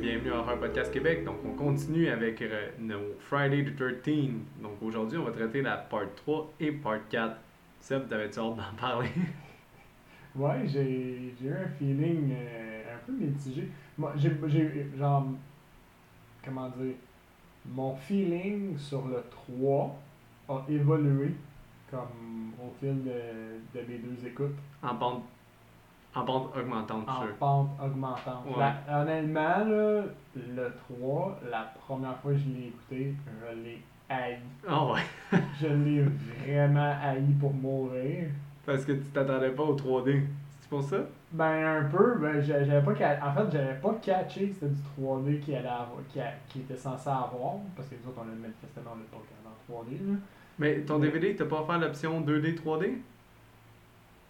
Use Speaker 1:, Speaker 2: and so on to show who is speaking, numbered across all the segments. Speaker 1: bienvenue à Horror Podcast Québec. Donc, on continue avec euh, nos Friday the 13th. Donc, aujourd'hui, on va traiter la part 3 et part 4. Seb, t'avais-tu hâte d'en parler?
Speaker 2: Ouais, j'ai j'ai eu un feeling euh, un peu mitigé. Moi, j'ai, j'ai- genre, comment dire, mon feeling sur le 3 a évolué comme au fil de, de mes deux écoutes
Speaker 1: en pente, en pente augmentante,
Speaker 2: en
Speaker 1: sûr.
Speaker 2: pente augmentante.
Speaker 1: Ouais.
Speaker 2: La- honnêtement, là, le 3, la première fois que je l'ai écouté, je l'ai haï.
Speaker 1: Ah ouais,
Speaker 2: Je l'ai vraiment haï pour mourir.
Speaker 1: parce que tu t'attendais pas au 3D. C'est pour ça?
Speaker 2: Ben un peu, ben j'a- j'avais pas ca- en fait j'avais pas catché que c'était du 3D qui allait avoir, qui, a- qui était censé avoir, parce que nous autres on l'a manifestement on l'a pas regardé en 3D là.
Speaker 1: Mais ton
Speaker 2: Ouais.
Speaker 1: DVD, t'as pas offert l'option 2D, 3D?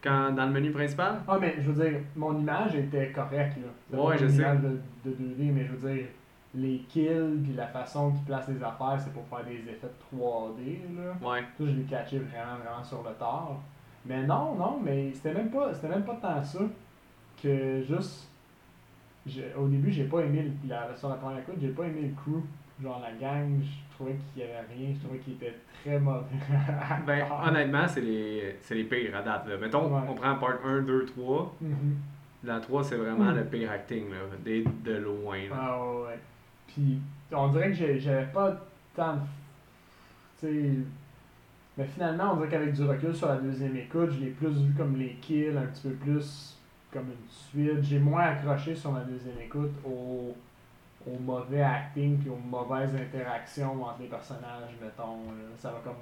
Speaker 1: Quand, dans le menu principal?
Speaker 2: Ah mais je veux dire, mon image était correcte là. C'était
Speaker 1: Ouais,
Speaker 2: pas
Speaker 1: je
Speaker 2: une
Speaker 1: sais.
Speaker 2: image de, de 2D, mais je veux dire, les kills puis la façon qu'ils placent les affaires, c'est pour faire des effets de 3D là.
Speaker 1: Ouais.
Speaker 2: Ça, je l'ai catché vraiment, vraiment sur le tard. Mais non, non, mais c'était même pas, c'était même pas tant ça que juste. j'ai- au début, j'ai pas aimé le- la, sur la première écoute, j'ai pas aimé le crew. Genre la gang, je trouvais qu'il y avait rien, je trouvais qu'il était très mauvais.
Speaker 1: Ben, honnêtement, c'est les, c'est les pires à date. Là. Mettons,
Speaker 2: Ah. Ouais.
Speaker 1: on prend part 1, 2, 3.
Speaker 2: Mhm.
Speaker 1: La 3, c'est vraiment
Speaker 2: Mm.
Speaker 1: le pire acting, là, des, de loin. Là.
Speaker 2: Ah ouais, ouais. Puis, on dirait que j'ai- j'avais pas tant de. Tu sais. Mais finalement, on dirait qu'avec du recul sur la deuxième écoute, je l'ai plus vu comme les kills, un petit peu plus comme une suite. J'ai moins accroché sur ma deuxième écoute au, au mauvais acting puis aux mauvaises interactions entre les personnages, mettons. là. Ça va comme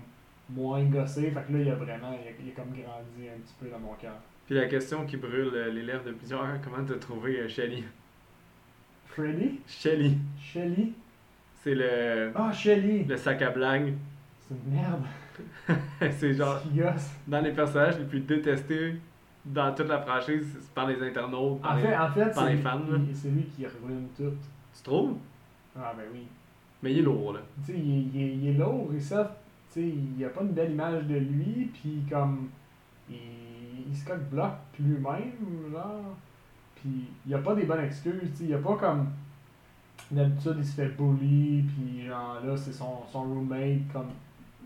Speaker 2: moins gosser. Fait que là, il y a vraiment. Il y a, il y a comme grandi un petit peu dans mon cœur.
Speaker 1: Puis la question qui brûle euh, les lèvres de plusieurs, comment t'as trouvé euh, Shelly?
Speaker 2: Freddy
Speaker 1: Shelly,
Speaker 2: Shelly
Speaker 1: c'est le,
Speaker 2: Ah, Shelly
Speaker 1: le sac à blague.
Speaker 2: C'est une merde.
Speaker 1: c'est genre,
Speaker 2: Qui gosse.
Speaker 1: dans les personnages les plus détestés dans toute la franchise, c'est par les internautes. par
Speaker 2: En
Speaker 1: les-
Speaker 2: fait, en fait
Speaker 1: par
Speaker 2: c'est
Speaker 1: les
Speaker 2: lui
Speaker 1: fans,
Speaker 2: qui-
Speaker 1: là.
Speaker 2: c'est lui qui ruine tout.
Speaker 1: Tu trouves?
Speaker 2: Ah ben oui.
Speaker 1: Mais il est lourd, là.
Speaker 2: Tu sais, il, est- il est- il est lourd, et ça, tu sais, il n'y a pas une belle image de lui, puis comme, il, il se coque-bloque lui-même, genre. Puis il n'y a pas des bonnes excuses, tu sais, il n'y a pas comme, d'habitude, il se fait bully, puis genre là, c'est son, son roommate, comme,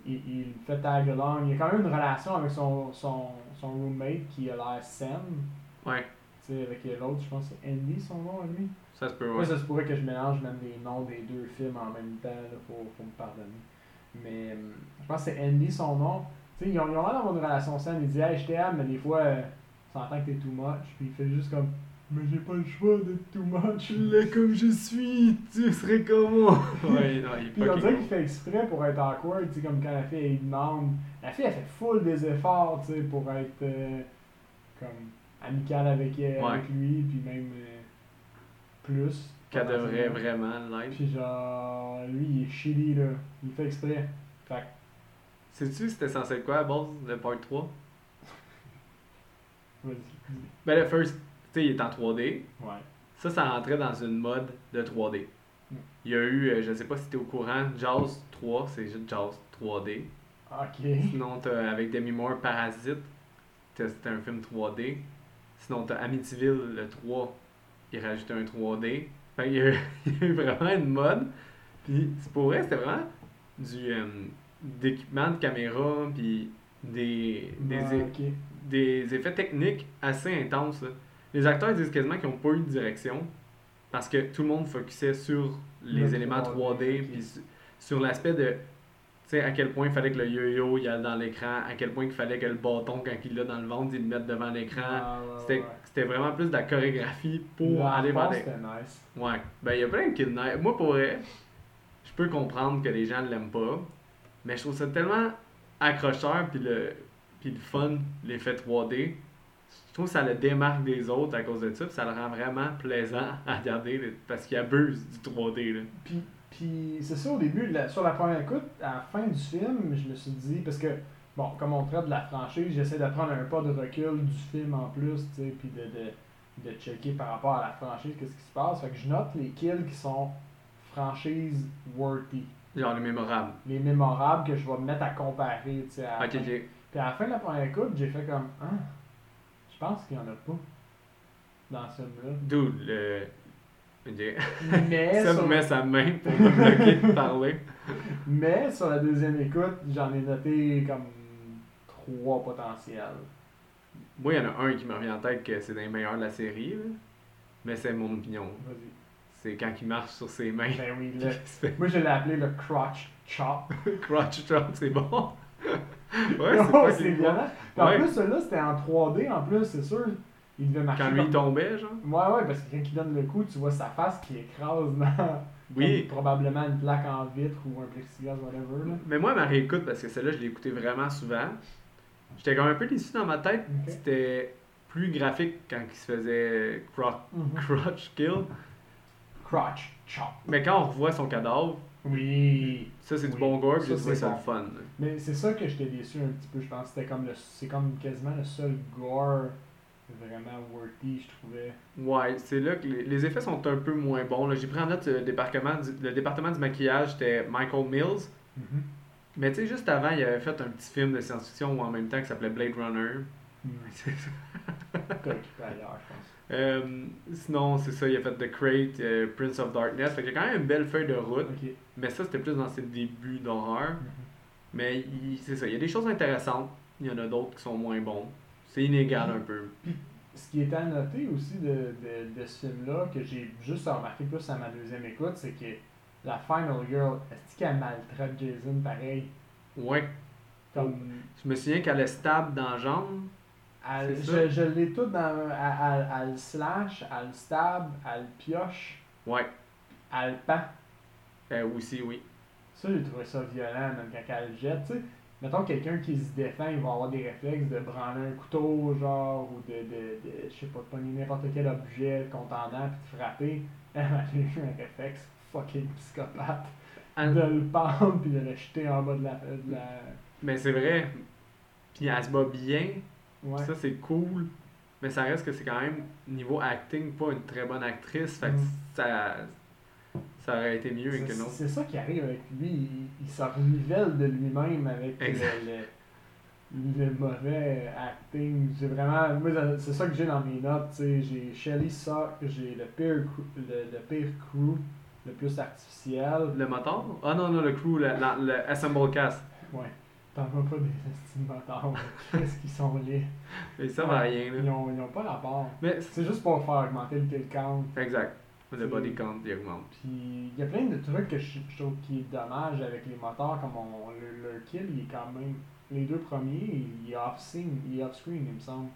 Speaker 2: il, il le fait tag along. Il y a quand même une relation avec son, son, son roommate qui a l'air saine,
Speaker 1: Ouais,
Speaker 2: tu sais, avec l'autre, je pense que c'est Andy son nom à lui.
Speaker 1: ça se peut,
Speaker 2: Moi,
Speaker 1: ouais.
Speaker 2: ça se pourrait que je mélange même les noms des deux films en même temps, là, faut, faut me pardonner. Mais hum, je pense que c'est Andy, son nom. Tu sais, ils ont ils ont l'air d'avoir une relation saine. Il dit, hey, je t'aime, mais des fois, euh, tu entends que t'es too much. Puis il fait juste comme, mais j'ai pas le choix d'être too much.
Speaker 1: Là, comme je suis, tu serais comme moi. ouais, non, il est
Speaker 2: Puis on
Speaker 1: fucking
Speaker 2: dirait
Speaker 1: lourd.
Speaker 2: qu'il fait exprès pour être awkward, tu sais, comme quand la fille, elle lui demande. La fille, elle fait full des efforts, tu sais, pour être euh, comme amicale avec, elle-
Speaker 1: Ouais.
Speaker 2: avec lui, puis même euh, plus.
Speaker 1: Qu'elle devrait
Speaker 2: Potentiellement.
Speaker 1: vraiment l'être.
Speaker 2: Puis genre, lui, il est chili, là. Il fait exprès. Fait que,
Speaker 1: Sais-tu c'était censé être quoi à base, le part 3?
Speaker 2: vas-y.
Speaker 1: Ben le first, tu sais, il est en 3D.
Speaker 2: Ouais.
Speaker 1: Ça, ça rentrait dans une mode de 3D.
Speaker 2: Mm.
Speaker 1: Il y a eu, euh, je sais pas si t'es au courant, Jaws 3, c'est juste Jaws 3D.
Speaker 2: Ok.
Speaker 1: Sinon, t'as avec Demi Moore Parasite, t'as- c'était un film 3D. Sinon, t'as Amityville, le 3, il rajoutait un 3D. Fait qu'il y a eu- il y a eu vraiment une mode. Puis, c'est pour vrai, c'était vraiment du euh, d'équipement de caméra, puis des, des,
Speaker 2: Ouais, ok.
Speaker 1: des effets techniques assez intenses. là. Les acteurs disent quasiment qu'ils n'ont pas eu de direction parce que tout le monde focusait sur les
Speaker 2: Le
Speaker 1: éléments 3D,
Speaker 2: 3D, ok.
Speaker 1: puis su- sur l'aspect de tu sais, à quel point il fallait que le yo-yo il aille dans l'écran, à quel point il fallait que le bâton, quand il l'a dans le ventre, il le mette devant l'écran.
Speaker 2: Ah, ouais,
Speaker 1: C'était
Speaker 2: ouais.
Speaker 1: c'était vraiment plus de la chorégraphie pour
Speaker 2: La
Speaker 1: aller vers
Speaker 2: réponse,
Speaker 1: les.
Speaker 2: C'était nice.
Speaker 1: Ouais. Ben, il y a plein de kidnappers. Moi, pour vrai, je peux comprendre que les gens ne l'aiment pas, mais je trouve ça tellement accrocheur, puis le, puis le fun, l'effet 3D. Je trouve que ça le démarque des autres à cause de ça, puis ça le rend vraiment plaisant à regarder, là, parce qu'il abuse du 3D, là.
Speaker 2: Puis, puis c'est ça, au début, la- sur la première écoute, à la fin du film, je me suis dit, parce que, bon, comme on traite de la franchise, j'essaie de prendre un pas de recul du film en plus, tu sais, puis de, de, de checker par rapport à la franchise, qu'est-ce qui se passe. Fait que je note les kills qui sont franchise worthy.
Speaker 1: Genre le mémorable.
Speaker 2: les mémorables que je vais me mettre à comparer. tu sais, À la
Speaker 1: Ok,
Speaker 2: fin.
Speaker 1: ok.
Speaker 2: Puis à la fin de la première écoute, j'ai fait comme Hein, je pense qu'il n'y en a pas dans ce film-là.
Speaker 1: Dude, le, Ok.
Speaker 2: Eh, Mais,
Speaker 1: Seb
Speaker 2: sur,
Speaker 1: met sa main pour me bloquer de parler.
Speaker 2: mais sur la deuxième écoute, j'en ai noté comme trois potentiels.
Speaker 1: Moi, il y en a un qui me revient en tête que c'est d'un meilleur de la série, là. mais c'est mon opinion.
Speaker 2: Vas-y.
Speaker 1: C'est quand il marche sur ses mains.
Speaker 2: Ben oui,
Speaker 1: puis
Speaker 2: le-
Speaker 1: qu'il se fait
Speaker 2: moi je l'ai appelé le crotch chop.
Speaker 1: crotch drop, c'est bon. ouais,
Speaker 2: Non,
Speaker 1: c'est pas
Speaker 2: c'est
Speaker 1: qu'il
Speaker 2: violent. Puis En
Speaker 1: Ouais.
Speaker 2: plus, celui-là c'était en 3D en plus, c'est sûr. Il devait marcher.
Speaker 1: Quand lui
Speaker 2: comme-
Speaker 1: il tombait, genre.
Speaker 2: Ouais, ouais, parce que quand il donne le coup, tu vois sa face qui écrase dans
Speaker 1: Oui.
Speaker 2: comme probablement une plaque en vitre ou un plexiglas, whatever. Là.
Speaker 1: Mais moi, ma réécoute, parce que celle-là, je l'ai écoutée vraiment souvent, j'étais quand même un peu déçu dans ma tête.
Speaker 2: Ok.
Speaker 1: C'était plus graphique quand il se faisait cro-
Speaker 2: Mhm.
Speaker 1: crotch kill.
Speaker 2: Crotch chop.
Speaker 1: Mm-hmm. Mais quand on revoit son cadavre,
Speaker 2: Oui.
Speaker 1: ça, c'est du
Speaker 2: Oui.
Speaker 1: bon gore, puis
Speaker 2: Ça,
Speaker 1: j'ai trouvé
Speaker 2: c'est
Speaker 1: ça
Speaker 2: bon.
Speaker 1: le fun.
Speaker 2: Mais c'est ça que j'étais déçu un petit peu, je pense. C'était comme le, c'est comme quasiment le seul gore vraiment worthy, je trouvais.
Speaker 1: Ouais, c'est là que les, les effets sont un peu moins bons. là. J'ai pris en note euh, le département du, le département du maquillage, c'était Michael Mills. Mm-hmm. Mais tu sais, juste avant, il avait fait un petit film de science-fiction en même temps qui s'appelait Blade Runner.
Speaker 2: Mm. T'as occupé ailleurs, je pense.
Speaker 1: Euh, sinon, c'est ça, il a fait The Crate, euh, Prince of Darkness. Fait qu'il y a quand même une belle feuille de route.
Speaker 2: Ok.
Speaker 1: Mais ça, c'était plus dans ses débuts d'horreur.
Speaker 2: Mhm.
Speaker 1: Mais il- c'est ça, il y a des choses intéressantes. Il y en a d'autres qui sont moins bons. C'est inégal un peu.
Speaker 2: Ce qui est à noter aussi de, de, de ce film-là, que j'ai juste remarqué plus à ma deuxième écoute, c'est que la Final Girl, est-ce qu'elle maltraite Jason pareil?
Speaker 1: Ouais.
Speaker 2: Comme,
Speaker 1: Je me souviens qu'elle est stable dans la jambe.
Speaker 2: elle-
Speaker 1: C'est ça.
Speaker 2: je je l'ai tout dans... Elle, elle- elle le slash, elle le stab, elle le pioche,
Speaker 1: Ouais.
Speaker 2: elle le pend.
Speaker 1: Euh, aussi, oui.
Speaker 2: Ça, j'ai trouvé ça violent, même quand elle le jette, tu sais. Mettons quelqu'un qui se défend, il va avoir des réflexes de branler un couteau, genre, ou de, de, de je sais pas, de pogner n'importe quel objet contendant, puis de frapper. Elle elle a eu un réflexe fucking psychopathe
Speaker 1: Hein?
Speaker 2: de le pendre, puis de le jeter en bas de la... De la...
Speaker 1: Mais c'est vrai. Puis elle se bat bien.
Speaker 2: Ouais.
Speaker 1: Ça, c'est cool. Mais ça reste que c'est quand même, niveau acting, pas une très bonne actrice. Fait que
Speaker 2: Mhm.
Speaker 1: ça, ça aurait été mieux
Speaker 2: C'est-
Speaker 1: avec une autre.
Speaker 2: C'est ça qui arrive avec lui. Il, il se renivelle de lui-même avec le,
Speaker 1: Exact.
Speaker 2: le- le mauvais acting. J'ai vraiment. moi, ça- c'est ça que j'ai dans mes notes. tu sais. J'ai Shelly Sock, j'ai le pire, cr- le, le pire crew, le plus artificiel.
Speaker 1: Le moteur Ah non, non, le crew, le, la- le Assemble Cast.
Speaker 2: Ouais, t'en vois pas des estimateurs. Qu'est-ce qu'ils sont les.
Speaker 1: Et ça va à rien,
Speaker 2: Ils
Speaker 1: là.
Speaker 2: ont, ils ont pas rapport.
Speaker 1: Mais
Speaker 2: C'est juste pour faire augmenter le kill count.
Speaker 1: Exact. Le
Speaker 2: C'est-
Speaker 1: body count, il augmente.
Speaker 2: Puis il y a plein de trucs que je, je trouve qui est dommage avec les moteurs, comme on, le, le kill, il est quand même. Les deux premiers, il est off-screen, il est off-screen, il me semble.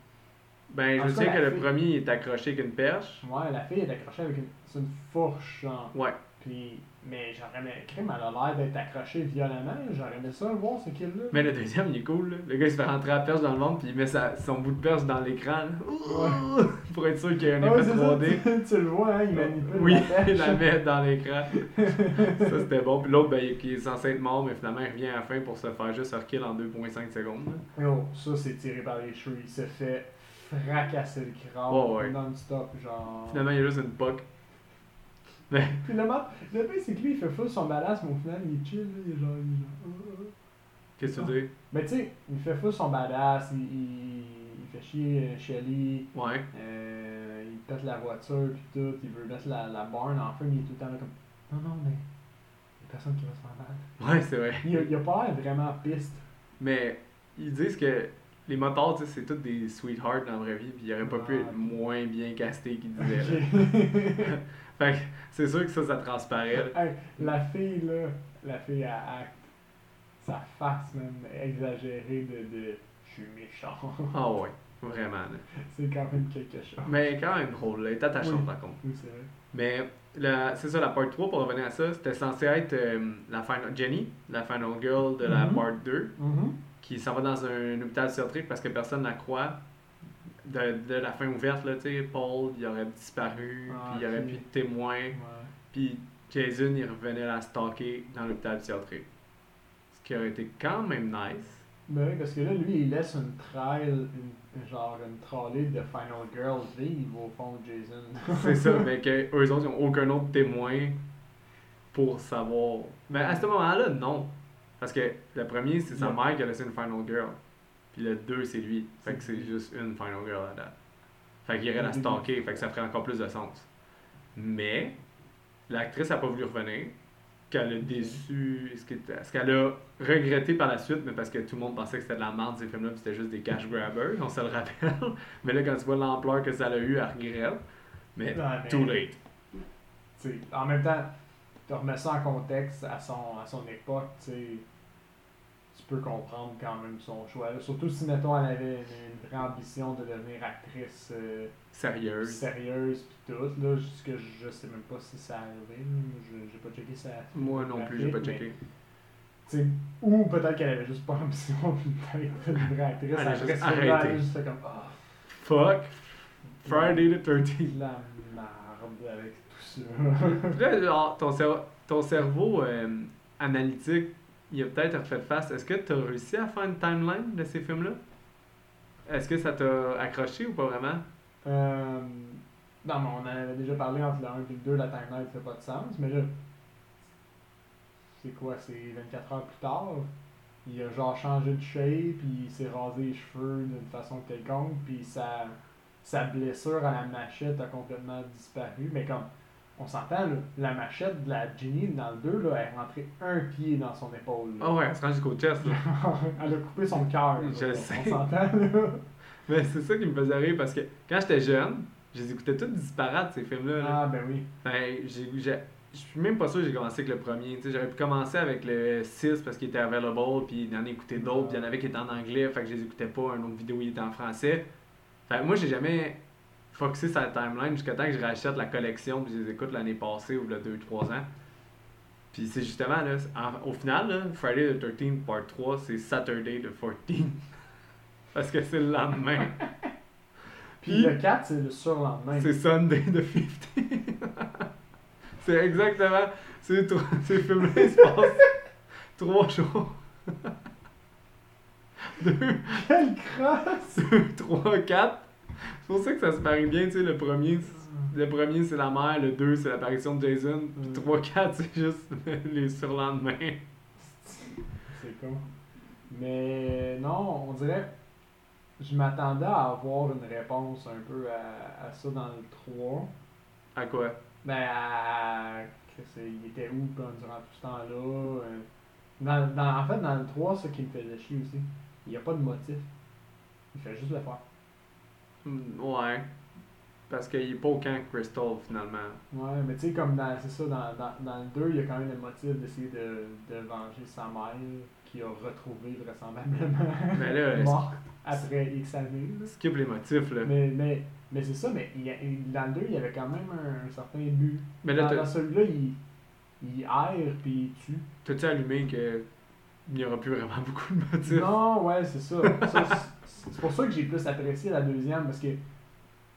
Speaker 1: Ben,
Speaker 2: En
Speaker 1: je
Speaker 2: tout
Speaker 1: sais
Speaker 2: cas,
Speaker 1: que
Speaker 2: la
Speaker 1: le
Speaker 2: fille-
Speaker 1: premier est accroché avec une perche.
Speaker 2: Ouais, la fille est accrochée avec une, c'est une fourche, genre.
Speaker 1: Ouais.
Speaker 2: Puis, mais j'aurais aimé, crime, elle a l'air d'être accrochée violemment, j'aurais aimé ça, voir ce kill-là.
Speaker 1: Mais le deuxième, il est cool. là. Le gars, il se fait rentrer la perche dans le ventre, puis il met sa- son bout de perche dans l'écran. là.
Speaker 2: Ouais.
Speaker 1: Pour être sûr qu'il y a un
Speaker 2: Ah ouais,
Speaker 1: effet
Speaker 2: c'est ça,
Speaker 1: 3D.
Speaker 2: tu, tu le vois, hein, il manipule
Speaker 1: Oui,
Speaker 2: la
Speaker 1: il la
Speaker 2: perche.
Speaker 1: met dans l'écran. ça, c'était bon. Puis l'autre, ben, il- qui est censé être mort, mais finalement, il revient à la fin pour se faire juste un kill en 2,5 secondes. là.
Speaker 2: Yo, ça, c'est tiré par les cheveux, il se fait fracasser le crâne
Speaker 1: Ouais, ouais.
Speaker 2: non-stop, genre.
Speaker 1: Finalement, il y a juste une poque. Mais
Speaker 2: Puis le map, le pire c'est que lui il fait full son ballast, mais au final il est chill, là, il est genre. il est genre, oh, oh.
Speaker 1: qu'est-ce que tu dis?
Speaker 2: Mais tu sais, il fait full son badass, il, il, il fait chier euh, Shelly,
Speaker 1: Ouais.
Speaker 2: euh, il pète la voiture, puis tout, il veut mettre la, la barn en feu, mais il est tout le temps là comme. Non, non, mais. Il y a personne qui va se faire mal.
Speaker 1: Ouais, c'est vrai.
Speaker 2: Il, a- il a pas l'air vraiment piste.
Speaker 1: Mais ils disent que les motards, tu sais, c'est tous des sweethearts dans la vraie vie, puis ils auraient pas pu
Speaker 2: Ah,
Speaker 1: être
Speaker 2: ok.
Speaker 1: moins bien castés qu'ils disaient. là.
Speaker 2: Ok.
Speaker 1: Fait que c'est sûr que ça, ça transparaît. là.
Speaker 2: Hey, la fille là, la fille à acte, sa face même exagérée de. de je suis méchant.
Speaker 1: Ah ouais, vraiment. là.
Speaker 2: c'est quand même quelque chose.
Speaker 1: Mais quand même drôle, là. Elle est attachante
Speaker 2: Oui.
Speaker 1: par contre.
Speaker 2: Oui, c'est vrai.
Speaker 1: Mais la- c'est ça, la part 3, pour revenir à ça, c'était censé être euh, la final, Jenny, la final girl de la
Speaker 2: Mhm.
Speaker 1: part 2, qui s'en va dans un, hôpital psychiatrique parce que personne la croit. De, de la fin ouverte, là, tu sais, Paul, il aurait disparu,
Speaker 2: Ah,
Speaker 1: puis il n'y aurait
Speaker 2: ok.
Speaker 1: plus de témoins.
Speaker 2: Ouais.
Speaker 1: Puis Jason, il revenait la stalker dans l'hôpital psychiatrique. Ce qui aurait été quand même nice.
Speaker 2: Ben oui, parce que là, lui, il laisse une trail, une- genre une trolley de Final Girl vive au fond de Jason.
Speaker 1: C'est ça, mais qu'eux autres, ils n'ont aucun autre témoin pour savoir. Mais à ce moment-là, non. Parce que le premier, c'est sa
Speaker 2: Ouais.
Speaker 1: mère qui a laissé une Final Girl. Puis le deux, c'est lui. Fait que
Speaker 2: C'est
Speaker 1: c'est
Speaker 2: lui.
Speaker 1: juste une Final Girl à date. Fait qu'il irait la stalker, fait que ça ferait encore plus de sens. Mais l'actrice n'a pas voulu revenir, qu'elle a déçu, ce qui était- ce qu'elle a regretté par la suite, mais parce que tout le monde pensait que c'était de la merde ces films-là, puis c'était juste des cash grabbers, on se le rappelle. Mais là, quand tu vois l'ampleur que ça a eu, elle regrette. Mais
Speaker 2: Ouais, mais,
Speaker 1: too late.
Speaker 2: Ah, ben, tu sais, en même temps, tu remets ça en contexte à son, à son époque, tu sais, tu peux comprendre quand même son choix. là. Surtout si, mettons, elle avait une, une vraie ambition de devenir actrice euh,
Speaker 1: Sérieuse.
Speaker 2: sérieuse pis tout, là, ce que je sais même pas si ça arrivé, là. Je- j'ai pas checké ça.
Speaker 1: Moi non plus, j'ai pas
Speaker 2: Mais,
Speaker 1: checké.
Speaker 2: tu sais, ou peut-être qu'elle avait juste pas l'ambition d'être une vraie actrice.
Speaker 1: Elle a
Speaker 2: après,
Speaker 1: juste
Speaker 2: c'est vrai, elle a
Speaker 1: arrêté.
Speaker 2: juste fait comme, ah,
Speaker 1: Fuck. Friday the 13th.
Speaker 2: de la merde avec tout ça.
Speaker 1: Puis là, genre, ton, cer- ton cerveau euh, analytique, il a peut-être refait face. Est-ce que tu as réussi à faire une timeline de ces films-là? Est-ce que ça t'a accroché ou pas vraiment?
Speaker 2: Euh, non, mais on en avait déjà parlé entre le 1 et le 2, la timeline fait pas de sens, mais là, c'est quoi, c'est 24 heures plus tard, il a genre changé de shape, puis il s'est rasé les cheveux d'une façon quelconque, puis sa, sa blessure à la machette a complètement disparu, mais comme, on s'entend, là, la machette de la Ginny dans le 2, là, elle est rentrée un pied dans son épaule. là.
Speaker 1: Ah ouais, elle se rend jusqu'au chest. là.
Speaker 2: elle a coupé son cœur. là.
Speaker 1: Je
Speaker 2: on
Speaker 1: sais. Euh.
Speaker 2: s'entend, là.
Speaker 1: Mais c'est ça qui me faisait rire parce que quand j'étais jeune, je les écoutais tous disparates, ces films-là. là.
Speaker 2: Ah, ben oui.
Speaker 1: Ben, j'ai- j'ai- je suis même pas sûr que j'ai commencé avec le premier. Tu sais, J'aurais pu commencer avec le 6 parce qu'il était available, puis il en écoutait d'autres, puis il y en avait qui étaient en anglais, fait que je les écoutais pas. Un autre vidéo, il était en français. Fait que moi, j'ai jamais focusé sur la timeline jusqu'à temps que je rachète la collection, puis je les écoute l'année passée ou le 2-3 ans. Puis c'est justement, là, c'est- en- au final, là, Friday the 13th, part 3, c'est Saturday the 14th. parce que c'est le lendemain.
Speaker 2: Puis,
Speaker 1: Puis-
Speaker 2: le 4, c'est le surlendemain.
Speaker 1: C'est Sunday the 50. c'est exactement. C'est trois- ces films-là, ils se passent trois jours. deux,
Speaker 2: Quelle crosse!
Speaker 1: deux, trois, quatre. C'est pour ça que ça se parie bien, tu sais, le premier. c'est- Le premier, c'est la mère, le deux, c'est l'apparition de Jason, puis
Speaker 2: Mm.
Speaker 1: trois, quatre, c'est juste les surlendemains.
Speaker 2: C'est con. Mais non, on dirait. Je m'attendais à avoir une réponse un peu à, à ça dans le 3.
Speaker 1: À quoi
Speaker 2: Ben, à. que c'est- Il était où ben, durant tout ce temps-là? euh. Dans, dans- en fait, dans le 3, ce qui me faisait chier aussi, il n'y a pas de motif. Il fait juste le faire.
Speaker 1: Hmm, Ouais. Parce qu'il est pas au camp Crystal, finalement.
Speaker 2: Ouais, mais tu sais, comme dans, c'est ça, dans, dans, dans le 2, il y a quand même le motif d'essayer de, de venger sa mère qui a retrouvé vraisemblablement
Speaker 1: Mais là, est-ce-
Speaker 2: morte après X années. là.
Speaker 1: Skip les motifs, là.
Speaker 2: Mais, mais, mais c'est ça, mais il y a- il- dans le 2, il y avait quand même un, un certain but.
Speaker 1: Mais là,
Speaker 2: dans,
Speaker 1: t'as-
Speaker 2: dans celui-là, il, il erre puis il tue.
Speaker 1: T'as-tu allumé que il n'y aura plus vraiment beaucoup de motifs?
Speaker 2: Non, ouais, c'est ça. Ça, c'est c'est pour ça que j'ai plus apprécié la deuxième, parce que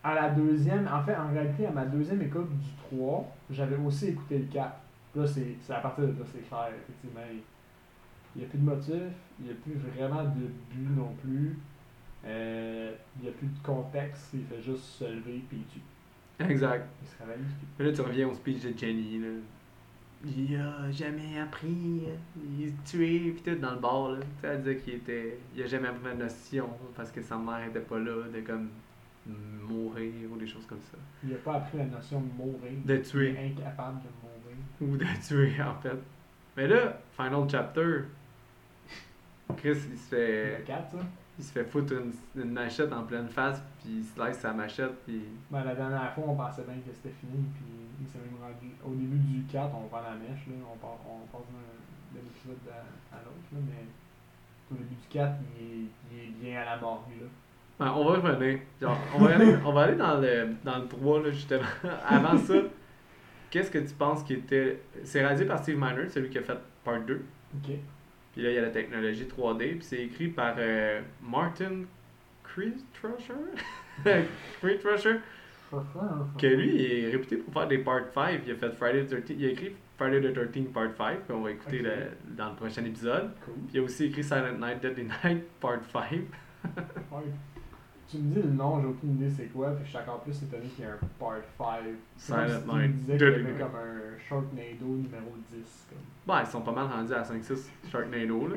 Speaker 2: à la deuxième, en fait, en réalité, à ma deuxième écoute du 3, j'avais aussi écouté le 4. Là, c'est c'est à partir de là, c'est clair, effectivement. il- Il n'y a plus de motif, il n'y a plus vraiment de but non plus. euh, il n'y a plus de contexte, il fait juste se lever puis il tue.
Speaker 1: Exact.
Speaker 2: Il se réveille. puis-
Speaker 1: Mais là, tu reviens au speech de Jenny, là. Il a jamais appris, il est tué, pis tout, dans le bar, là. Tu sais, elle disait qu'il était... Il a jamais appris la notion, parce que sa mère était pas là, de comme... mourir, ou des choses comme ça.
Speaker 2: Il n'a pas appris la notion de mourir.
Speaker 1: De tuer.
Speaker 2: Il est incapable de mourir.
Speaker 1: Ou de tuer, en fait. Mais là, final chapter... Chris, il se
Speaker 2: Le
Speaker 1: fait...
Speaker 2: 4, ça.
Speaker 1: Il se fait foutre une, une machette en pleine face, puis il slice sa machette, puis...
Speaker 2: Ben, la dernière fois, on pensait bien que c'était fini, puis il s'est même rendu. Au début du 4, on prend la mèche, là, on, part, on passe d'un d'un épisode à, à l'autre, là, mais au début du 4, il est, il est bien à la mort, là.
Speaker 1: Ouais, Ben, on va revenir. Genre, on, va aller, on va aller dans le, dans le 3, là, justement. Avant ça, qu'est-ce que tu penses qui était. C'est réalisé par Steve Miner, celui qui a fait Part 2.
Speaker 2: Ok.
Speaker 1: Puis là, il y a la technologie 3D. Puis c'est écrit par euh, Martin Creetrusher. Creetrusher. Que lui, il est réputé pour faire des Part 5. Il a fait Friday the 13 Il a écrit Friday the 13 Part 5, qu'on va écouter
Speaker 2: Ok.
Speaker 1: le- dans le prochain épisode.
Speaker 2: Cool.
Speaker 1: Puis il a aussi écrit Silent Night, Deadly Night, Part 5.
Speaker 2: Ouais. Tu me dis le nom, j'ai aucune idée c'est quoi, puis je suis encore plus étonné qu'il y ait un part 5. C'est comme
Speaker 1: Silent
Speaker 2: si Tu me
Speaker 1: Night,
Speaker 2: disais qu'il y
Speaker 1: Deadly
Speaker 2: avait
Speaker 1: Night.
Speaker 2: comme un Sharknado numéro 10. Comme.
Speaker 1: Bah, ils sont pas mal rendus à 5-6 Sharknado, là.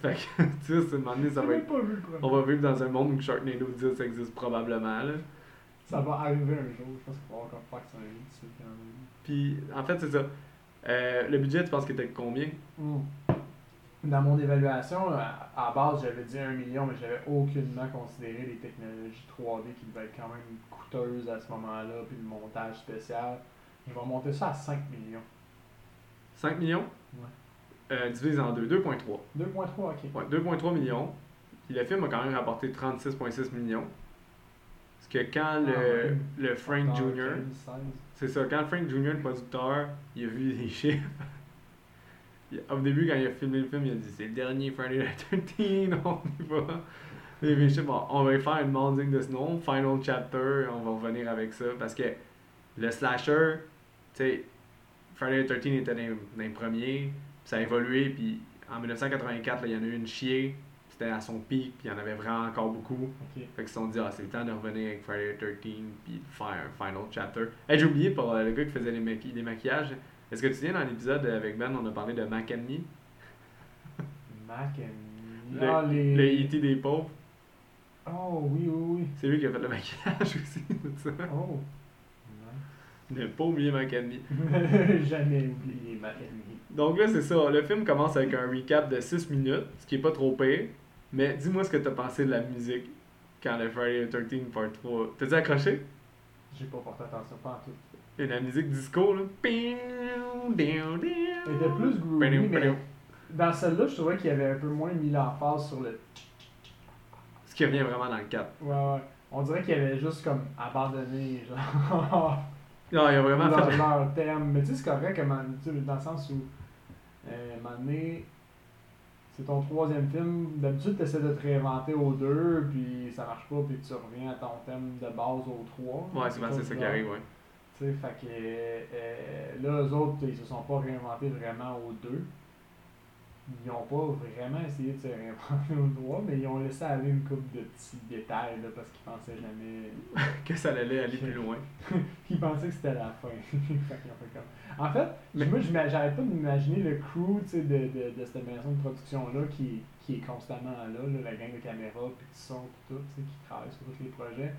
Speaker 1: Fait que, tu sais, c'est un moment donné, ça
Speaker 2: J'ai
Speaker 1: va
Speaker 2: même
Speaker 1: être...
Speaker 2: pas vu le premier.
Speaker 1: On va vivre dans un monde où Sharknado 10 existe probablement, là.
Speaker 2: Ça va arriver un jour. Je pense qu'il va y avoir encore Fox en vie, ceux qui en ont
Speaker 1: Puis, en fait, c'est ça. Euh, le budget, tu penses qu'il était de combien?
Speaker 2: eu. Hmm. Dans mon évaluation, à à la base, j'avais dit 1 million, mais j'avais aucunement considéré les technologies 3D qui devaient être quand même coûteuses à ce moment-là, puis le montage spécial. Ils vont monter ça à 5 millions.
Speaker 1: 5 millions?
Speaker 2: Ouais.
Speaker 1: Euh, divisé en deux, 2,3.
Speaker 2: 2.3, ok.
Speaker 1: Ouais, 2,3 millions. Puis le film a quand même rapporté 36,6 millions. Parce que quand
Speaker 2: Ah,
Speaker 1: le,
Speaker 2: ouais.
Speaker 1: le Frank
Speaker 2: Encore
Speaker 1: Jr.,
Speaker 2: 15, 16.
Speaker 1: c'est ça, quand Frank Jr., le producteur, il a vu les chiffres. il- Au début, quand il a filmé le film, il a dit c'est le dernier Friday the 13, on y va. Il a vu les chiffres, bon, on va y faire une demande digne de ce nom, Final Chapter, on va revenir avec ça. Parce que le slasher, tu sais, Friday the 13 était dans dans les premiers, puis ça a évolué, puis en 1984, là, il y en a eu une chier, puis c'était à son pic, puis il y en avait vraiment encore beaucoup.
Speaker 2: Ok.
Speaker 1: Fait qu'ils se sont dit, ah, c'est le temps de revenir avec Friday the 13 puis de faire un final chapter. Hey, j'ai oublié pour euh, le gars qui faisait les, maqui- les maquillages. Est-ce que tu te souviens dans l'épisode avec Ben, on a parlé de Mac and Me,
Speaker 2: Mac and...
Speaker 1: Le-
Speaker 2: ah, les...
Speaker 1: le E.T. des pauvres?
Speaker 2: Oh, oui, oui, oui.
Speaker 1: C'est lui qui a fait le maquillage aussi, tout ça.
Speaker 2: Oh.
Speaker 1: Ne pas oublier Mac and Me.
Speaker 2: Non. Jamais oublié Mac and Me.
Speaker 1: Donc là, c'est ça. Le film commence avec un recap de 6 minutes, ce qui est pas trop pire. Mais dis-moi ce que t'as pensé de la musique quand le Friday the 13 Part 3. T'as-tu accroché?
Speaker 2: J'ai pas porté attention, pas en tout.
Speaker 1: Et la musique disco, là. Elle
Speaker 2: Elle était plus
Speaker 1: Ben,
Speaker 2: groovy, mais dans celle-là, je trouvais qu'il y avait un peu moins mis l'emphase sur le...
Speaker 1: Ce qui revient vraiment dans le 4.
Speaker 2: Ouais, ouais. On dirait qu'il avait juste comme abandonné, genre,
Speaker 1: Non, il a vraiment
Speaker 2: leur,
Speaker 1: fait.
Speaker 2: leur thème. Mais tu sais, c'est correct que, man- tu sais, dans le sens où, euh, à un moment donné, c'est ton troisième film. D'habitude, tu essaies de te réinventer aux deux, puis ça marche pas, puis tu reviens à ton thème de base aux trois.
Speaker 1: Ouais, souvent c'est ça qui
Speaker 2: Genre.
Speaker 1: arrive, ouais.
Speaker 2: Tu sais, fait que euh, euh, là, eux autres, ils se sont pas réinventés vraiment aux deux. Ils ont pas vraiment essayé de se réinventer aux trois, mais ils ont laissé aller une couple de petits détails là, parce qu'ils pensaient jamais.
Speaker 1: Que ça allait aller plus loin.
Speaker 2: Ils pensaient que c'était la fin. Fait qu'ils ont fait comme- En fait,
Speaker 1: Mais-
Speaker 2: moi, j'ima- j'arrête pas d'imaginer le crew tu sais, de, de, de cette maison de production-là qui, qui est constamment là, là, la gang de caméras, puis qui sont, puis tout, tu sais, qui travaillent sur tous les projets.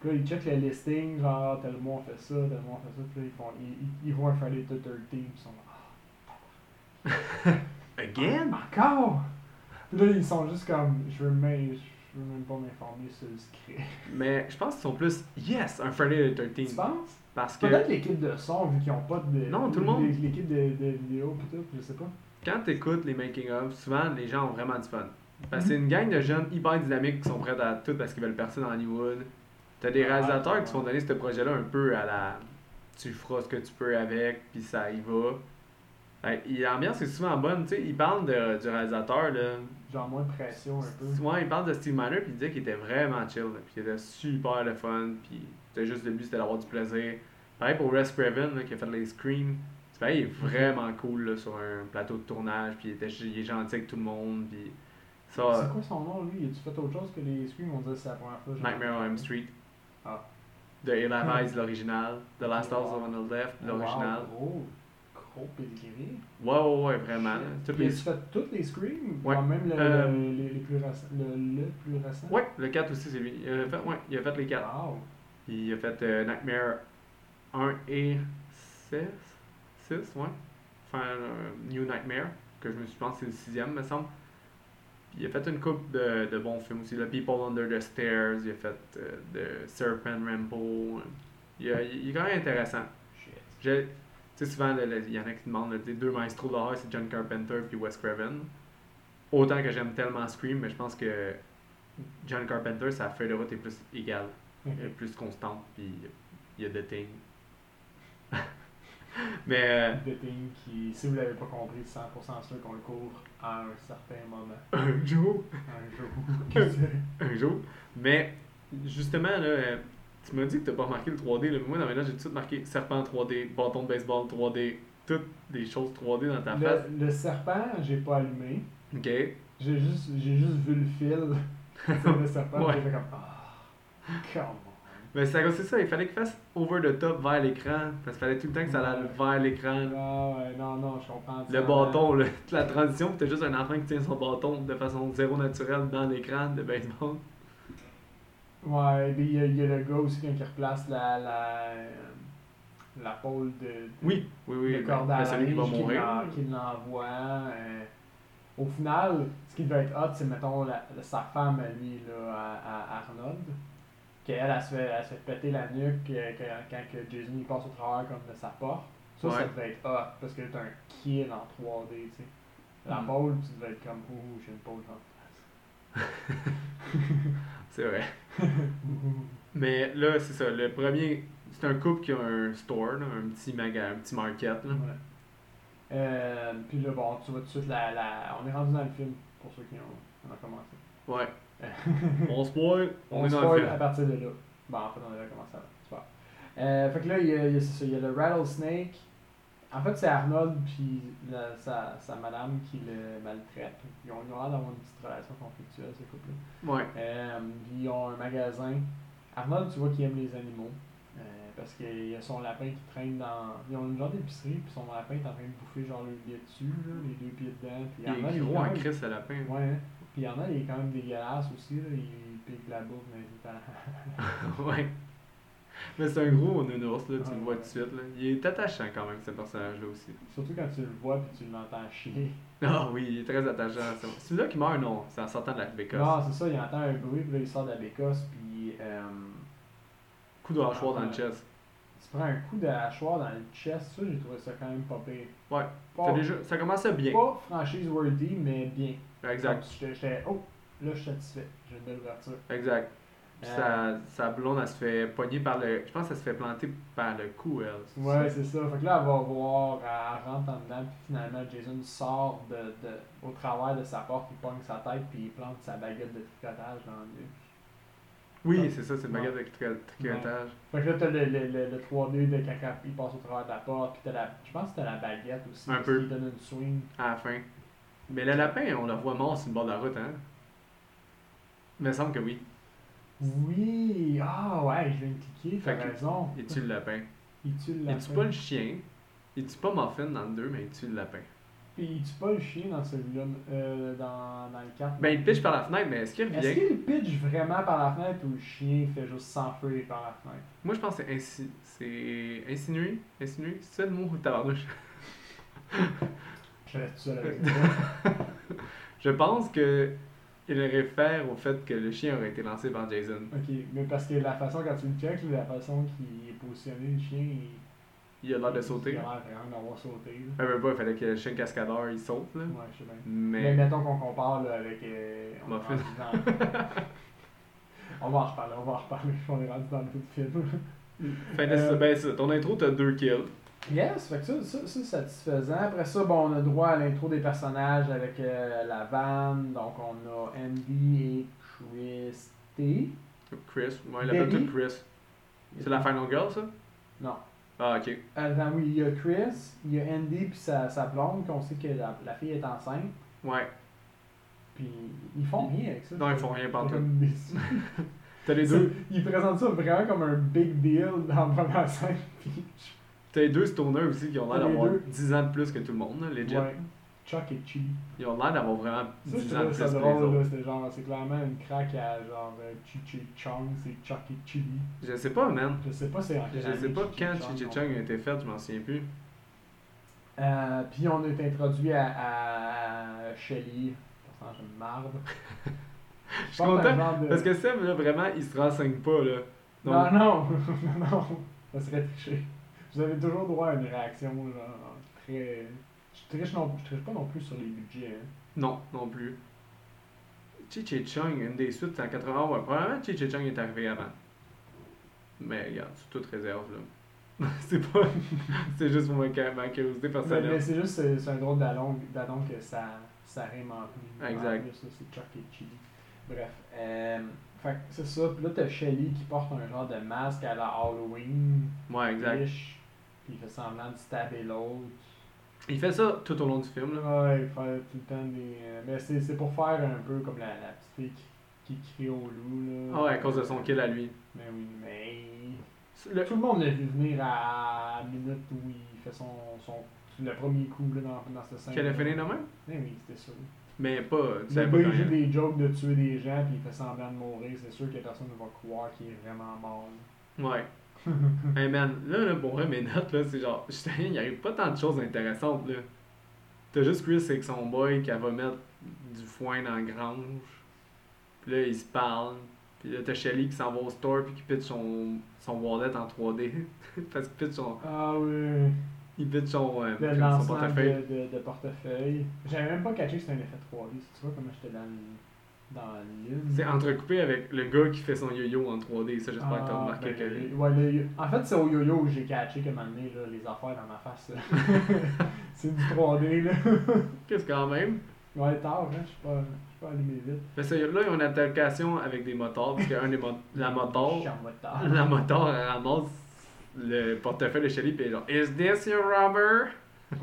Speaker 2: Puis là, ils checkent le listing, genre, tel mois on fait ça, tel mois on fait ça, puis là, ils, font, ils, ils, ils voient un Friday the 13 puis ils sont là,
Speaker 1: Again?
Speaker 2: Ah, encore! Puis là, ils sont juste comme, je veux même, je veux même pas m'informer sur le script.
Speaker 1: Mais je pense qu'ils sont plus Yes, un Friday the
Speaker 2: Tu
Speaker 1: 13
Speaker 2: penses?
Speaker 1: Parce que
Speaker 2: Peut-être l'équipe de son, vu qu'ils ont pas de.
Speaker 1: Non, tout le monde.
Speaker 2: l'é- L'équipe de, de vidéo, pis tout, je sais pas.
Speaker 1: quand t'écoutes les making-of, souvent les gens ont vraiment du fun. Parce que Ben,
Speaker 2: Mhm.
Speaker 1: c'est une gang de jeunes hyper dynamiques qui sont prêts à tout parce qu'ils veulent percer dans Hollywood. T'as des
Speaker 2: Ouais,
Speaker 1: réalisateurs qui
Speaker 2: ouais.
Speaker 1: se font donner ce projet-là un peu à la tu feras ce que tu peux avec, puis ça y va. Fait que L'ambiance est souvent bonne, tu sais. Ils parlent de- du réalisateur, là.
Speaker 2: Mmh. Genre moins de pression un peu.
Speaker 1: Souvent, il parle de Steve Miner puis il disait qu'il était vraiment chill, là, puis qu'il était super le fun, puis c'était juste le but, c'était d'avoir du plaisir. Pareil pour Wes Craven, là, qui a fait les screens. C'est pareil, il est
Speaker 2: Mhm.
Speaker 1: vraiment cool là, sur un plateau de tournage, puis il, était, il est gentil avec tout le monde, puis
Speaker 2: C'est
Speaker 1: ça,
Speaker 2: quoi son nom, lui Il a-tu fait autre chose que les screams On dirait que c'est la première fois. j'ai
Speaker 1: Nightmare on Elm Street.
Speaker 2: Ah.
Speaker 1: De Hill Eyes, l'original. The Last House
Speaker 2: Wow.
Speaker 1: on the Left,
Speaker 2: Ah,
Speaker 1: l'original.
Speaker 2: wow, Gros, gros pedigree.
Speaker 1: Ouais, ouais, ouais, vraiment. là. Toutes
Speaker 2: Il
Speaker 1: les...
Speaker 2: a-tu fait toutes les screams
Speaker 1: Ouais.
Speaker 2: Genre même le,
Speaker 1: Euh,
Speaker 2: le- les, les plus récents. Le, le plus récent
Speaker 1: Ouais, le 4 aussi, c'est lui. Il a fait, ouais, il a fait les 4.
Speaker 2: Wow.
Speaker 1: Puis il a fait euh, Nightmare 1 et 6. 6, ouais. Enfin, euh, New Nightmare, que je me suis pensé c'est le sixième, me semble. Puis il a fait une coupe de, de bons films aussi. Le People Under the Stairs, il a fait euh, The Serpent Ramble. Il, a- il est quand même intéressant.
Speaker 2: Shit.
Speaker 1: Je- Tu sais, souvent, le- le- il y en a qui demandent, là, les deux maestros d'horreur, c'est John Carpenter puis Wes Craven. Autant que j'aime tellement Scream, mais je pense que John Carpenter, sa feuille de route est plus égale
Speaker 2: Ok.
Speaker 1: est plus constante, puis il y a des things. Mais euh,
Speaker 2: The Thing qui, si vous l'avez pas compris, c'est 100% sûr qu'on le couvre à un certain moment.
Speaker 1: un jour,
Speaker 2: un jour.
Speaker 1: un jour. Mais justement, là, euh, tu m'as dit que t'as pas remarqué le 3D. Là, mais moi, dans mes notes, j'ai tout de suite marqué serpent 3D, bâton de baseball 3D, toutes des choses 3D dans ta face.
Speaker 2: le, le serpent, j'ai pas allumé.
Speaker 1: Ok.
Speaker 2: J'ai juste, j'ai juste vu le fil. C'est le serpent.
Speaker 1: Ouais.
Speaker 2: J'étais comme, ah, come on.
Speaker 1: Mais c'est à cause de ça, il fallait qu'il fasse over the top vers l'écran, parce qu'il fallait tout le temps que ça allait vers l'écran. là.
Speaker 2: Ah ouais, non, non, je comprends.
Speaker 1: Le bâton, là, toute la transition, puis t'as juste un enfant qui tient son bâton de façon zéro naturelle dans l'écran de baseball.
Speaker 2: Ouais, puis il y, a- il y a le gars aussi quand il replace la, la, euh, la pole de, de-
Speaker 1: Oui, oui, oui.
Speaker 2: le
Speaker 1: ben,
Speaker 2: cordon à
Speaker 1: ben, celui qui va
Speaker 2: linge qui
Speaker 1: mourir.
Speaker 2: l'en- qui l'envoie. euh, au final, ce qui devait être hot, c'est mettons la- la- sa femme à lui, là, à, à Arnold, qu'elle elle, se fait, elle se fait péter la nuque euh, quand, quand que Jason il passe au travers comme de sa porte. Ça, ça
Speaker 1: Ouais.
Speaker 2: devait être hot parce que t'as un kill en 3D, tu sais. La
Speaker 1: Mm.
Speaker 2: pole, tu devais être comme ouh, j'ai une pole en face.
Speaker 1: C'est vrai. Mais là, c'est ça. Le premier, c'est un couple qui a un store, là, un petit maga, un petit market. Là.
Speaker 2: Ouais. Euh, puis là, bon, tu vois tout de suite la, la. On est rendu dans le film pour ceux qui ont, on a commencé.
Speaker 1: Ouais. On spoil, on,
Speaker 2: On
Speaker 1: est dans
Speaker 2: spoil
Speaker 1: le film.
Speaker 2: à partir de là. Bon, en fait, on avait commencé avant. Super. Euh, fait que là, il y a, il y a- c'est ça, il y a le rattlesnake. En fait, c'est Arnold puis la- sa, sa madame qui le maltraite. Ils ont, ils ont l'air d'avoir une petite relation conflictuelle, ce couple-là.
Speaker 1: Ouais.
Speaker 2: Euh, puis ils ont un magasin. Arnold, tu vois qu'il aime les animaux. euh, parce qu'il y a son lapin qui traîne dans. Ils ont une genre d'épicerie, puis son lapin est en train de bouffer genre le pied dessus, là, les deux pieds dedans. Puis
Speaker 1: Il
Speaker 2: Arnold,
Speaker 1: est
Speaker 2: il est
Speaker 1: gros
Speaker 2: quand
Speaker 1: en
Speaker 2: même-
Speaker 1: crise à la fin.
Speaker 2: Ouais, hein. Puis Arnold, il est quand même dégueulasse aussi, là. Il pique la bouffe, mais il est en-
Speaker 1: ouais. Ah. Mais c'est un gros nounours, là, tu
Speaker 2: Ouais,
Speaker 1: le vois
Speaker 2: ouais.
Speaker 1: tout de suite. Là. Il est attachant quand même, ce personnage-là aussi.
Speaker 2: Surtout quand tu le vois puis tu l'entends chier.
Speaker 1: Ah oui, il est très attachant. C'est- Celui-là qui meurt, non, c'est en sortant de la bécasse.
Speaker 2: Non, c'est ça, il entend un bruit, puis là, il sort de la bécosse, puis. euh,
Speaker 1: Coup de hachoir dans le chest.
Speaker 2: tu prends un coup de hachoir dans le chest, ça, j'ai trouvé ça quand même pas pire.
Speaker 1: Ouais.
Speaker 2: Pas,
Speaker 1: Ça, déjà, ça commençait bien.
Speaker 2: pas franchise worthy, mais bien.
Speaker 1: Exact,
Speaker 2: Comme si J'étais, j'étais- oh, là, je suis satisfait. J'ai une belle ouverture.
Speaker 1: exact. Puis
Speaker 2: Euh,
Speaker 1: sa, sa blonde, elle se fait pogner par le. Je pense qu'elle se fait planter par le cou, elle. c'est
Speaker 2: Ouais,
Speaker 1: ça?
Speaker 2: c'est ça. Fait que là, elle va voir, elle rentre en dedans, puis finalement, Jason sort de, de, au travers de sa porte, il pogne sa tête, puis il plante sa baguette de tricotage dans le nuque.
Speaker 1: Oui, c'est ça, c'est une baguette de tri- tricotage.
Speaker 2: Fait que là, t'as le, le, le, le 3D de quand quand il passe au travers de la porte, puis t'as la. Je pense que t'as la baguette aussi,
Speaker 1: Un
Speaker 2: parce
Speaker 1: peu.
Speaker 2: qu'il donne une swing.
Speaker 1: à la fin. Mais le lapin, on le voit mort sur le bord de la route, hein? Il me semble que oui.
Speaker 2: Oui! Ah ouais, je viens de cliquer, t'as
Speaker 1: Fait que-
Speaker 2: raison.
Speaker 1: Il tue le lapin.
Speaker 2: Il tue le
Speaker 1: Il tue pas
Speaker 2: lapin.
Speaker 1: le chien. Il tue pas Muffin dans le 2, mais il tue le lapin.
Speaker 2: Puis il tue pas le chien dans celui-là, euh, dans, dans le 4.
Speaker 1: Ben, il pitch par la fenêtre, mais est-ce qu'il
Speaker 2: Est-ce
Speaker 1: revient?
Speaker 2: qu'il pitch vraiment par la fenêtre ou le chien fait juste s'enfuir par la fenêtre?
Speaker 1: Moi, je pense que c'est insi- c'est insinué. Insinué? C'est ça le mot, tabarnouche?
Speaker 2: Je reste tout seul avec ça.
Speaker 1: Je pense que il réfère au fait que le chien aurait été lancé par Jason.
Speaker 2: Ok, mais parce que la façon quand tu le checks, la façon qu'il est positionné, le chien, il.
Speaker 1: Il a l'air de sauter.
Speaker 2: Il a l'air vraiment d'avoir sauté. là.
Speaker 1: Un peu pas, il fallait que le chien cascadeur, il saute, là.
Speaker 2: Ouais, je sais bien. Mais,
Speaker 1: Mais...
Speaker 2: mettons qu'on compare là, avec. euh, on, est
Speaker 1: Muffin.
Speaker 2: rendu dans- on va en reparler, on va en reparler, on est rendu dans le tout film.
Speaker 1: Fait que c'est
Speaker 2: euh,
Speaker 1: ça, ben, c'est ça. Ton intro, t'as deux kills.
Speaker 2: Yes, fait que ça, ça, ça, c'est satisfaisant. Après ça, bon, on a droit à l'intro des personnages avec euh, la vanne. Donc, on a Andy et Christy.
Speaker 1: Chris. Ouais, il appelle
Speaker 2: Debbie.
Speaker 1: tout Chris. C'est la Final Girl, ça?
Speaker 2: Non.
Speaker 1: Ah, ok.
Speaker 2: Attends, oui, il y a Chris, il y a Andy puis sa, sa blonde, qu'on sait que la, la fille est enceinte.
Speaker 1: Ouais.
Speaker 2: Puis ils font rien avec ça.
Speaker 1: Non, ils font rien
Speaker 2: Ils
Speaker 1: partout.
Speaker 2: comme déçus.
Speaker 1: T'as les deux,
Speaker 2: C'est- Ils présentent ça vraiment comme un big deal dans la première scène. Puis
Speaker 1: t'as les deux stoners aussi qui ont l'air
Speaker 2: Les
Speaker 1: d'avoir
Speaker 2: deux.
Speaker 1: 10 ans de plus que tout le monde, là, legit.
Speaker 2: Ouais. Chuck et Chi.
Speaker 1: Ils ont l'air d'avoir vraiment
Speaker 2: Ça, je
Speaker 1: 10 ans de
Speaker 2: trouvais
Speaker 1: plus
Speaker 2: ça
Speaker 1: que les
Speaker 2: drôle, là.
Speaker 1: autres.
Speaker 2: C'était genre, c'est clairement une craque à genre euh, Chi Chi Chong, c'est Chuck et Chili.
Speaker 1: Je sais pas, man.
Speaker 2: Je sais pas c'est en quelle
Speaker 1: Je sais
Speaker 2: année
Speaker 1: pas quand
Speaker 2: Chong,
Speaker 1: Chi
Speaker 2: non.
Speaker 1: Chang a été fait, je m'en souviens plus.
Speaker 2: Euh, puis on est introduit à, à, à Shelly, personnage de marde.
Speaker 1: Je suis content parce que Seb, là, vraiment, il se renseigne pas, là. Donc,
Speaker 2: Non, non, non, non, ça serait triché. Vous avez toujours droit à une réaction, genre, très... Je triche, non, je triche pas non plus sur les budgets, hein.
Speaker 1: non, non plus. Chi Chi Chang, une des suites, c'est en 80. Ouais, probablement Chi Chi Chang est arrivé avant. Mais regarde, sous toute réserve, là. c'est pas. c'est juste pour ma, ma curiosité
Speaker 2: Mais,
Speaker 1: personnelle.
Speaker 2: mais c'est juste, c'est c'est un drôle d'allong d'allong que ça, ça rime en plus.
Speaker 1: Exact.
Speaker 2: En plus, là, c'est Chuck et Chili. Bref, euh, fait que c'est ça. Puis là, t'as Shelly qui porte un genre de masque à la Halloween.
Speaker 1: Ouais, exact.
Speaker 2: Riche, puis il fait semblant de stabber l'autre.
Speaker 1: Il fait ça tout au long du film. Là.
Speaker 2: Ouais, il fait tout le temps des. euh, Mais c'est c'est pour faire un peu comme la, la petite fille qui, qui crie au loup. Là.
Speaker 1: Ah ouais, à cause de son kill à lui.
Speaker 2: Mais oui, mais.
Speaker 1: Le-
Speaker 2: Tout le monde l'a vu venir à la minute où il fait son. son le premier coup là, dans, dans cette scène.
Speaker 1: Qu'elle a fini de même?
Speaker 2: Mais oui, c'était sûr.
Speaker 1: Mais ben, pas. Tu
Speaker 2: Le
Speaker 1: savais pas
Speaker 2: gars,
Speaker 1: quand
Speaker 2: il joue
Speaker 1: il-
Speaker 2: des jokes de tuer des gens, puis il fait semblant de mourir. C'est sûr que personne ne va croire qu'il est vraiment mort.
Speaker 1: Ouais. hey man, là, là, pour vrai, mes notes, là, c'est genre, je sais rien, il arrive pas tant de choses intéressantes, là. T'as juste Chris avec son boy qui va mettre du foin dans la grange. Puis là, ils se parlent. Puis là, t'as Shelly qui s'en va au store puis qui pitch son, son wallet en 3D. Parce qu'il pitch son,
Speaker 2: Ah oui,
Speaker 1: il pitch son, euh,
Speaker 2: le
Speaker 1: son
Speaker 2: lancement
Speaker 1: portefeuille.
Speaker 2: de, de, de portefeuille. J'avais même pas catché que c'était un effet 3D. Tu vois comment j'étais dans, le- dans la lune.
Speaker 1: C'est entrecoupé avec le gars qui fait son yo-yo en 3D. Ça, j'espère que t'as
Speaker 2: Ah,
Speaker 1: remarqué
Speaker 2: ben,
Speaker 1: que...
Speaker 2: ouais, le yo- En fait, c'est au yo-yo que j'ai catché que maintenant, là, les affaires dans ma face. là. c'est du 3D, là.
Speaker 1: Qu'est-ce quand même?
Speaker 2: Ouais, tard, hein, je suis pas, je suis pas allumé vite.
Speaker 1: Mais ça, là, ils ont une altercation avec des motards. Parce qu'un des mo- la
Speaker 2: Je
Speaker 1: motor...
Speaker 2: suis en mode tard.
Speaker 1: La Ah, moteur elle ramasse le portefeuille de Shelly puis elle est genre Is this your rubber?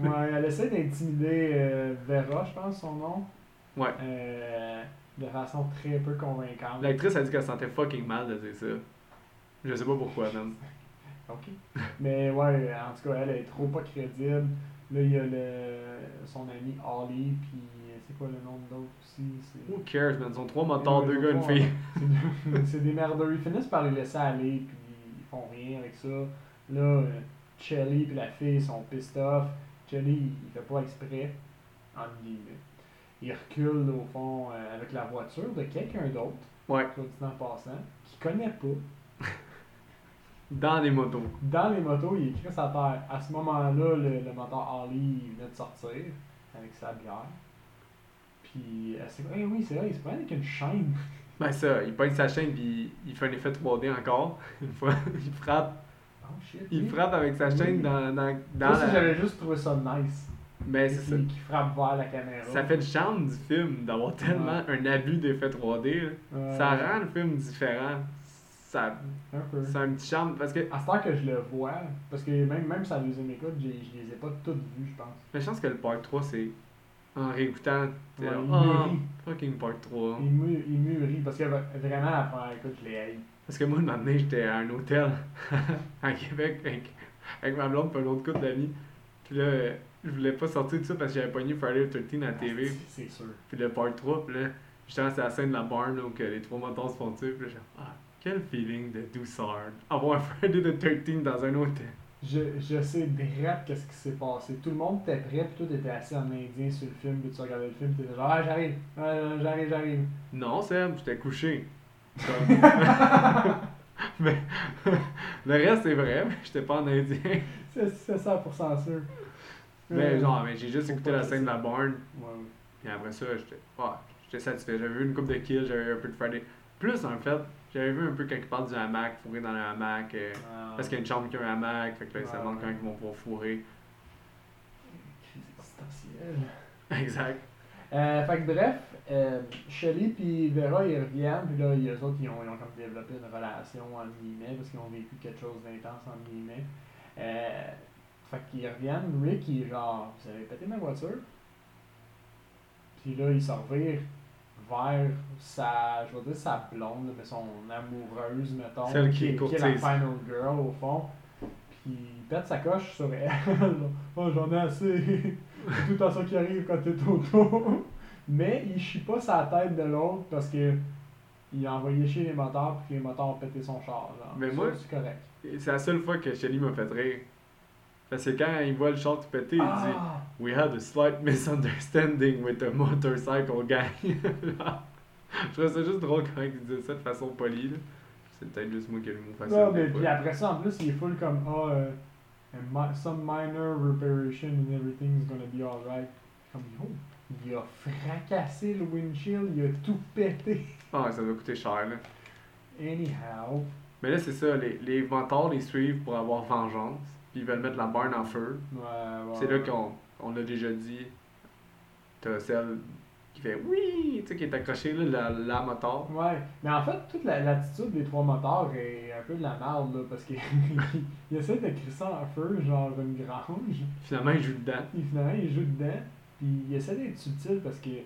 Speaker 2: Ouais, elle essaie d'intimider euh, Vera, je pense, son nom.
Speaker 1: Ouais.
Speaker 2: Euh, de façon très peu convaincante.
Speaker 1: L'actrice a dit qu'elle se sentait fucking mal de dire ça. Je sais pas pourquoi, man.
Speaker 2: Ok. Mais ouais, en tout cas, elle est trop pas crédible. Là, il y a le, son ami Ollie, puis euh, c'est quoi le nom de l'autre aussi c'est-
Speaker 1: Who cares, man? Ils sont trois motards, deux
Speaker 2: Ouais,
Speaker 1: gars, une
Speaker 2: trois,
Speaker 1: fille.
Speaker 2: ouais. C'est des merdeux. Ils finissent par les laisser aller, puis ils font rien avec ça. Là, euh, Chelly puis la fille sont pissed off. Chelly, il fait pas exprès, entre guillemets. Il recule, au fond, euh, avec la voiture de quelqu'un d'autre,
Speaker 1: Ouais,
Speaker 2: soit dit en passant, qu'il connaît pas.
Speaker 1: dans les motos.
Speaker 2: Dans les motos, il écrit sa terre. À ce moment-là, le, le moteur Harley il venait de sortir avec sa bière. Puis, elle s'est Eh oui, c'est vrai, il se prend avec une chaîne.
Speaker 1: Ben ça, il pogne sa chaîne puis il fait un effet 3D encore. Une fois, il frappe,
Speaker 2: Oh shit.
Speaker 1: il
Speaker 2: oui.
Speaker 1: frappe avec sa chaîne dans, dans, dans
Speaker 2: Moi, si
Speaker 1: la...
Speaker 2: j'avais juste trouvé ça nice.
Speaker 1: Ben
Speaker 2: Et
Speaker 1: c'est ça.
Speaker 2: puis, qui frappe vers la caméra.
Speaker 1: Ça fait le charme du film d'avoir tellement un abus d'effet 3D. là.
Speaker 2: Euh,
Speaker 1: Ça rend le film différent. Ça,
Speaker 2: Un peu.
Speaker 1: c'est un petit charme parce que
Speaker 2: À ce temps que je le vois, parce que même, même sur la deuxième écoute, j'ai- je les ai pas toutes vues, je pense.
Speaker 1: Mais je pense que le part 3, c'est en réécoutant. t'es
Speaker 2: Ouais,
Speaker 1: là,
Speaker 2: il
Speaker 1: Ah,
Speaker 2: mûrit.
Speaker 1: fucking part 3.
Speaker 2: Il mû- il mûrit, parce que vraiment, la première écoute, je les haïs.
Speaker 1: Parce que moi, de m'amener, j'étais à un hôtel à Québec avec, avec ma blonde et un autre couple d'amis. Puis là, euh, je voulais pas sortir de ça parce que j'avais pogné Friday the 13 à la TV.
Speaker 2: Ah, C'est sûr.
Speaker 1: Puis le part 3, puis là, justement, c'est la scène de la barn là, où que les trois motards se font tuer. Puis là, j'ai ah, quel feeling de douceur. Avoir un Friday the 13 dans un hôtel.
Speaker 2: Je, je sais direct qu'est-ce qui s'est passé. Tout le monde était prêt, puis toi, t'étais assis en indien sur le film, puis tu regardais le film, puis t'étais genre, ah, j'arrive, ah, j'arrive, j'arrive.
Speaker 1: Non, Seb, j'étais couché. Comme- mais le reste, c'est vrai, mais j'étais pas en indien.
Speaker 2: C'est c'est 100% sûr.
Speaker 1: Mais
Speaker 2: Euh,
Speaker 1: Ben, genre, mais j'ai juste
Speaker 2: Faut
Speaker 1: écouté
Speaker 2: pas
Speaker 1: la scène de la barn,
Speaker 2: ouais, ouais.
Speaker 1: et après ça, j'étais ah, j'étais satisfait. J'avais vu une coupe de kills, j'avais vu un peu de Friday. Plus, en fait, j'avais vu un peu quand ils parlent du hamac, fourré dans le hamac. euh,
Speaker 2: Ah.
Speaker 1: parce qu'il y a une chambre qui a un hamac, fait que là, ils se
Speaker 2: Ouais,
Speaker 1: demandent
Speaker 2: ouais.
Speaker 1: quand ils vont pouvoir fourrer.
Speaker 2: Crise existentielle.
Speaker 1: Exact.
Speaker 2: Euh, fait que bref, euh, Shelly puis Vera, ils reviennent, puis là, les autres, ils ont, ils ont comme développé une relation, entre guillemets, parce qu'ils ont vécu quelque chose d'intense, entre guillemets. Euh, fait qu'ils reviennent, Rick, il est genre, vous avez pété ma voiture? Puis là, il s'en revire vers sa, je vais dire sa blonde, mais son amoureuse, mettons,
Speaker 1: Celle qui
Speaker 2: qui est la
Speaker 1: courtise.
Speaker 2: final girl, au fond. Puis il pète sa coche sur elle. oh, j'en ai assez. C'est tout à ça qui arrive quand t'es autour. Mais il chie pas sa tête de l'autre parce que il a envoyé chez les moteurs puis que les moteurs ont pété son char. genre.
Speaker 1: Mais
Speaker 2: Ça,
Speaker 1: moi-
Speaker 2: c'est correct.
Speaker 1: Et C'est la seule fois que Shelly m'a fait rire. Parce que quand il voit le char tout péter, il dit
Speaker 2: Ah!
Speaker 1: We had a slight misunderstanding with the motorcycle gang. je trouvais ça juste drôle quand il disait ça de façon polie. là. C'est peut-être juste moi qui ai le mot facile.
Speaker 2: Non,
Speaker 1: des
Speaker 2: mais
Speaker 1: fois.
Speaker 2: puis après ça, en plus, il est full comme Ah, euh, a mi- some minor reparation and everything's gonna be alright. Comme yo, il a fracassé le windshield, il a tout pété.
Speaker 1: Ah, ça doit coûter cher. Là.
Speaker 2: Anyhow.
Speaker 1: Mais là, c'est ça. Les, les mentors les suivent pour avoir vengeance. Puis ils veulent mettre la barne en feu.
Speaker 2: Ouais, ouais,
Speaker 1: C'est là
Speaker 2: ouais.
Speaker 1: qu'on on l'a déjà dit. T'as celle qui fait oui, tu sais, qui est accrochée, là, la, la motor.
Speaker 2: Ouais, mais en fait, toute la- l'attitude des trois moteurs est un peu de la merde, là, parce qu'ils essaient de crisser en feu, genre une grange,
Speaker 1: Finalement, ils jouent dedans.
Speaker 2: et finalement, ils jouent dedans, puis ils essaient d'être subtils parce qu'ils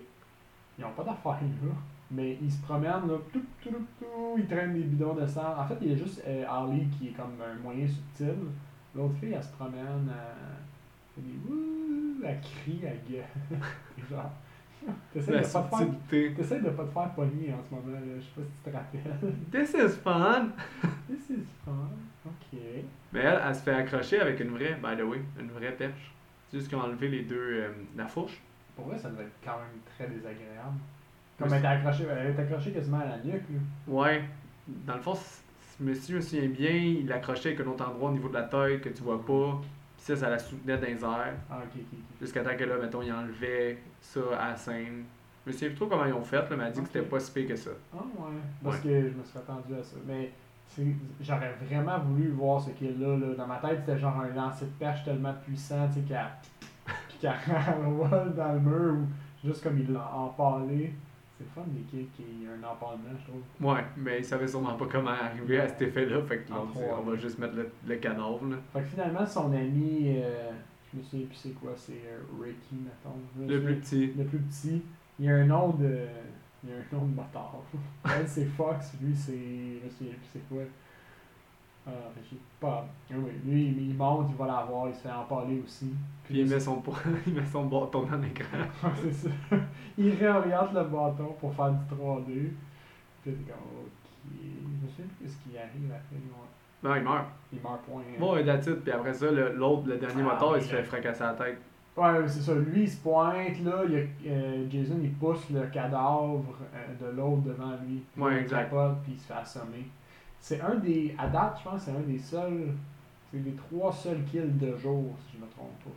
Speaker 2: n'ont pas d'affaires, là. Mais ils se promènent, là, tout, tout, tout, tout, ils traînent des bidons de sang. En fait, il y a juste euh, Harley qui est comme un moyen subtil. L'autre fille, elle se promène, elle fait des Wouh elle crie, elle gueule. genre, T'essayes
Speaker 1: La
Speaker 2: de, pas te faire-
Speaker 1: subtilité.
Speaker 2: t'essayes de pas te faire pogner en ce moment, là. je sais pas si tu te rappelles.
Speaker 1: This is fun!
Speaker 2: This is fun. Ok.
Speaker 1: Mais elle, elle se fait accrocher avec une vraie, by the way, une vraie perche. C'est juste qu'ils ont enlevé les deux, euh, la fourche.
Speaker 2: Pour vrai, ça devait être quand même très désagréable. Comme
Speaker 1: Mais
Speaker 2: elle était accrochée, elle était accrochée quasiment à la nuque, là.
Speaker 1: Ouais. Dans le fond, si si je me souviens bien, il l'accrochait avec un autre endroit au niveau de la tête que tu vois pas. Puis ça, ça la soutenait dans les airs.
Speaker 2: Ah, ok, ok, ok.
Speaker 1: Jusqu'à temps que là, mettons, ils enlevaient ça à la scène. Je me souviens plus trop comment ils ont fait, là, mais elle a dit que c'était
Speaker 2: Ok.
Speaker 1: pas si pire que ça.
Speaker 2: Ah ouais, parce que je me serais attendu à ça. Mais c'est- j'aurais vraiment voulu voir ce qu'il a là. Dans ma tête, c'était genre un lancer de perche tellement puissant, tu sais, qu'elle puis qu'elle vole dans le mur ou juste comme il l'a empalé. C'est le fun des kicks qui a un empalement, je trouve.
Speaker 1: Ouais, mais ils savaient sûrement pas comment arriver à cet effet-là. Fait qu'ils
Speaker 2: En
Speaker 1: ont dit,
Speaker 2: trois,
Speaker 1: on va
Speaker 2: ouais.
Speaker 1: juste mettre le, le cadavre, là.
Speaker 2: Fait que finalement, son ami, euh, je me souviens plus c'est quoi, c'est euh, Ricky, mettons. Je me
Speaker 1: Le
Speaker 2: souviens-
Speaker 1: plus petit.
Speaker 2: Le plus petit. Il y a un nom de. Il y a un nom de bâtard. Elle, c'est Fox, lui, c'est. Je me souviens plus c'est quoi. Ah, j'ai pas. Ah oui, lui, il- il monte, il va la voir, il se fait en parler aussi.
Speaker 1: Puis il met son, po- il met son bâton dans l'écran.
Speaker 2: Ouais, c'est ça. Il réoriente le bâton pour faire du 3D. Puis t'es comme, ok. Je me souviens plus ce qui arrive après. ils vont-
Speaker 1: Non, Ben, il meurt.
Speaker 2: Il meurt point. hein.
Speaker 1: Bon, et titre, puis après ça, le- l'autre, le dernier
Speaker 2: Ah,
Speaker 1: moteur,
Speaker 2: oui,
Speaker 1: il se
Speaker 2: là.
Speaker 1: fait fracasser la tête.
Speaker 2: Ouais, ouais, c'est ça. Lui, il se pointe, là. Il y a- euh, Jason, il pousse le cadavre euh, de l'autre devant lui. Puis
Speaker 1: Ouais,
Speaker 2: il
Speaker 1: exact.
Speaker 2: capote, puis il se fait assommer. C'est un des. À date, je pense, c'est un des seuls. C'est les trois seuls kills de jour, si je me trompe pas.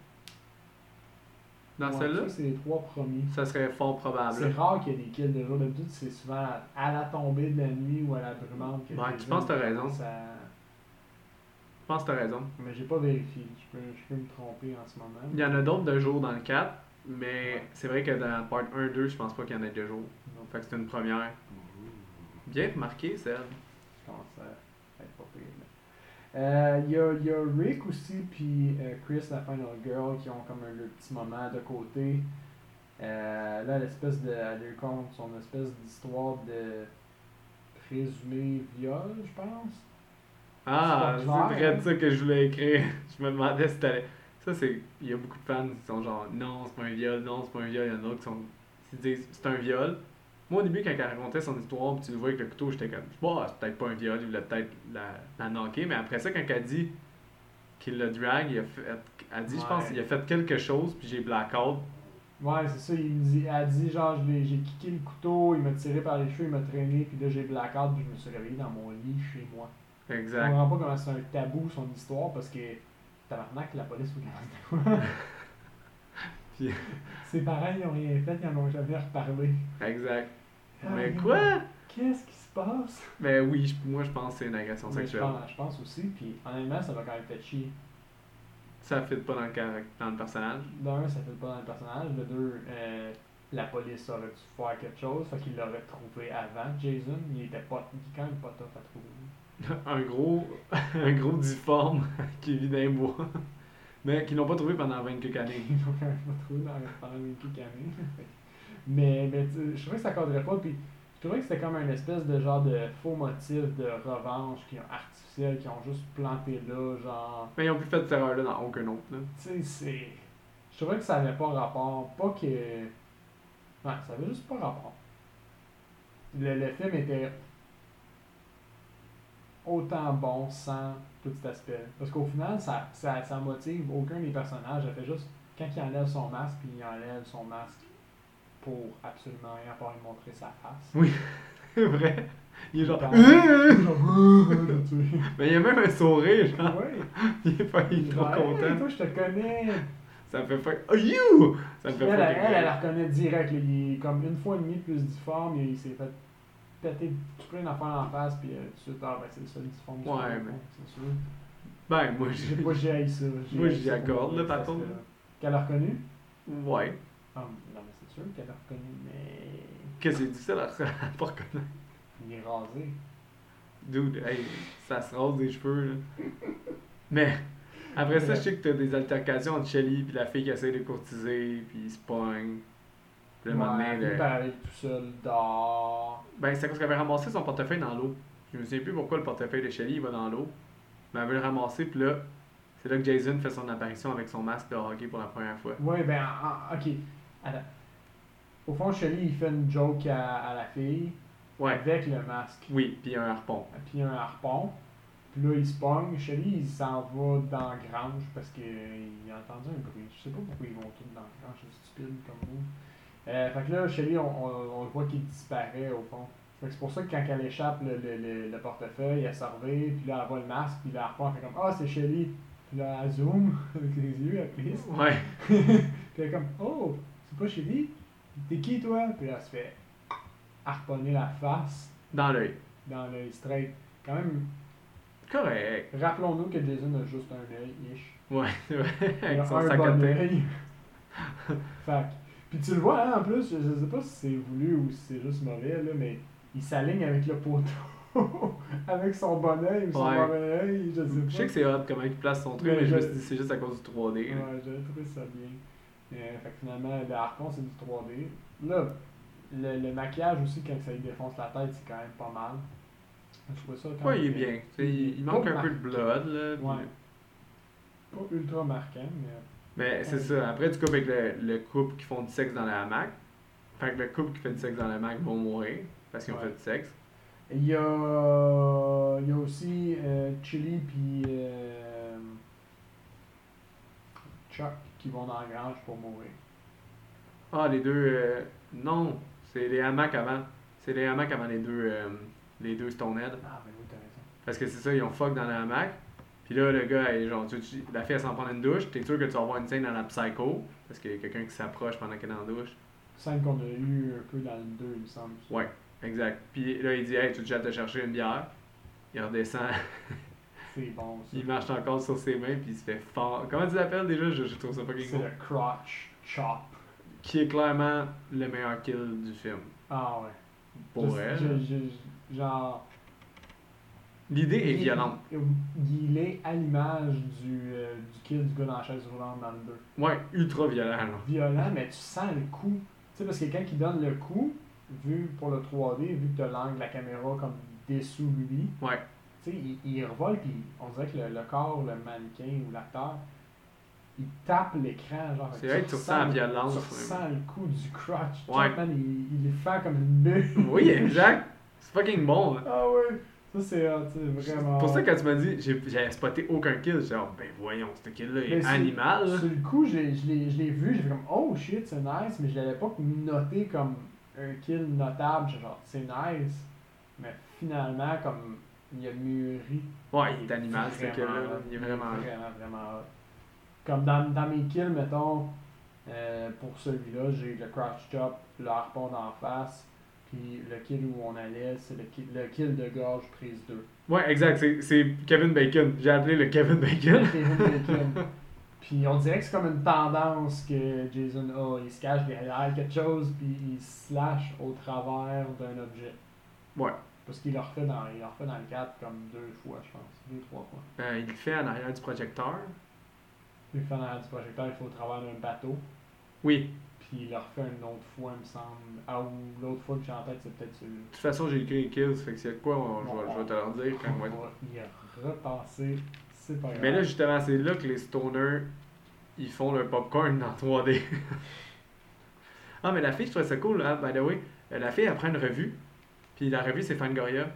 Speaker 1: Dans
Speaker 2: Ouais,
Speaker 1: celle-là, Ah,
Speaker 2: ça, c'est les trois premiers.
Speaker 1: ça serait fort
Speaker 2: C'est
Speaker 1: probable.
Speaker 2: rare qu'il y ait des kills de jour. D'habitude, c'est souvent à la tombée de la nuit ou à la brumante.
Speaker 1: Ouais,
Speaker 2: Jason
Speaker 1: je pense que t'as raison.
Speaker 2: commence à-
Speaker 1: Je pense que t'as raison.
Speaker 2: Mais j'ai pas vérifié. Je peux, je peux me tromper en ce moment.
Speaker 1: Il y en a d'autres de jour dans le 4, mais c'est vrai que dans part 1, 2, je pense pas qu'il y en ait de jour.
Speaker 2: Donc,
Speaker 1: Fait que c'est une première. Bien remarqué, Serge.
Speaker 2: Je commence à être pas pire. là. Euh, Il y, a- il y a Rick aussi, puis euh, Chris, la Final Girl, qui ont comme un, le petit moment de côté. Euh, là, l'espèce de. Elle lui compte son espèce d'histoire de présumé viol, je pense.
Speaker 1: Ah,
Speaker 2: C'est
Speaker 1: c'est
Speaker 2: pas clair,
Speaker 1: vrai de ça que je voulais écrire. Je me demandais si t'allais. Ça, c'est. Il y a beaucoup de fans qui sont genre non, c'est pas un viol, non, c'est pas un viol. Il y en a d'autres qui, sont... qui disent c'est un viol. Moi, au début, quand elle racontait son histoire, puis tu le vois avec le couteau, j'étais comme, bah, c'est peut-être pas un viol, il voulait peut-être la, la knocker. Mais après ça, quand elle dit qu'il le drague, il a fait. Elle dit, je pense,
Speaker 2: Ouais.
Speaker 1: il a fait quelque chose, puis j'ai blackout.
Speaker 2: Ouais, c'est ça, il me dit, elle dit genre, je l'ai- j'ai kické le couteau, il m'a tiré par les cheveux, il m'a traîné, puis là j'ai blackout, puis je me suis réveillé dans mon lit chez moi. Je
Speaker 1: Exact.
Speaker 2: comprends pas comment c'est un tabou son histoire parce que tabarnak, la police vous demande de quoi.
Speaker 1: Puis-
Speaker 2: Ses parents, ils ont rien fait, ils en ont jamais reparlé.
Speaker 1: Exact. Mais
Speaker 2: Ah,
Speaker 1: quoi?
Speaker 2: Qu'est-ce qui se passe?
Speaker 1: Mais Ben oui, je- moi, je pense que c'est une agression
Speaker 2: Mais je
Speaker 1: sexuelle.
Speaker 2: pense, je pense aussi, puis honnêtement, ça va quand même fait chier.
Speaker 1: Ça fit pas dans le, caract- dans le personnage.
Speaker 2: D'un, ça fait pas dans le personnage. De deux, euh, la police aurait dû faire quelque chose, fait qu'il l'aurait trouvé avant. Jason, il était pas, il est quand même pas tough à trouver.
Speaker 1: un gros, un gros difforme qui vit dans les bois, mais qu'ils n'ont pas trouvé pendant 20 quelques années.
Speaker 2: Ils l'ont quand même pas trouvé dans pendant une quelques années. mais mais tu- je trouvais que ça cadrait pas. Puis je trouvais que c'était comme un espèce de genre de faux motif de revanche qui ont artificiel, qui ont juste planté là, genre.
Speaker 1: Mais ils n'ont plus fait cette erreur-là dans aucun autre. Là.
Speaker 2: Tu sais, c'est. Je trouvais que ça avait pas rapport. Pas que. Ouais, ça avait juste pas rapport. Le, le film était autant bon sans tout cet aspect. Parce qu'au final, ça, ça, ça motive aucun des personnages. Ça fait juste quand il enlève son masque, puis il enlève son masque pour absolument rien à part lui montrer sa face.
Speaker 1: Oui. C'est vrai. Il est genre.
Speaker 2: Dans-
Speaker 1: mais il y a même un sourire, genre.
Speaker 2: Ouais.
Speaker 1: Il est pas il est trop
Speaker 2: Ouais,
Speaker 1: content.
Speaker 2: Toi, je te connais.
Speaker 1: Ça me fait pas. Oh you! Ça me
Speaker 2: Puis
Speaker 1: fait
Speaker 2: Elle,
Speaker 1: pas.
Speaker 2: elle, elle la reconnaît direct. là. Il est comme une fois et demie plus difforme. Il s'est fait péter tout plein d'affaires en face. Puis euh, tout de suite, ah, ben, c'est le seul difforme. du
Speaker 1: Ouais,
Speaker 2: monde,
Speaker 1: mais-
Speaker 2: hein, C'est sûr.
Speaker 1: Ben, moi,
Speaker 2: J'ai
Speaker 1: j'ai.
Speaker 2: pas j'ai ça. j'ai
Speaker 1: Moi,
Speaker 2: haï
Speaker 1: j'y
Speaker 2: ça pour
Speaker 1: accorde,
Speaker 2: moi,
Speaker 1: là,
Speaker 2: parce
Speaker 1: par
Speaker 2: que-
Speaker 1: contre.
Speaker 2: Qu'elle a reconnu
Speaker 1: Ouais.
Speaker 2: Ah, Non, mais c'est sûr qu'elle l'a reconnu. Mais.
Speaker 1: Que c'est difficile à à pas reconnaître.
Speaker 2: Il est rasé.
Speaker 1: Dude, hey, ça se rase des cheveux, là. Mais. Après ça, je sais que t'as des altercations entre Shelly puis la fille qui essaie de courtiser, puis ils se pognent. Puis le moment
Speaker 2: Ouais, ben-
Speaker 1: donné,
Speaker 2: il
Speaker 1: le-
Speaker 2: paraît tout seul dehors.
Speaker 1: Ben, c'est parce qu'elle avait ramassé son portefeuille dans l'eau. Je me souviens plus pourquoi le portefeuille de Shelly il va dans l'eau. Mais elle veut le ramasser, puis là, c'est là que Jason fait son apparition avec son masque de hockey pour la première fois.
Speaker 2: Oui, ben, en- en- ok. Attends. Au fond, Shelly, il fait une joke à, à la fille
Speaker 1: Ouais.
Speaker 2: avec le masque,
Speaker 1: Oui, puis un harpon.
Speaker 2: puis un harpon. Puis là, il se pogne. Shelly, il s'en va dans la grange parce qu'il a entendu un bruit. Je sais pas pourquoi ils vont tous dans la grange, c'est stupide comme move. Euh, fait que là, Shelly, on, on, on le voit qu'il disparaît au fond. Fait que c'est pour ça que quand elle échappe le, le, le, le portefeuille, elle sort puis là, elle voit le masque, puis là, elle repart, elle fait comme Ah, c'est Shelly. Puis là, elle zoom avec les yeux, elle plisse.
Speaker 1: Ouais.
Speaker 2: puis elle est comme Oh, c'est pas Shelly T'es qui toi Puis là, elle se fait harponner la face
Speaker 1: Dans l'œil.
Speaker 2: dans l'œil straight. Quand même,
Speaker 1: Correct.
Speaker 2: rappelons-nous que Jason a juste un œil ish.
Speaker 1: Ouais,
Speaker 2: Il
Speaker 1: avec
Speaker 2: a
Speaker 1: son
Speaker 2: un
Speaker 1: sac à
Speaker 2: bon
Speaker 1: terre.
Speaker 2: œil. Fait que- Puis tu le vois, hein, en plus, je, je sais pas si c'est voulu ou si c'est juste mauvais, là, mais il s'aligne avec le poteau. avec son bon œil ou son
Speaker 1: Ouais.
Speaker 2: mauvais œil, je sais pas.
Speaker 1: Je sais que c'est hot comment il place son truc,
Speaker 2: Mais
Speaker 1: mais je me
Speaker 2: je-
Speaker 1: suis dit c'est juste à cause du 3D. là.
Speaker 2: Ouais, j'avais trouvé ça bien. Euh, fait que finalement, le harpon, c'est du 3D. Là, le, le maquillage aussi, quand ça lui défonce la tête, c'est quand même pas mal. Je trouvais ça quand
Speaker 1: Ouais, il est
Speaker 2: même-
Speaker 1: bien. Tu sais, Il, il manque
Speaker 2: Pas
Speaker 1: un peu de blood, là. puis-
Speaker 2: Ouais. Pas ultra marquant, mais. euh,
Speaker 1: Mais c'est ça. Après, tu coupes avec le, le couple qui font du sexe dans la hamac. Fait que le couple qui fait du sexe dans la hamac vont mourir parce qu'ils ont
Speaker 2: Ouais.
Speaker 1: fait du sexe.
Speaker 2: Il y a, il y a aussi euh, Chili puis euh, Chuck qui vont dans la grange pour mourir.
Speaker 1: Ah, les deux. euh, non, c'est les hamacs avant. C'est les hamacs avant les deux, euh, les deux Stonehead.
Speaker 2: Ah, ben oui, t'as raison.
Speaker 1: Parce que c'est ça, ils ont fuck dans la hamac. Puis là, le gars, elle, genre, tu- tu- la fille, elle s'en prend une douche. T'es sûr que tu vas avoir une scène dans la psycho. Parce qu'il y a quelqu'un qui s'approche pendant qu'elle est dans la douche.
Speaker 2: Scène qu'on a eu un peu dans le 2, il me semble.
Speaker 1: Ouais, exact. Puis là, il dit, hey, tu te jettes te chercher une bière. Il redescend,
Speaker 2: C'est bon, ça.
Speaker 1: il marche encore sur ses mains, puis il se fait fort. Comment tu l'appelles déjà je, je trouve ça fucking
Speaker 2: C'est
Speaker 1: cool.
Speaker 2: le crotch chop.
Speaker 1: Qui est clairement le meilleur kill du film.
Speaker 2: Ah ouais.
Speaker 1: Pour
Speaker 2: Je-
Speaker 1: elle.
Speaker 2: je- je- genre.
Speaker 1: L'idée est
Speaker 2: il-
Speaker 1: violente.
Speaker 2: Il est à l'image du, euh, du kill du gars dans la chaise roulante dans le 2.
Speaker 1: Ouais, ultra violent. là.
Speaker 2: violent, mais tu sens le coup. Tu sais, parce que quand il donne le coup, vu pour le 3D, vu que tu l'angle de la caméra comme dessous lui,
Speaker 1: Ouais.
Speaker 2: tu sais, il, il revole, puis on dirait que le, le corps, le mannequin ou l'acteur, il tape l'écran. genre
Speaker 1: C'est vrai que tu ressens la
Speaker 2: le-
Speaker 1: violence,
Speaker 2: Tu
Speaker 1: ouais.
Speaker 2: ressens le coup du crotch.
Speaker 1: Ouais.
Speaker 2: Chapman, il, il le fait comme une bulle.
Speaker 1: Oui, exact. C'est fucking bon. là.
Speaker 2: Ah ouais. Ça, c'est hot, tu sais, vraiment.
Speaker 1: Pour ça, quand tu m'as dit, j'ai- j'avais spoté aucun kill, j'ai genre, ben voyons, ce kill-là est
Speaker 2: Mais c'est-
Speaker 1: animal. là.
Speaker 2: Sur le coup, je l'ai- je l'ai je l'ai vu, j'ai fait comme oh shit, c'est nice, mais je l'avais pas noté comme un kill notable. J'ai genre, c'est nice. Mais finalement, comme il a mûri.
Speaker 1: Ouais, il est animal, ce
Speaker 2: Vraiment,
Speaker 1: kill-là. Il est vraiment.
Speaker 2: Vraiment, vraiment hot. Comme dans, dans mes kills, mettons, euh, pour celui-là, j'ai le crouch chop, le harpon d'en face, puis le kill où on allait, c'est le, kill- le kill de gorge prise 2.
Speaker 1: Ouais, exact. c'est- C'est Kevin Bacon. J'ai appelé le Kevin Bacon.
Speaker 2: Kevin Bacon. Puis on dirait que c'est comme une tendance que Jason a. Il se cache derrière quelque chose, puis il se slash au travers d'un objet.
Speaker 1: Ouais.
Speaker 2: Parce qu'il le refait dans, il le refait dans le 4 comme deux fois, je pense. Deux, trois fois.
Speaker 1: Euh, il le fait en arrière du projecteur.
Speaker 2: Il le fait dans l'arrière du projecteur, il fait au travers d'un bateau.
Speaker 1: Oui.
Speaker 2: Puis il le refait une autre fois, il me semble. Ah, ou l'autre fois que j'ai en tête, c'est peut-être celui-là.
Speaker 1: De toute façon, j'ai écrit les kills, fait que s'il y a de quoi, on- je vais- je vais te leur dire quand on va
Speaker 2: On
Speaker 1: être-
Speaker 2: va y repasser. C'est pas grave.
Speaker 1: Mais là, justement, c'est là que les stoners, ils font leur popcorn dans 3D. ah, mais la fille, je trouvais ça cool, hein, by the way. Euh, La fille, elle prend une revue, puis la revue, c'est Fangoria.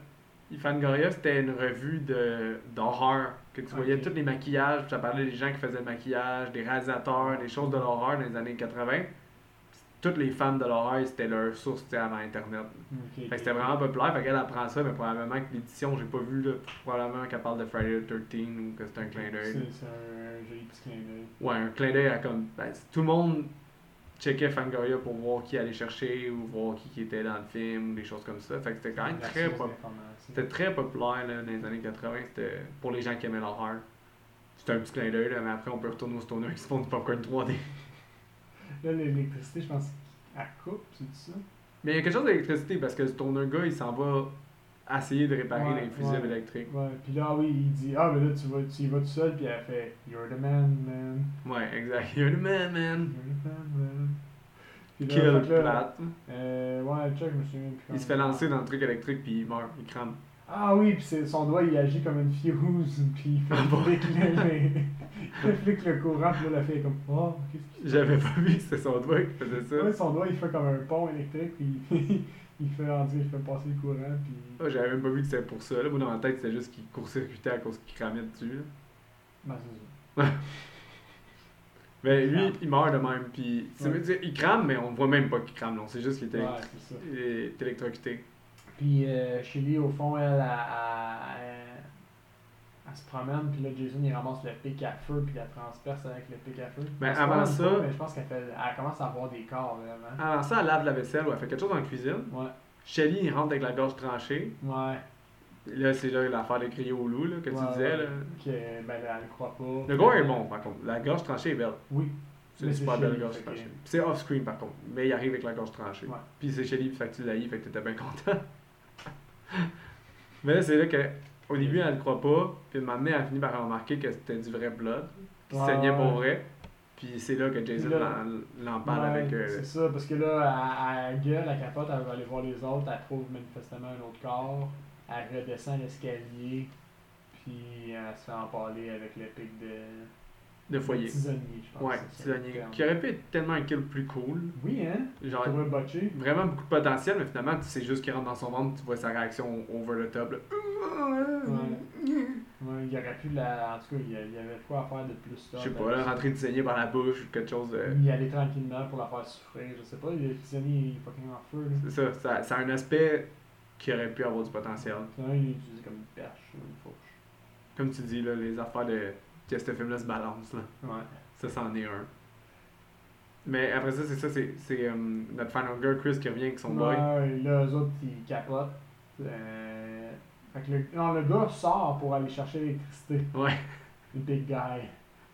Speaker 1: Et Fangoria, c'était une revue de- d'horreur, que tu voyais
Speaker 2: Ok.
Speaker 1: tous les maquillages, puis ça parlait des gens qui faisaient le maquillage, des réalisateurs, des choses de l'horreur dans les années 80. Toutes les femmes de l'horreur, c'était leur source, c'était avant Internet.
Speaker 2: Ok,
Speaker 1: Fait que
Speaker 2: ok.
Speaker 1: c'était vraiment populaire, fait qu'elle apprend ça, mais probablement que l'édition, j'ai pas vu, là, probablement qu'elle parle de Friday the 13 ou que c'est un clin d'œil.
Speaker 2: C'est c'est un joli petit clin d'œil.
Speaker 1: Ouais, un clin d'œil à comme. ben, tout le monde checkait Fangoria pour voir qui allait chercher ou voir qui, qui était dans le film ou des choses comme ça. Fait que c'était quand même
Speaker 2: La
Speaker 1: très,
Speaker 2: source
Speaker 1: pop-
Speaker 2: d'information.
Speaker 1: c'était très populaire là, dans les années 80, c'était pour les gens qui aimaient l'horreur. C'était un petit clin d'œil, là, mais après on peut retourner aux stoners qui se font du popcorn 3D.
Speaker 2: Là, l'électricité, je pense qu'elle coupe, c'est ça?
Speaker 1: Mais il y a quelque chose d'électricité parce que le stoner gars il s'en va essayer de réparer
Speaker 2: Ouais,
Speaker 1: les fusibles
Speaker 2: ouais.
Speaker 1: électriques.
Speaker 2: Ouais, puis là, oui, il dit Ah, mais là, tu, vas, tu y vas tout seul, puis elle fait You're the man, man.
Speaker 1: Ouais, exact. You're the man, man.
Speaker 2: You're the man, man. Puis là,
Speaker 1: Kill
Speaker 2: fait que là,
Speaker 1: plate.
Speaker 2: euh, ouais, le check, je me souviens plus.
Speaker 1: Il se fait lancer dans le truc électrique puis il meurt, il crame.
Speaker 2: Ah oui, puis c'est- son doigt il agit comme une fuse, puis il fait
Speaker 1: Ah bon?
Speaker 2: flic le, les- il flic le courant, puis là la fille est comme Oh, qu'est-ce qui se passe?
Speaker 1: J'avais pas vu que c'était son doigt qui faisait ça.
Speaker 2: Ouais, son doigt il fait comme un pont électrique, puis il, il fait en dire, il fait passer le courant, puis.
Speaker 1: Ah, J'avais même pas vu que c'était pour ça. Là, moi, dans ma tête, c'était juste qu'il court-circuitait à cause qu'il cramait dessus. là.
Speaker 2: Ben, c'est
Speaker 1: Mais Ben, lui,
Speaker 2: Crame.
Speaker 1: il meurt de même. Puis, ça veut
Speaker 2: Ouais.
Speaker 1: dire, il crame, mais on voit même pas qu'il crame. non. C'est juste qu'il était
Speaker 2: ça. Ouais, c'est ça.
Speaker 1: il est électrocuté.
Speaker 2: Puis euh, Shelly, au fond, elle, elle, elle- elle- elle se promène, puis là, Jason, il ramasse le pic à feu, puis la transperce avec le pic à feu.
Speaker 1: Mais
Speaker 2: Elle se
Speaker 1: Ben, avant
Speaker 2: promène
Speaker 1: ça-
Speaker 2: pas, mais je pense qu'elle fait- elle commence à avoir des corps, vraiment.
Speaker 1: Avant ça, elle lave la vaisselle ou elle fait quelque chose dans la cuisine.
Speaker 2: Ouais,
Speaker 1: Shelly, il rentre avec la gorge tranchée.
Speaker 2: ouais.
Speaker 1: Et Là, c'est là l'affaire de crier au loup là, que tu
Speaker 2: Ouais,
Speaker 1: disais.
Speaker 2: ouais.
Speaker 1: Là.
Speaker 2: Que, ben, elle ne croit pas.
Speaker 1: Le gore est bon, par contre. La gorge tranchée est belle.
Speaker 2: Oui.
Speaker 1: C'est
Speaker 2: Mais
Speaker 1: une
Speaker 2: c'est
Speaker 1: super belle
Speaker 2: Shelly,
Speaker 1: gorge
Speaker 2: fait que-
Speaker 1: tranchée. Puis C'est off-screen, par contre. Mais il arrive avec la gorge tranchée.
Speaker 2: Ouais.
Speaker 1: Puis c'est Shelly, puis fait que tu l'haïs, fait que t'étais bien content. Mais là, c'est là que au début, elle ne croit pas. Puis de m'amener, elle finit par remarquer que c'était du vrai blood. Puis
Speaker 2: Ouais,
Speaker 1: saignait pour
Speaker 2: ouais.
Speaker 1: vrai. Puis c'est là que Jason
Speaker 2: Puis là-
Speaker 1: l'en- l'en parle
Speaker 2: Ouais,
Speaker 1: avec. euh,
Speaker 2: C'est ça, parce que là, elle, elle gueule, elle capote, elle va aller voir les autres, elle trouve manifestement un autre corps, elle redescend l'escalier, puis elle se fait emballer avec le pic de.
Speaker 1: de foyer.
Speaker 2: Tisonnier, je pense.
Speaker 1: Ouais,
Speaker 2: c'est ça, le
Speaker 1: Tisonnier.
Speaker 2: terme.
Speaker 1: Qui aurait pu être tellement un kill plus cool.
Speaker 2: Oui, hein?
Speaker 1: Genre,
Speaker 2: Pour le botcher.
Speaker 1: vraiment beaucoup de potentiel, mais finalement, tu sais juste qu'il rentre dans son ventre, tu vois sa réaction over the top. là. Mm-hmm.
Speaker 2: Ouais, il aurait pu la. En tout cas, il y a- il y avait de quoi à faire de plus.
Speaker 1: Je
Speaker 2: là,
Speaker 1: sais
Speaker 2: ben,
Speaker 1: pas, là, rentrer du saignée par la bouche ou quelque chose de.
Speaker 2: Il y allait tranquillement pour la faire souffrir, je sais pas. Le prisonnier, il est fucking en feu. Là.
Speaker 1: C'est ça, ça, ça a un aspect qui aurait pu avoir du potentiel.
Speaker 2: Finalement, il l'a utilisé comme une perche, ou une fourche.
Speaker 1: Comme tu dis, là, les affaires de. que ce film-là se balance, là.
Speaker 2: Ouais.
Speaker 1: Ça, c'en est un. Mais après ça, c'est ça, c'est c'est, euh, notre final girl Chris qui revient avec son boy.
Speaker 2: Ouais, là, eux autres, ils capotent. Euh, Fait que le... Non, le gars sort pour aller chercher l'électricité.
Speaker 1: Ouais.
Speaker 2: Le big guy.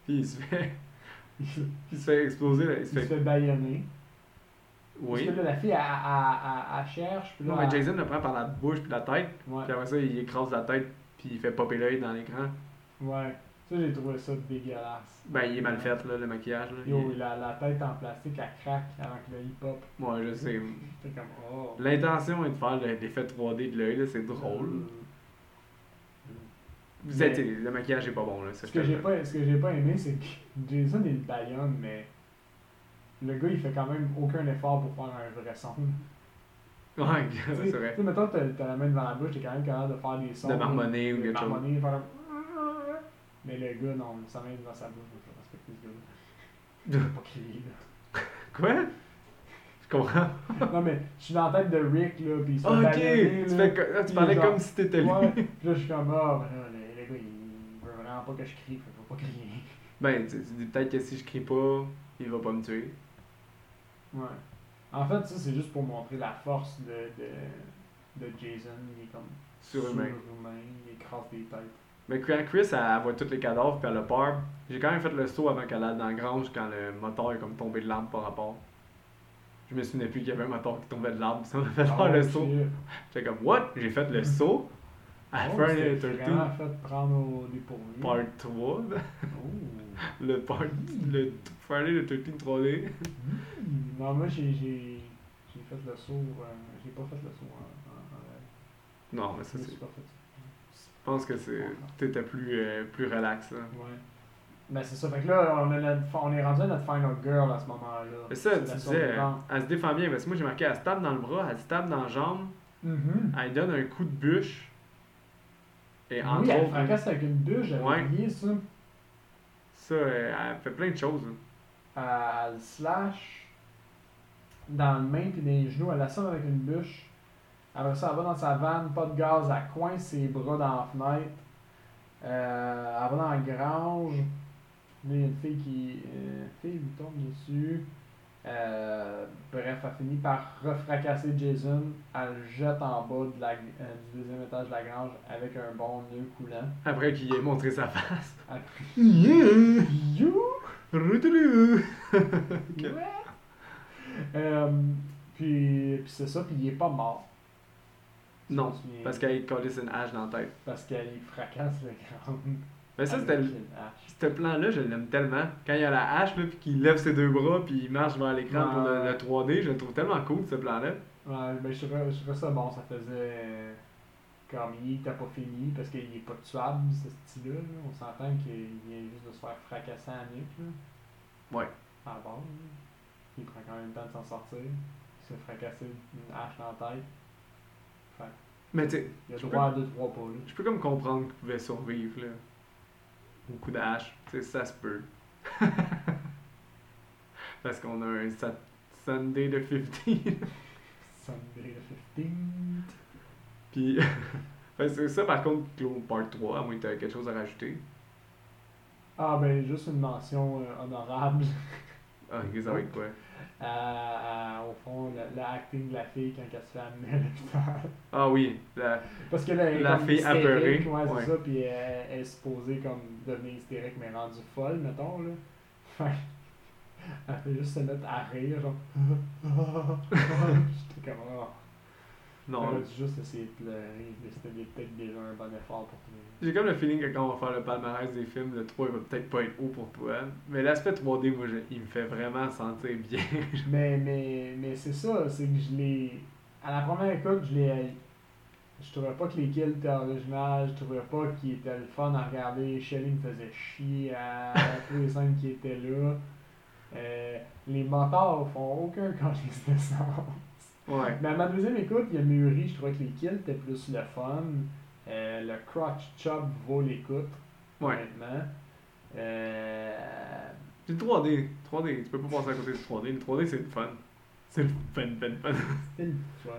Speaker 1: Puis il se fait,
Speaker 2: Il se
Speaker 1: il se fait exploser, là, il se
Speaker 2: il se
Speaker 1: fait.
Speaker 2: fait baïonner.
Speaker 1: Oui.
Speaker 2: Parce que là, la fille, elle, elle- elle- elle cherche. Puis là,
Speaker 1: Non, mais
Speaker 2: elle-
Speaker 1: Jason le prend par la bouche puis la tête,
Speaker 2: Ouais.
Speaker 1: puis après ça, il écrase la tête, puis il fait popper l'œil dans l'écran.
Speaker 2: Ouais. Ça, j'ai trouvé ça dégueulasse.
Speaker 1: Ben, il est mal fait, là, le maquillage. Là.
Speaker 2: Yo,
Speaker 1: Il-
Speaker 2: la, la tête en plastique, elle craque avant que le hip-hop.
Speaker 1: Moi, je sais.
Speaker 2: T'es comme, oh.
Speaker 1: L'intention est de faire le- l'effet 3D de l'œil, là, c'est
Speaker 2: Euh,
Speaker 1: drôle. Vous êtes,
Speaker 2: Mais-
Speaker 1: le maquillage est pas bon, là. ça,
Speaker 2: Ce
Speaker 1: je
Speaker 2: que
Speaker 1: te
Speaker 2: j'ai
Speaker 1: le-
Speaker 2: pas, ce que j'ai pas aimé, c'est que Jason, il baillonne, mais le gars, il fait quand même aucun effort pour faire un vrai son.
Speaker 1: Ouais,
Speaker 2: Tu
Speaker 1: c'est
Speaker 2: sais,
Speaker 1: vrai.
Speaker 2: tu sais, mettons, t'as t'as la main devant la bouche, t'es quand même capable de faire des sons.
Speaker 1: De marmonner ou
Speaker 2: de
Speaker 1: quelque chose.
Speaker 2: marmonner, faire comme- Mais le gars, non, sa main est devant sa bouche, je respecte ce gars-là. Il peut pas crier, là.
Speaker 1: Quoi? Je comprends.
Speaker 2: Non, mais je suis dans la tête de Rick, là, pis il se fait
Speaker 1: ok!
Speaker 2: baïonner,
Speaker 1: Tu,
Speaker 2: là.
Speaker 1: fais que- ah, tu
Speaker 2: Il est
Speaker 1: parlais
Speaker 2: genre-
Speaker 1: comme si t'étais lui.
Speaker 2: Ouais. Puis là, je suis comme, ah, ben là, le, le gars, il veut vraiment pas que je crie, fait qu'il va pas crier.
Speaker 1: Ben, tu, tu dis peut-être que si je crie pas, il va pas me tuer.
Speaker 2: Ouais. En fait, ça, c'est juste pour montrer la force de, de, de Jason. Il est comme
Speaker 1: Surhumain.
Speaker 2: surhumain, il écrase des têtes.
Speaker 1: Mais quand Chris, elle, elle voit tous les cadavres puis elle a peur, j'ai quand même fait le saut avant qu'elle aille dans la grange quand le moteur est comme tombé de l'arbre par rapport. Je me souvenais plus qu'il y avait un moteur qui tombait de l'arbre, puis ça m'a fait faire
Speaker 2: Ah,
Speaker 1: le
Speaker 2: puis,
Speaker 1: saut.
Speaker 2: euh,
Speaker 1: J'étais comme, what? J'ai fait le saut à
Speaker 2: oh,
Speaker 1: Friday
Speaker 2: c'est
Speaker 1: the 13
Speaker 2: vraiment fait prendre au dépourvu.
Speaker 1: part 3,
Speaker 2: Oh.
Speaker 1: le part, le Friday the 13 3D.
Speaker 2: hmm. Non, moi, j'ai, j'ai, j'ai fait le saut. euh, j'ai pas fait le saut en, en, en live.
Speaker 1: Non, mais
Speaker 2: Je
Speaker 1: ça,
Speaker 2: me
Speaker 1: c'est.
Speaker 2: suis
Speaker 1: Je
Speaker 2: pas fait
Speaker 1: pense que c'est. T'étais plus, euh, plus relax, là.
Speaker 2: Ouais. Ben c'est ça. Fait que là, on, a notre- on est rendu à notre final girl à ce moment-là.
Speaker 1: Mais ça,
Speaker 2: C'est
Speaker 1: tu
Speaker 2: la
Speaker 1: disais,
Speaker 2: survivante.
Speaker 1: elle se défend bien, parce que moi j'ai marqué, elle se tape dans le bras, elle se tape dans la jambe,
Speaker 2: Mhm.
Speaker 1: elle donne un coup de bûche. Et entre
Speaker 2: Oui, elle
Speaker 1: autres,
Speaker 2: fracasse avec une bûche, elle
Speaker 1: Ouais.
Speaker 2: a oublié ça.
Speaker 1: ça, euh, elle fait plein de choses. là.
Speaker 2: Elle le slash dans le main puis dans les genoux, elle l'assomme avec une bûche. Après ça, elle va dans sa vanne, pas de gaz, elle coince ses bras dans la fenêtre. Euh, elle va dans la grange. Là, il y a une fille qui. euh, une fille lui tombe dessus. Euh, bref, elle finit par refracasser Jason. Elle le jette en bas de la- euh, du deuxième étage de la grange avec un bon nœud coulant.
Speaker 1: Après qu'il ait montré sa face.
Speaker 2: Après-
Speaker 1: Yeah!
Speaker 2: You
Speaker 1: Routourou!
Speaker 2: Ouais. Euh, puis puis c'est ça, puis il est pas mort.
Speaker 1: Non,
Speaker 2: Je me souviens.
Speaker 1: parce qu'elle collait une hache dans la tête.
Speaker 2: Parce qu'il fracasse le grand.
Speaker 1: Mais ça, c'était
Speaker 2: Avec
Speaker 1: le-
Speaker 2: une hache.
Speaker 1: ce plan-là, je l'aime tellement. Quand il a la hache, là, puis qu'il lève ses deux bras, puis il marche vers l'écran pour le,
Speaker 2: Ouais.
Speaker 1: le 3D, je le trouve tellement cool, ce plan-là.
Speaker 2: Ouais, ben, je, trouvais, je trouvais ça bon, ça faisait. Comme il t'as pas fini parce qu'il est pas tuable, ce style-là. là. On s'entend qu'il vient juste de se faire fracasser à Nick. Là.
Speaker 1: Ouais.
Speaker 2: À la base, là. Il prend quand même le temps de s'en sortir. Il se fait fracasser une hache dans la tête.
Speaker 1: Mais tu sais,
Speaker 2: Il a
Speaker 1: Je
Speaker 2: droit à deux, trois pas. Là.
Speaker 1: je peux comme comprendre qu'il pouvait survivre, là. Au coup de hache. Tu sais, ça se peut. Parce qu'on a un sat- Sunday de 50.
Speaker 2: Sunday the 15th.
Speaker 1: Puis, fait que c'est ça par contre qui clôt part 3, à moins que tu quelque chose à rajouter.
Speaker 2: Ah ben juste une mention euh, honorable
Speaker 1: Ah, ok, ça va être quoi?
Speaker 2: à, à- au fond le, le acting de la fille quand elle se fait amener à l'hôpital.
Speaker 1: Ah oui, la-
Speaker 2: Parce que là, elle est
Speaker 1: La
Speaker 2: comme
Speaker 1: fille
Speaker 2: hystérique,
Speaker 1: apeurée,
Speaker 2: Ouais, c'est
Speaker 1: ouais.
Speaker 2: ça, puis elle, elle est supposée comme devenir hystérique mais rendue folle, mettons là. Fait que elle fait juste se mettre à rire, genre. J'étais comme oh.
Speaker 1: non.
Speaker 2: Elle a dû juste essayer de pleurer, mais c'était des- peut-être déjà un bon effort pour tout
Speaker 1: J'ai comme le feeling que quand on va faire le palmarès des films, le 3 il va peut-être pas être haut pour toi. Mais l'aspect 3D, moi, je- il me fait vraiment sentir bien.
Speaker 2: Mais, mais, mais c'est ça, c'est que je l'ai. À la première écoute, je l'ai haï. Je trouvais pas que les kills étaient originales, je trouvais pas qu'il était le fun à regarder. Shelly me faisait chier à tous les scènes qui étaient là. Euh, les motards font aucun quand ils se
Speaker 1: ouais.
Speaker 2: Mais à ma deuxième écoute, il y a mûri, je trouvais que les kills étaient plus le fun. Euh, le crotch chop vaut l'écoute,
Speaker 1: Ouais.
Speaker 2: honnêtement. Euh,
Speaker 1: Puis le 3D, 3D, tu peux pas passer à côté du 3D. Le 3D, c'est le fun. C'est le fun, fun, fun.
Speaker 2: C'était le fun.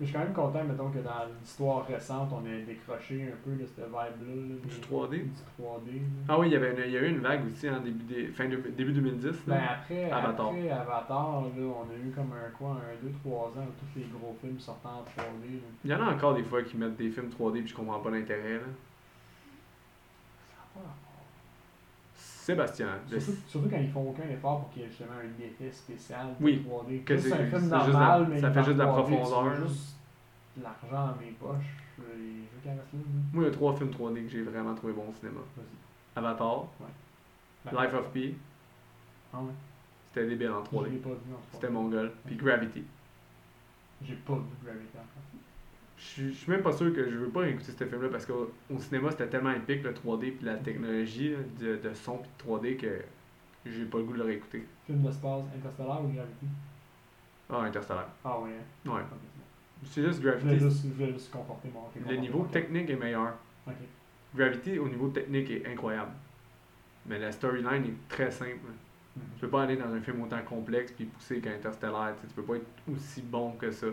Speaker 2: Mais je suis quand même content, mettons, que dans l'histoire récente, on ait décroché un peu de cette vibe-là. là,
Speaker 1: Du
Speaker 2: des-
Speaker 1: 3D?
Speaker 2: Du 3D. là.
Speaker 1: Ah oui, il y, avait une- il y a eu une vague aussi en début, des, fin de- début 2010.
Speaker 2: Ben
Speaker 1: Là.
Speaker 2: après
Speaker 1: Avatar.
Speaker 2: Avatar, après Avatar là, on a eu comme un quoi, un 2-3 ans où tous les gros films sortant en 3D. là.
Speaker 1: Il y en a encore des fois qui mettent des films 3D puis je comprends pas l'intérêt. là.
Speaker 2: Ça
Speaker 1: Ah,
Speaker 2: a pas rapport.
Speaker 1: Sébastien, le-
Speaker 2: Surtout, surtout quand ils font aucun effort pour qu'il y ait justement un effet spécial de
Speaker 1: Oui,
Speaker 2: 3D.
Speaker 1: que
Speaker 2: Plus
Speaker 1: c'est-
Speaker 2: un
Speaker 1: c'est
Speaker 2: film
Speaker 1: juste
Speaker 2: normal,
Speaker 1: la-
Speaker 2: mais
Speaker 1: ça
Speaker 2: il
Speaker 1: fait
Speaker 2: est
Speaker 1: juste de
Speaker 2: en
Speaker 1: la
Speaker 2: 3D, tu veux
Speaker 1: profondeur.
Speaker 2: juste de l'argent dans mes poches. Je veux les jeux caressés, là.
Speaker 1: moi, il y a trois films 3D que j'ai vraiment trouvé bon au cinéma.
Speaker 2: Vas-y.
Speaker 1: Avatar,
Speaker 2: Ben,
Speaker 1: Life of Pi,
Speaker 2: ah ouais.
Speaker 1: c'était débile en
Speaker 2: Je l'ai
Speaker 1: 3D.
Speaker 2: pas vu en 3D.
Speaker 1: C'était mongol. Puis Gravity.
Speaker 2: J'ai pas vu Gravity encore.
Speaker 1: Je suis- je suis même pas sûr que je veux pas écouter ce film-là parce qu'au au cinéma, c'était tellement épique le 3D puis la technologie là, de, de son puis de 3D que j'ai pas le goût de le réécouter.
Speaker 2: Film d'espace, Interstellar ou Gravity
Speaker 1: Ah, Interstellar.
Speaker 2: Ah ouais. hein.
Speaker 1: Ouais.
Speaker 2: Ok.
Speaker 1: C'est juste
Speaker 2: Je voulais
Speaker 1: Gravity.
Speaker 2: juste, je voulais juste conforter mon
Speaker 1: Le niveau
Speaker 2: technique.
Speaker 1: technique est meilleur.
Speaker 2: Ok.
Speaker 1: Gravity, au niveau technique, est incroyable. Mais la storyline est très simple. Tu
Speaker 2: Mhm.
Speaker 1: peux pas aller dans un film autant complexe puis pousser qu'Interstellar. Tu sais, tu peux pas être aussi bon que ça.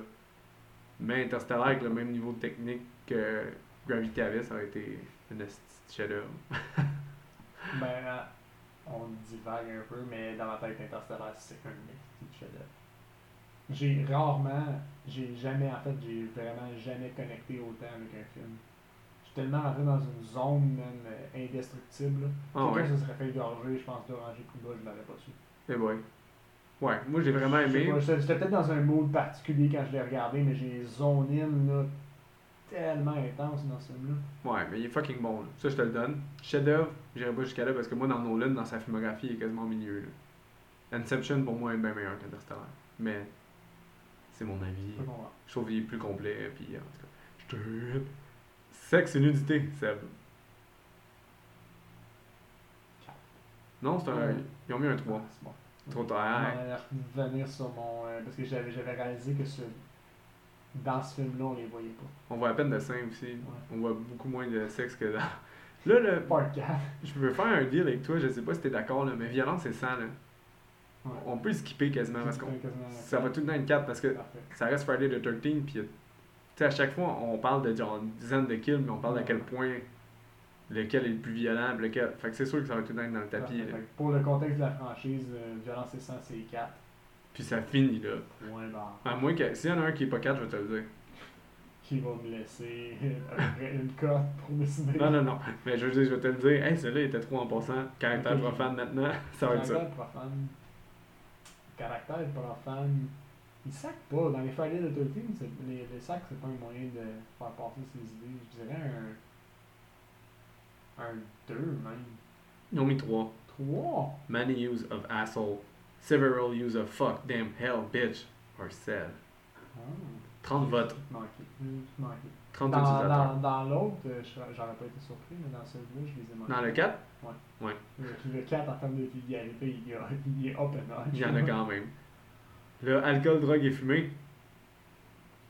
Speaker 1: Mais Interstellar, avec le même niveau technique que Gravity avait, ça aurait été une petite chef-d'œuvre.
Speaker 2: Ben, euh, on divague un peu, mais dans ma tête, Interstellar, c'est un petit chef-d'œuvre. J'ai rarement, j'ai jamais, en fait, j'ai vraiment jamais connecté autant avec un film. Je suis tellement rentré dans une zone même euh, indestructible. là.
Speaker 1: Ah
Speaker 2: Quelqu'un
Speaker 1: ouais.
Speaker 2: se serait fait gorger, je pense, de ranger plus bas, je l'aurais pas su.
Speaker 1: Eh boy. Ouais, moi j'ai vraiment
Speaker 2: Je sais
Speaker 1: aimé.
Speaker 2: pas, J'étais j'étais peut-être dans un mood particulier quand je l'ai regardé, mais j'ai zoné in là, tellement intense dans ce film-là.
Speaker 1: Ouais, mais il est fucking bon. là. Ça, je te le donne. Chef-d'œuvre, j'irai pas jusqu'à là parce que moi, dans Nolan, dans sa filmographie, il est quasiment au milieu. là. Inception, pour moi, est bien meilleur qu'Interstellar. Mais c'est mon avis.
Speaker 2: Je peux comprendre.
Speaker 1: Je trouve qu'il est plus complet. Puis, en tout cas, je te. Sexe et nudité, Seb. Non, c'est un.
Speaker 2: Ouais.
Speaker 1: Ils ont mis un 3.
Speaker 2: Ah, c'est bon.
Speaker 1: Trop
Speaker 2: On
Speaker 1: tard.
Speaker 2: va revenir sur mon. euh, parce que j'avais j'avais réalisé que ce, dans ce film-là, on les voyait pas.
Speaker 1: On voit à peine de seins aussi.
Speaker 2: Ouais.
Speaker 1: On voit beaucoup moins de sexe que dans. Là, le.
Speaker 2: Part 4.
Speaker 1: Je veux faire un deal avec toi, je sais pas si t'es d'accord, là, mais violence et sang, là.
Speaker 2: Ouais.
Speaker 1: On peut le skipper quasiment parce qu'on.
Speaker 2: Quasiment-
Speaker 1: Ça va tout le temps une 4 parce que
Speaker 2: Parfait.
Speaker 1: ça reste Friday the 13 puis il y a- tu sais, à chaque fois on parle de genre une dizaine de kills, mais on parle d'à quel point lequel est le plus violent, puis lequel. Fait que c'est sûr que ça va tout le temps être dans le tapis. là.
Speaker 2: Parfait. Fait que Pour le contexte de la franchise, euh, Violence et Sang, c'est ben, 4.
Speaker 1: Puis ça finit là.
Speaker 2: Point barre.
Speaker 1: À moins que. S'il y en a un qui est pas 4, je vais te le dire.
Speaker 2: Qui va me laisser à peu près une cote pour décider.
Speaker 1: Non, non, non. Mais je veux dire, je vais te le dire, hey celui-là il était trop en passant. Caractère
Speaker 2: Ok.
Speaker 1: profane maintenant, ça va être ça.
Speaker 2: Caractère profane. Caractère profane. Ils sacent pas. Dans les Friday de 13, c'est- les, les sacs, c'est pas un moyen de faire passer ses idées. Je dirais un. Un 2 même.
Speaker 1: Ils ont mis 3.
Speaker 2: 3.
Speaker 1: Many use of asshole. Several use of fuck, damn, hell, bitch, or said.
Speaker 2: Ah,
Speaker 1: 30 votes.
Speaker 2: manqué. Juste manqué.
Speaker 1: 30
Speaker 2: Dans,
Speaker 1: utilisateurs.
Speaker 2: dans, dans l'autre, euh, je serais- j'aurais pas été surpris, mais dans celui-là, je les ai manqués.
Speaker 1: Dans le 4,
Speaker 2: Le, puis le 4, en termes de vulgarité, il, y a- il est open.
Speaker 1: il y en a quand même. Le alcool, drogue et fumée.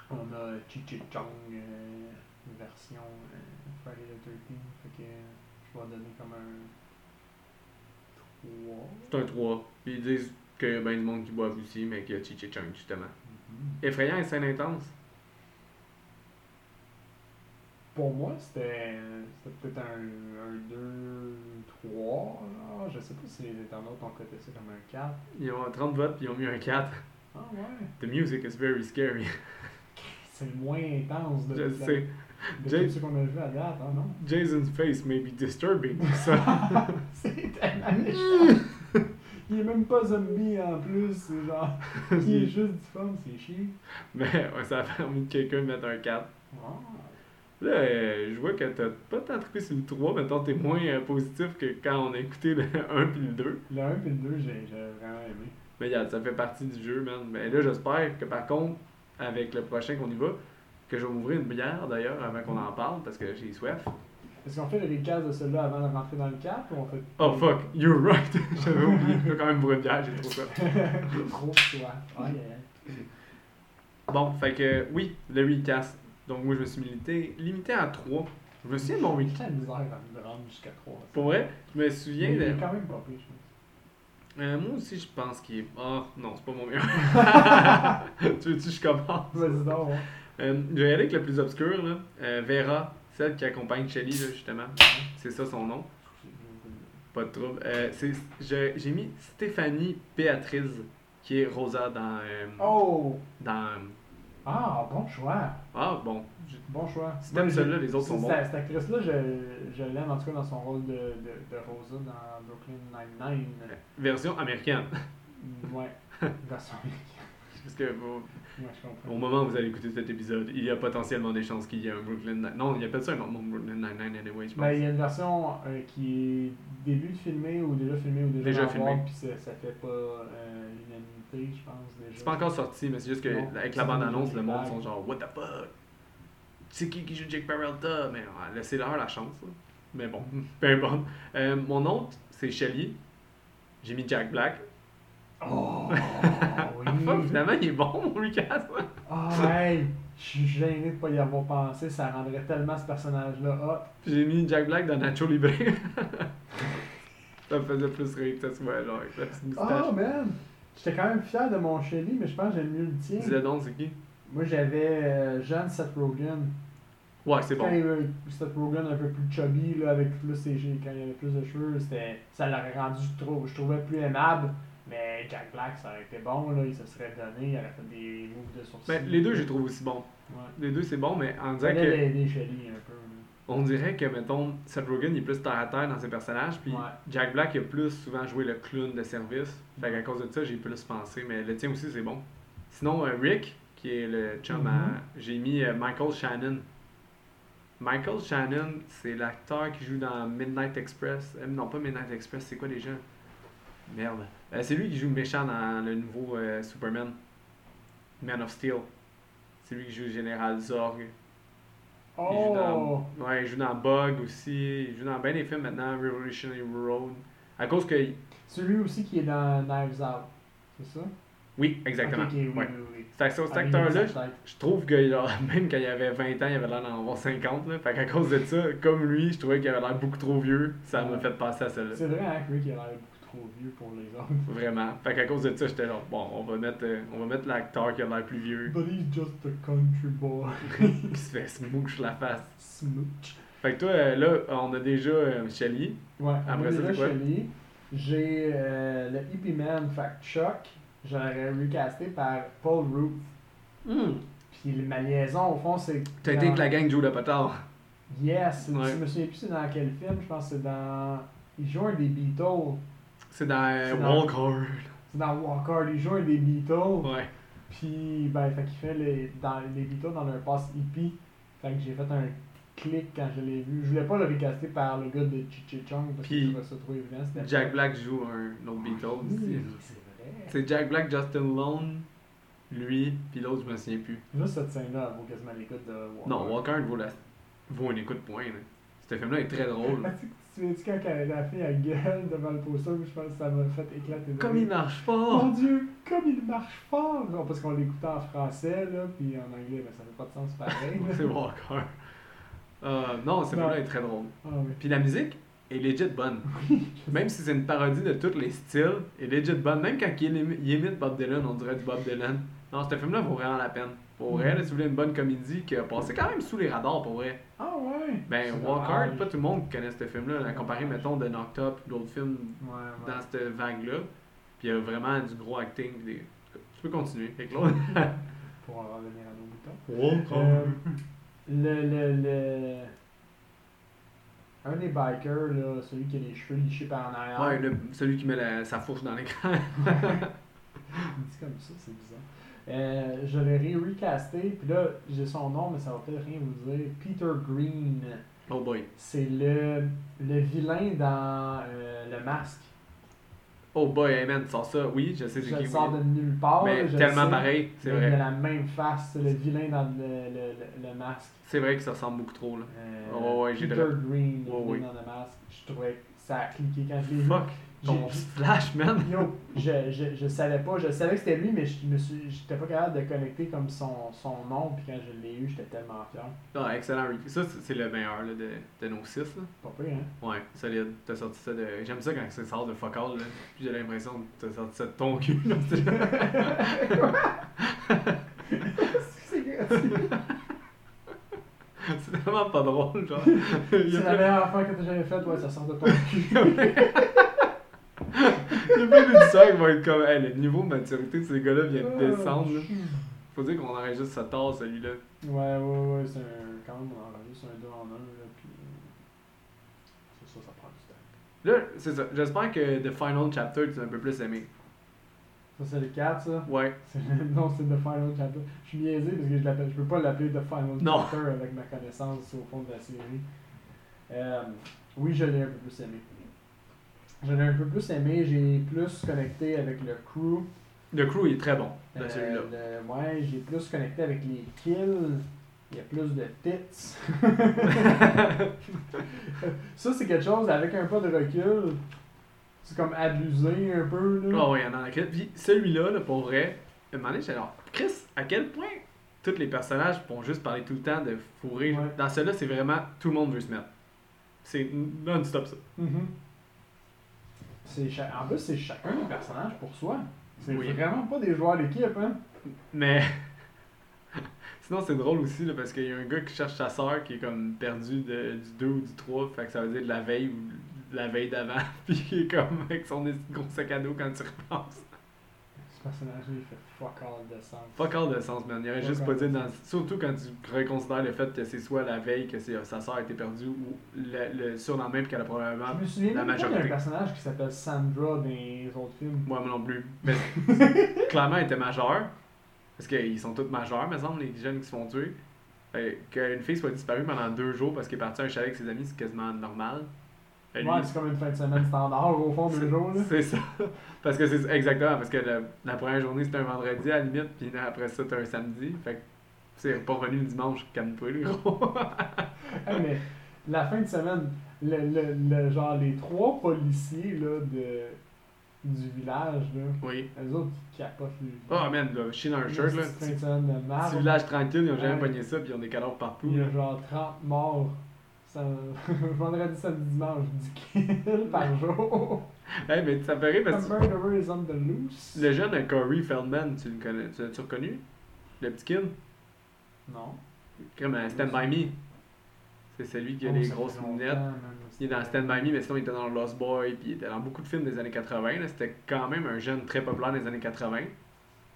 Speaker 2: On a Chichichong, euh, une version euh, Friday the 13th, fait que euh, je vais donner comme un 3.
Speaker 1: C'est un 3. Puis ils disent qu'il y a bien du monde qui boivent aussi, mais qu'il y a Chi Chi Chung, justement.
Speaker 2: Mhm.
Speaker 1: Effrayant et scène intense.
Speaker 2: Pour moi, c'était c'était peut-être un 2, 3. Je sais pas si les internautes ont coté ça comme un 4.
Speaker 1: Ils ont 30 votes, puis ils ont mis un 4.
Speaker 2: Ah ouais,
Speaker 1: The music is very scary.
Speaker 2: c'est le moins intense de,
Speaker 1: Je
Speaker 2: de-
Speaker 1: sais.
Speaker 2: de
Speaker 1: Jay-
Speaker 2: tout ce qu'on a vu à date, hein, non?
Speaker 1: Jason's face may be disturbing. Ça,
Speaker 2: c'est tellement
Speaker 1: Mm.
Speaker 2: méchant. Il est même pas zombie en plus, c'est genre. Il est juste du fun, c'est chiant.
Speaker 1: mais ouais, ça a permis de quelqu'un de mettre un 4.
Speaker 2: Ah.
Speaker 1: Là, euh, je vois que t'as pas tant trippé sur le 3, maintenant t'es moins euh, positif que quand on a écouté le 1 puis le 2.
Speaker 2: Le 1 et le 2, j'ai j'ai vraiment aimé.
Speaker 1: Mais regarde, ça fait partie du jeu, man. Mais là, j'espère que par contre, avec le prochain qu'on y va, que je vais m'ouvrir une bière d'ailleurs avant qu'on en parle parce que j'ai soif.
Speaker 2: Est-ce qu'on fait les cases de celui-là avant de rentrer dans le 4 ou on fait.
Speaker 1: Oh fuck, you're right! J'avais oublié. Je vais quand même ouvrir une bière, j'ai trop soif.
Speaker 2: Gros soir. Ah, yeah.
Speaker 1: Bon, fait que euh, oui, le recast. Donc moi, je me suis limité, limité à 3. Je me souviens de mon
Speaker 2: J'ai
Speaker 1: recast.
Speaker 2: la misère à me rendre jusqu'à 3.
Speaker 1: Pour vrai, je me
Speaker 2: Il
Speaker 1: souviens de.
Speaker 2: est quand même pas pire, je pense.
Speaker 1: Euh, moi aussi, je pense qu'il est. Ah, non, c'est pas mon meilleur. tu veux-tu que je commence?
Speaker 2: Vas-y donc. hein.
Speaker 1: Euh, je vais aller avec le plus obscur, là. Euh, Vera, celle qui accompagne Shelly, là, justement. C'est ça son nom. Pas de trouble. Euh, c'est- je- J'ai mis Stéphanie Béatrice, qui est Rosa dans. euh,
Speaker 2: Oh!
Speaker 1: dans euh,
Speaker 2: Ah, bon choix!
Speaker 1: ah, bon.
Speaker 2: Bon choix.
Speaker 1: Si t'aimes
Speaker 2: Moi,
Speaker 1: celle-là,
Speaker 2: j'ai-
Speaker 1: les autres sont
Speaker 2: c'est-
Speaker 1: bons.
Speaker 2: Cette, cette actrice-là, je, je l'aime en tout cas dans son rôle de, de, de Rosa dans Brooklyn Nine-Nine.
Speaker 1: Version américaine.
Speaker 2: Ouais. Version
Speaker 1: Parce que vous-
Speaker 2: Moi, je comprends.
Speaker 1: au moment où vous allez écouter cet épisode, il y a potentiellement des chances qu'il y ait un Brooklyn Nine. Non, il y a peut-être ça un nom de Brooklyn Nine-Nine anyway, je pense.
Speaker 2: Ben, il y a une version euh, qui est début de filmée ou déjà filmée ou déjà,
Speaker 1: Déjà
Speaker 2: dans le
Speaker 1: filmée.
Speaker 2: boîte, puis ça, ça fait pas euh, l'unanimité, je pense, déjà.
Speaker 1: C'est pas encore sorti, mais c'est juste que
Speaker 2: Non.
Speaker 1: avec la bande-annonce, le monde
Speaker 2: Ouais.
Speaker 1: sont genre What the fuck? C'est qui qui joue Jake Peralta? Mais ouais, laissez-leur la chance. là. Mais bon, peu importe. Euh, mon autre, c'est Shelly. J'ai mis Jack Black.
Speaker 2: Oh,
Speaker 1: Fuck,
Speaker 2: oui!
Speaker 1: finalement, il est bon, mon recast.
Speaker 2: Ah, ouais! Je suis gêné de pas y avoir pensé, ça rendrait tellement ce personnage-là hot.
Speaker 1: Puis j'ai mis Jack Black dans Nacho Libre. ça me faisait plus rire que ça soit genre avec la petite moustache.
Speaker 2: Oh, man! J'étais quand même fier de mon Shelly, mais je pense que j'aime mieux le tien.
Speaker 1: Dis-le donc, c'est qui?
Speaker 2: Moi, j'avais euh, jeune Seth Rogen.
Speaker 1: Ouais, c'est
Speaker 2: Quand
Speaker 1: bon.
Speaker 2: il y avait Seth Rogen un peu plus chubby, là, avec plus ses cheveux- quand il avait plus de cheveux, c'était, ça l'aurait rendu, trop, je trouvais, plus aimable. Mais Jack Black, ça aurait été bon, là, il se serait donné, il aurait fait des moves de sourcils.
Speaker 1: Ben, les deux, je les trouve aussi bons.
Speaker 2: Ouais.
Speaker 1: Les deux, c'est bon, mais on
Speaker 2: Ça
Speaker 1: dirait
Speaker 2: allait
Speaker 1: que.
Speaker 2: l'aider Shelley un peu. là.
Speaker 1: On dirait que, mettons, Seth Rogen il est plus terre à terre dans ses personnages, puis
Speaker 2: Ouais.
Speaker 1: Jack Black il a plus souvent joué le clown de service. Fait qu'à cause de ça, j'ai plus pensé, mais le tien aussi, c'est bon. Sinon, euh, Rick, qui est le chum à-
Speaker 2: Mhm.
Speaker 1: J'ai mis euh, Michael Shannon. Michael Shannon, c'est l'acteur qui joue dans Midnight Express. Euh, non, pas Midnight Express, c'est quoi déjà Merde. Euh, c'est lui qui joue le méchant dans le nouveau euh, Superman. Man of Steel. C'est lui qui joue le général Zorg. Il joue
Speaker 2: Oh!
Speaker 1: dans, ouais, il joue dans Bug aussi. Il joue dans bien des films maintenant, Revolutionary Road. À cause que.
Speaker 2: Celui aussi qui est dans Knives Out. C'est ça?
Speaker 1: Oui, exactement.
Speaker 2: Ok, ok, oui,
Speaker 1: ouais.
Speaker 2: oui, oui.
Speaker 1: Cet acteur- cet
Speaker 2: Ah, il
Speaker 1: acteur-là,
Speaker 2: est dans sa tête.
Speaker 1: je trouve que genre, même quand il avait 20 ans, il avait l'air d'en avoir 50. Là. Fait qu'à cause de ça, comme lui, je trouvais qu'il avait l'air beaucoup trop vieux. Ça m'a
Speaker 2: Ouais.
Speaker 1: fait passer à celle-là.
Speaker 2: C'est vrai, hein, que Rick, il a l'air beaucoup trop vieux pour les autres.
Speaker 1: Vraiment. Fait qu'à cause de ça, j'étais genre, bon, on va mettre, euh, on va mettre l'acteur qui a l'air plus vieux,
Speaker 2: But he's just a country boy.
Speaker 1: qui se fait smooch la face.
Speaker 2: Smooch.
Speaker 1: Fait que toi, euh, là, on a déjà euh, Shelly.
Speaker 2: Ouais,
Speaker 1: Après
Speaker 2: après
Speaker 1: ça,
Speaker 2: ça,
Speaker 1: c'est quoi?
Speaker 2: J'ai euh, le Hippie Man Fact Chuck. J'aurais recasté par Paul Ruth. Hmm. Puis ma liaison, au fond, c'est.
Speaker 1: T'as
Speaker 2: dans-
Speaker 1: été avec la gang Joe Lapatard.
Speaker 2: Yes,
Speaker 1: Ouais.
Speaker 2: je me souviens plus c'est dans quel film, je pense que c'est dans. Il joue un des Beatles.
Speaker 1: C'est dans euh,
Speaker 2: C'est dans-
Speaker 1: Walk Hard.
Speaker 2: C'est dans Walker, il joue un des Beatles.
Speaker 1: Ouais.
Speaker 2: Puis, ben, fait qu'il fait les, dans, les Beatles dans leur passe hippie. Fait que j'ai fait un clic quand je l'ai vu. Je voulais pas le recaster par le gars de Chichi Chong parce
Speaker 1: Puis
Speaker 2: que je trouvais ça trop évident. c'était
Speaker 1: Jack
Speaker 2: pas-
Speaker 1: Black joue un autre Beatles.
Speaker 2: Oui,
Speaker 1: aussi.
Speaker 2: c'est vrai.
Speaker 1: C'est Jack Black, Justin Lone, lui, puis l'autre, je me souviens plus.
Speaker 2: Juste cette scène-là, elle vaut quasiment l'écoute de Walker.
Speaker 1: Non, Walker vaut, la... vaut une écoute point. Là. Ce film-là est très drôle.
Speaker 2: Ah, tu tu sais, tu quand elle- la fille a gueule devant le poster, je pense que ça m'a fait éclater de
Speaker 1: Comme
Speaker 2: rire.
Speaker 1: il marche
Speaker 2: Mon
Speaker 1: fort!
Speaker 2: dieu, comme il marche fort! Non, parce qu'on l'écoutait en français, là, puis en anglais, mais ça fait pas de sens pareil. là.
Speaker 1: C'est Walker. Euh, non, ce
Speaker 2: Non.
Speaker 1: film-là est très drôle.
Speaker 2: Ah, mais
Speaker 1: Puis la musique est legit bonne. Même si c'est une parodie de tous les styles, est legit bonne. Même quand il, émi- il imite Bob Dylan, on dirait du Bob Dylan. Non, ce film-là vaut vraiment la peine. Pour vrai, là, si vous voulez une bonne comédie qui a passé quand même sous les radars, pour vrai.
Speaker 2: Ah ouais!
Speaker 1: Ben,
Speaker 2: C'est
Speaker 1: Walker,
Speaker 2: dommage.
Speaker 1: pas tout le monde connaît ce film-là, à comparer, mettons, de Knocked Up, d'autres films
Speaker 2: Ouais, ouais.
Speaker 1: dans cette vague-là. Puis il y a vraiment du gros acting. puis des- Tu peux continuer, avec l'autre.
Speaker 2: Pour en revenir à nos
Speaker 1: Walker.
Speaker 2: boutons. Euh, le, le, le... Un des bikers, là, celui qui a les cheveux lichés par en arrière.
Speaker 1: Euh, Ouais, le- celui qui met la- sa fourche dans l'écran.
Speaker 2: Il dit comme ça, c'est bizarre. Euh, je l'ai ré- recasté, puis là, j'ai son nom, mais ça va peut-être rien vous dire. Peter Green,
Speaker 1: Oh boy.
Speaker 2: c'est le, le vilain dans euh, Le Masque.
Speaker 1: Oh boy, hey man, sors ça. Oui, je sais c'est
Speaker 2: Je
Speaker 1: qui.
Speaker 2: le
Speaker 1: oui.
Speaker 2: sors de nulle part. là,
Speaker 1: Mais
Speaker 2: je
Speaker 1: tellement
Speaker 2: sais,
Speaker 1: pareil, c'est
Speaker 2: mais Il a
Speaker 1: vrai.
Speaker 2: la même face, c'est le vilain dans le, le, le, le Masque.
Speaker 1: C'est vrai que ça ressemble beaucoup trop, là.
Speaker 2: Euh,
Speaker 1: Oh, Ouais, ouais, j'ai
Speaker 2: Peter
Speaker 1: de
Speaker 2: Green, le
Speaker 1: Ouais,
Speaker 2: vilain
Speaker 1: ouais.
Speaker 2: dans Le Masque. Je trouvais que ça a cliqué quand je l'ai vu.
Speaker 1: Fuck, ton
Speaker 2: J'ai-
Speaker 1: flash, man.
Speaker 2: Yo, je, je, je savais pas, je savais que c'était lui, mais je me suis, j'étais pas capable de connecter comme son, son nom, puis quand je l'ai eu, j'étais tellement fier.
Speaker 1: Ah, excellent. Ricky. Ça, c'est c'est le meilleur là, de, de nos six, là.
Speaker 2: Pas pire, hein?
Speaker 1: Ouais, solide. T'as sorti ça de. J'aime ça quand ça sort de focal, là. Puis j'ai l'impression que t'as sorti ça de ton cul, là.
Speaker 2: C'est c'est
Speaker 1: C'est tellement pas drôle, genre. Il y a
Speaker 2: la
Speaker 1: plein-
Speaker 2: meilleure affaire que t'as jamais faite, ouais, ça sort de ton cul.
Speaker 1: il y a plein d'éditeurs qui vont être comme. Hey, le niveau de maturité de ces gars-là vient de
Speaker 2: Ah.
Speaker 1: descendre, là. Faut dire qu'on enregistre ça tard, celui-là.
Speaker 2: Ouais, ouais, ouais, c'est un, quand même, on enregistre un 2 en 1, là, puis. euh, C'est ça, ça prend du temps.
Speaker 1: Là, c'est ça. J'espère que The Final Chapter, tu l'as un peu plus aimé.
Speaker 2: Ça, c'est le 4, ça.
Speaker 1: Ouais.
Speaker 2: C'est le- Non, c'est The Final Chapter. Je suis biaisé parce que je, l'appelle- je peux pas l'appeler The Final
Speaker 1: Non.
Speaker 2: Chapter avec ma connaissance au fond de la série. Euh, oui, je l'ai un peu plus aimé. Je l'ai un peu plus aimé, j'ai plus connecté avec le crew.
Speaker 1: Le crew, il est très bon,
Speaker 2: Euh,
Speaker 1: dans Ben, celui-là.
Speaker 2: le- ouais, j'ai plus connecté avec les kills. Il y a plus de tits. ça, c'est quelque chose avec un peu de recul. C'est comme abusé un peu. Là.
Speaker 1: Ah oui, il y en a la crise. Puis celui-là, là, pour vrai, à un moment donné, j'étais genre, Chris, à quel point tous les personnages vont juste parler tout le temps de fourrer.
Speaker 2: Ouais.
Speaker 1: Dans celui-là, c'est vraiment tout le monde veut se mettre. C'est non-stop ça.
Speaker 2: Mhm. C'est cha- En plus, c'est chacun des personnages pour soi. C'est
Speaker 1: Oui.
Speaker 2: vraiment pas des joueurs d'équipe, hein?
Speaker 1: Mais sinon, c'est drôle aussi là, parce qu'il y a un gars qui cherche sa sœur qui est comme perdu de- du 2 ou du 3, fait que ça veut dire de la veille ou de la veille d'avant, puis qui est comme avec son gros sac à dos quand tu repenses.
Speaker 2: Ce personnage-là, il fait fuck all de sens.
Speaker 1: Pas encore de sens, man. Il aurait
Speaker 2: Pas
Speaker 1: juste pas
Speaker 2: encore
Speaker 1: dit,
Speaker 2: de
Speaker 1: dans... surtout quand tu reconsidères le fait que c'est soit la veille que c'est, sa sœur a été perdue ou le, le surlendemain, puis qu'elle a probablement.
Speaker 2: Je me souviens
Speaker 1: la
Speaker 2: même pas d'un
Speaker 1: majorité.
Speaker 2: personnage qui s'appelle Sandra dans les autres films.
Speaker 1: Moi, moi non plus. Mais clairement, elle était majeure. Parce qu'ils sont tous majeurs, me semble, les jeunes qui se font tuer. Fait Qu'une fille soit disparue pendant deux jours parce qu'elle est partie à un chalet avec ses amis, c'est quasiment normal. Fait lui,
Speaker 2: Ouais, c'est comme une fin de semaine standard au fond, deux jours, là.
Speaker 1: C'est ça. Parce que c'est exactement, parce que la, la première journée c'était un vendredi à la limite, puis après ça c'était un samedi. Fait que c'est pas revenu le dimanche, calme pas le gros.
Speaker 2: Hey, mais la fin de semaine, le, le- le- genre les trois policiers là, de, du village, là,
Speaker 1: Oui.
Speaker 2: eux autres qui capotent les
Speaker 1: Oh man, là, chien dans un shirt là.
Speaker 2: Fin de semaine de
Speaker 1: Petit
Speaker 2: marde.
Speaker 1: village tranquille, ils ont jamais
Speaker 2: Ouais.
Speaker 1: pogné ça, puis ils ont des cadavres partout.
Speaker 2: Il y a euh, genre 30 morts. Ça... Vendredi, samedi, dimanche, 10 kills par jour.
Speaker 1: Hey, mais ça fait rire
Speaker 2: The
Speaker 1: parce que.
Speaker 2: murderer is on the loose.
Speaker 1: Le jeune Corey Feldman, tu le connais, tu l'as-tu reconnu? Le petit kid?
Speaker 2: Non.
Speaker 1: Comme à Stand By Me. C'est celui
Speaker 2: Oh,
Speaker 1: qui a les grosses lunettes. Il est dans Stand By Me, mais sinon il était dans Lost Boy, puis il était dans beaucoup de films des années 80. là. C'était quand même un jeune très populaire des années 80.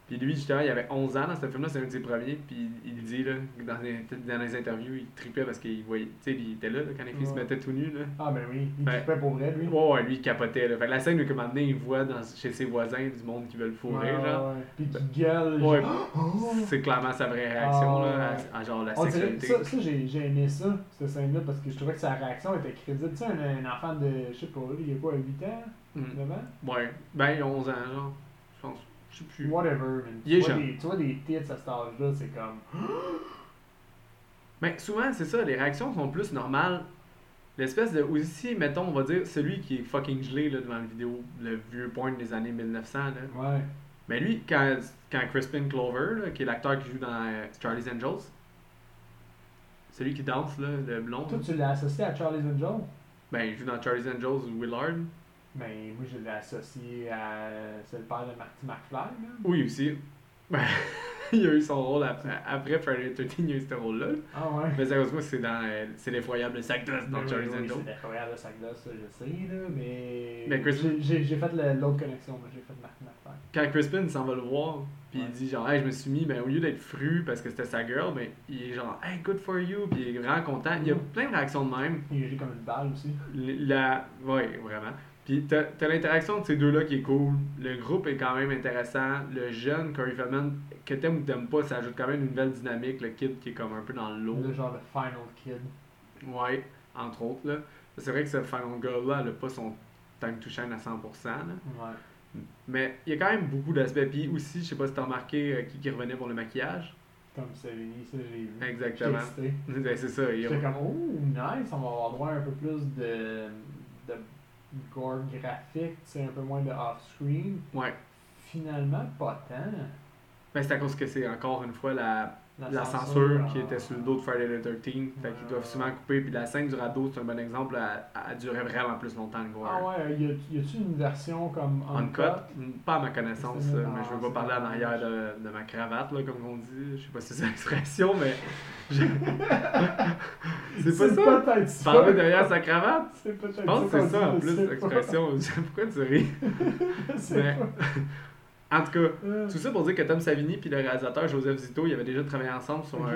Speaker 1: Puis lui, justement, il avait 11 ans dans ce film-là, c'est un de ses premiers. Puis il dit, là, dans les, dans les interviews, il tripait parce qu'il voyait, tu sais, il était là, là, quand les filles se
Speaker 2: Ouais.
Speaker 1: mettaient tout nus. Là.
Speaker 2: Ah, ben oui, il
Speaker 1: Ben-
Speaker 2: est fait pour vrai, lui.
Speaker 1: Ouais, ouais, lui, il capotait. Là. Fait que la scène où, comme un moment donné, il voit dans, chez ses voisins du monde qui veut le fourrer,
Speaker 2: Ouais,
Speaker 1: genre.
Speaker 2: ouais. Puis qui gueule.
Speaker 1: Ouais,
Speaker 2: genre, Oh!
Speaker 1: c'est clairement sa vraie réaction
Speaker 2: Ah,
Speaker 1: là,
Speaker 2: ouais.
Speaker 1: à, à genre la
Speaker 2: On dirait
Speaker 1: sexualité.
Speaker 2: ça, ça j'ai j'ai aimé ça, cette scène-là, parce que je trouvais que sa réaction était crédible. Tu sais, un, un enfant de, je sais pas, il y a quoi, 8 ans,
Speaker 1: Mm.
Speaker 2: 9 ans
Speaker 1: Ouais, ben ils ont 11 ans genre, je pense. Je sais plus.
Speaker 2: Whatever, man.
Speaker 1: Il est
Speaker 2: tu, vois
Speaker 1: jeune.
Speaker 2: des, tu vois des tits à cet âge-là, c'est comme.
Speaker 1: Mais souvent, c'est ça, les réactions sont plus normales. L'espèce de. Ou ici, mettons, on va dire celui qui est fucking gelé là, devant la vidéo, le vieux porn des années 1900. Là.
Speaker 2: Ouais.
Speaker 1: Mais lui, quand, quand Crispin Clover, là, qui est l'acteur qui joue dans euh, Charlie's Angels, celui qui danse, là, le blond,
Speaker 2: Toi, tu l'as associé à Charlie's Angel?
Speaker 1: ben, il joue dans Charlie's Angels ou Willard.
Speaker 2: Mais Ben, moi, je l'ai associé à. C'est le père de Marty McFly, man.
Speaker 1: Oui, aussi. Ben, il a eu son rôle après, après Friday the 13 il a eu ce rôle-là.
Speaker 2: Ah ouais.
Speaker 1: Mais sérieusement, c'est dans euh, c'est l'effroyable sac d'os dans
Speaker 2: Oui,
Speaker 1: Charlie's
Speaker 2: oui,
Speaker 1: Angels.
Speaker 2: C'est incroyable le sac d'os, ça, je sais, là, mais.
Speaker 1: Mais Chris-
Speaker 2: J'ai- j'ai- J'ai fait le- l'autre connexion, moi, j'ai fait Martin McFly.
Speaker 1: Quand Crispin s'en va le voir, puis
Speaker 2: Ouais.
Speaker 1: il dit genre, hey, je me suis mis, ben, au lieu d'être fru parce que c'était sa girl, ben, il est genre, hey, good for you, puis il est vraiment content. Il y a
Speaker 2: Mm.
Speaker 1: plein de réactions de même.
Speaker 2: Il est comme une balle aussi.
Speaker 1: L- La... Ouais, vraiment. Puis t'as t'as l'interaction de ces deux-là qui est cool. Le groupe est quand même intéressant. Le jeune Corey Feldman, que t'aimes ou que t'aimes pas, ça ajoute quand même une nouvelle dynamique. Le kid qui est comme un peu dans l'eau.
Speaker 2: Le genre de Final Kid.
Speaker 1: Ouais, entre autres. là. C'est vrai que ce Final Girl-là, elle a pas son time to shine à 100%. là.
Speaker 2: Ouais.
Speaker 1: Mais il y a quand même beaucoup d'aspects. Puis aussi, je sais pas si t'as remarqué euh, qui, qui revenait pour le maquillage.
Speaker 2: Comme Savini, ça, j'ai vu.
Speaker 1: Exactement.
Speaker 2: J'étais excité.
Speaker 1: Ben, c'est ça. il y a-
Speaker 2: J'étais comme, oh, nice, on va avoir droit à un peu plus de. de gore graphique, tu sais, un peu moins de off-screen.
Speaker 1: Ouais.
Speaker 2: Finalement, pas tant.
Speaker 1: Ben, c'est à cause que c'est encore une fois la, la censure
Speaker 2: ah.
Speaker 1: qui était sur le dos de Friday the 13 Fait
Speaker 2: Ouais,
Speaker 1: qu'ils
Speaker 2: ouais,
Speaker 1: doivent souvent
Speaker 2: euh, ouais.
Speaker 1: couper. Puis la scène du radeau, c'est un bon exemple. Elle, elle durait vraiment plus longtemps, le gore.
Speaker 2: Ah ouais, y a- y a-tu une version comme
Speaker 1: Uncut, pas à ma connaissance,
Speaker 2: C'est-
Speaker 1: euh,
Speaker 2: non,
Speaker 1: mais je veux
Speaker 2: Ah, c'est
Speaker 1: pas parler en
Speaker 2: dommage.
Speaker 1: arrière de, de ma cravate, là, comme on dit. Je sais pas si c'est l'expression, mais. je- c'est pas ça!
Speaker 2: peut-être
Speaker 1: Tu
Speaker 2: ça.
Speaker 1: parlais derrière sa cravate?
Speaker 2: C'est peut-être
Speaker 1: Je pense que c'est ça en plus,
Speaker 2: l'expression.
Speaker 1: l'expression. Pourquoi tu ris? Mais- En tout cas, tout ça pour dire que Tom Savini puis le réalisateur Joseph Zito, ils avaient déjà travaillé ensemble sur
Speaker 2: Ok.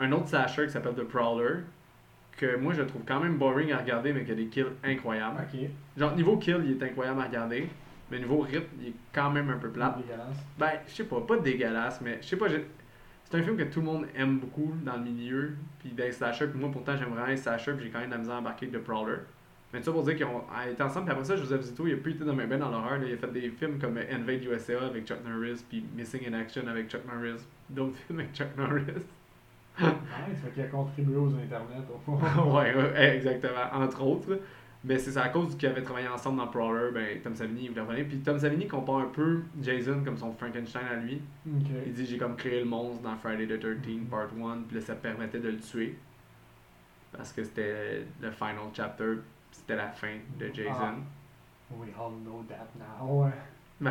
Speaker 1: un, un autre slasher qui s'appelle The Prowler, que moi je trouve quand même boring à regarder, mais qui a des kills incroyables.
Speaker 2: Ok.
Speaker 1: Genre, niveau kill, il est incroyable à regarder, mais niveau rythme, il est quand même un peu plat.
Speaker 2: Dégueulasse.
Speaker 1: Ben, je sais pas, pas dégueulasse, mais je sais pas, j'ai- c'est un film que tout le monde aime beaucoup dans le milieu, puis d'un slasher, puis moi pourtant j'aime vraiment les slasher, puis j'ai quand même de la misère à embarquer avec The Prowler. Mais ça pour dire qu'ils ont a été ensemble, puis après ça, Joseph Zito, il a plus été dans mes ben dans l'horreur, là. il a fait des films comme Invade USA avec Chuck Norris, puis Missing in Action avec Chuck Norris, d'autres films avec Chuck Norris.
Speaker 2: Nice, fait qu'il a contribué aux internets au fond.
Speaker 1: ouais, ouais, exactement, entre autres. Mais c'est à cause qu'ils avaient travaillé ensemble dans Prowler, ben Tom Savini, il voulait revenir, puis Tom Savini compare un peu Jason comme son Frankenstein à lui. Il
Speaker 2: Ok.
Speaker 1: dit j'ai comme créé le monstre dans Friday the 13th Part 1 puis là ça permettait de le tuer parce que c'était le final chapter puis c'était la fin de Jason.
Speaker 2: Ah. We all know that now. Ouais.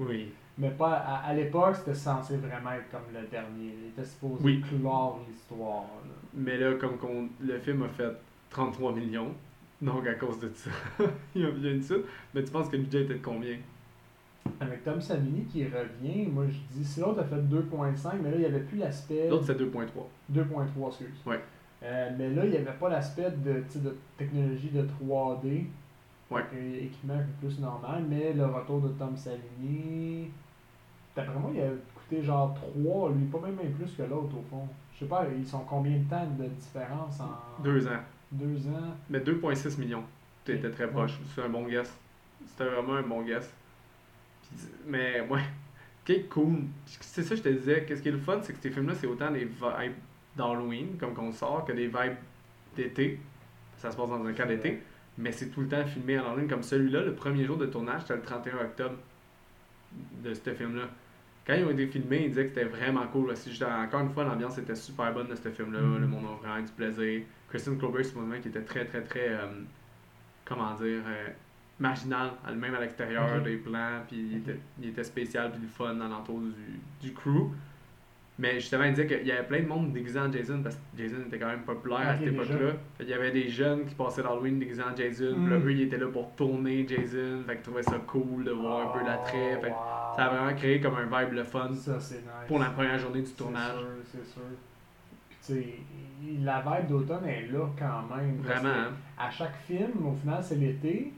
Speaker 1: Oui.
Speaker 2: Mais pas à, à l'époque, c'était censé vraiment être comme le dernier. Il était supposé
Speaker 1: Oui.
Speaker 2: clore l'histoire. là.
Speaker 1: Mais là comme qu'on- le film a fait 33 millions donc à cause de ça il y a bien une suite mais tu penses que le budget était de combien
Speaker 2: Avec Tom Savini qui revient, moi je dis, si l'autre a fait 2.5, mais là il n'y avait plus l'aspect.
Speaker 1: L'autre c'est 2.3.
Speaker 2: 2.3, excuse.
Speaker 1: Ouais.
Speaker 2: Euh, mais là, il n'y avait pas l'aspect de, tu sais, de technologie de 3D.
Speaker 1: Ouais.
Speaker 2: Donc, euh, équipement un peu plus normal, mais le retour de Tom Savini. D'après moi, il a coûté genre 3, lui, pas même bien plus que l'autre au fond. Je sais pas, ils sont combien de temps de différence en.
Speaker 1: Deux ans.
Speaker 2: Deux ans.
Speaker 1: Mais 2.6 millions. T'étais très
Speaker 2: Ouais.
Speaker 1: proche. C'est un bon guess. C'était vraiment un bon guess. Puis, mais ouais, quel cool. C'est ça que je te disais. Qu'est-ce qui est le fun, c'est que ces films-là, c'est autant des vibes d'Halloween, comme qu'on sort, que des vibes d'été. Ça se passe dans un camp d'été. Mais c'est tout le temps filmé à Halloween. Comme celui-là, le premier jour de tournage, c'était le 31 octobre de ce film-là. Quand ils ont été filmés, ils disaient que c'était vraiment cool. là. Si j'étais- Encore une fois, l'ambiance était super bonne de ce film-là.
Speaker 2: Mhm.
Speaker 1: Le monde a vraiment eu du plaisir. Kristen Clover, supposément, qui était très, très, très. euh, comment dire euh, Marginal, elle- même à l'extérieur
Speaker 2: Ok.
Speaker 1: des plans. Puis il,
Speaker 2: Ok.
Speaker 1: était, il était spécial, puis le fun dans l'entour du, du crew. Mais justement, il disait qu'il y avait plein de monde déguisé en Jason parce que Jason était quand même populaire
Speaker 2: Ah,
Speaker 1: à
Speaker 2: ok,
Speaker 1: cette
Speaker 2: les
Speaker 1: époque-là.
Speaker 2: jeunes.
Speaker 1: Fait qu'il y avait des jeunes qui passaient l'Halloween déguisés en Jason. Puis là,
Speaker 2: Mm.
Speaker 1: eux, ils étaient là pour tourner Jason. Fait qu'ils trouvaient ça cool de voir un peu l'attrait. Fait que
Speaker 2: Ah, wow.
Speaker 1: ça a vraiment créé comme un vibe le fun
Speaker 2: Ça, c'est nice.
Speaker 1: pour la première journée du
Speaker 2: C'est
Speaker 1: tournage.
Speaker 2: sûr, C'est sûr. Puis, tu sais, il- la vibe d'automne est là quand même. parce
Speaker 1: Vraiment,
Speaker 2: que
Speaker 1: hein?
Speaker 2: à chaque film, au final, c'est l'été,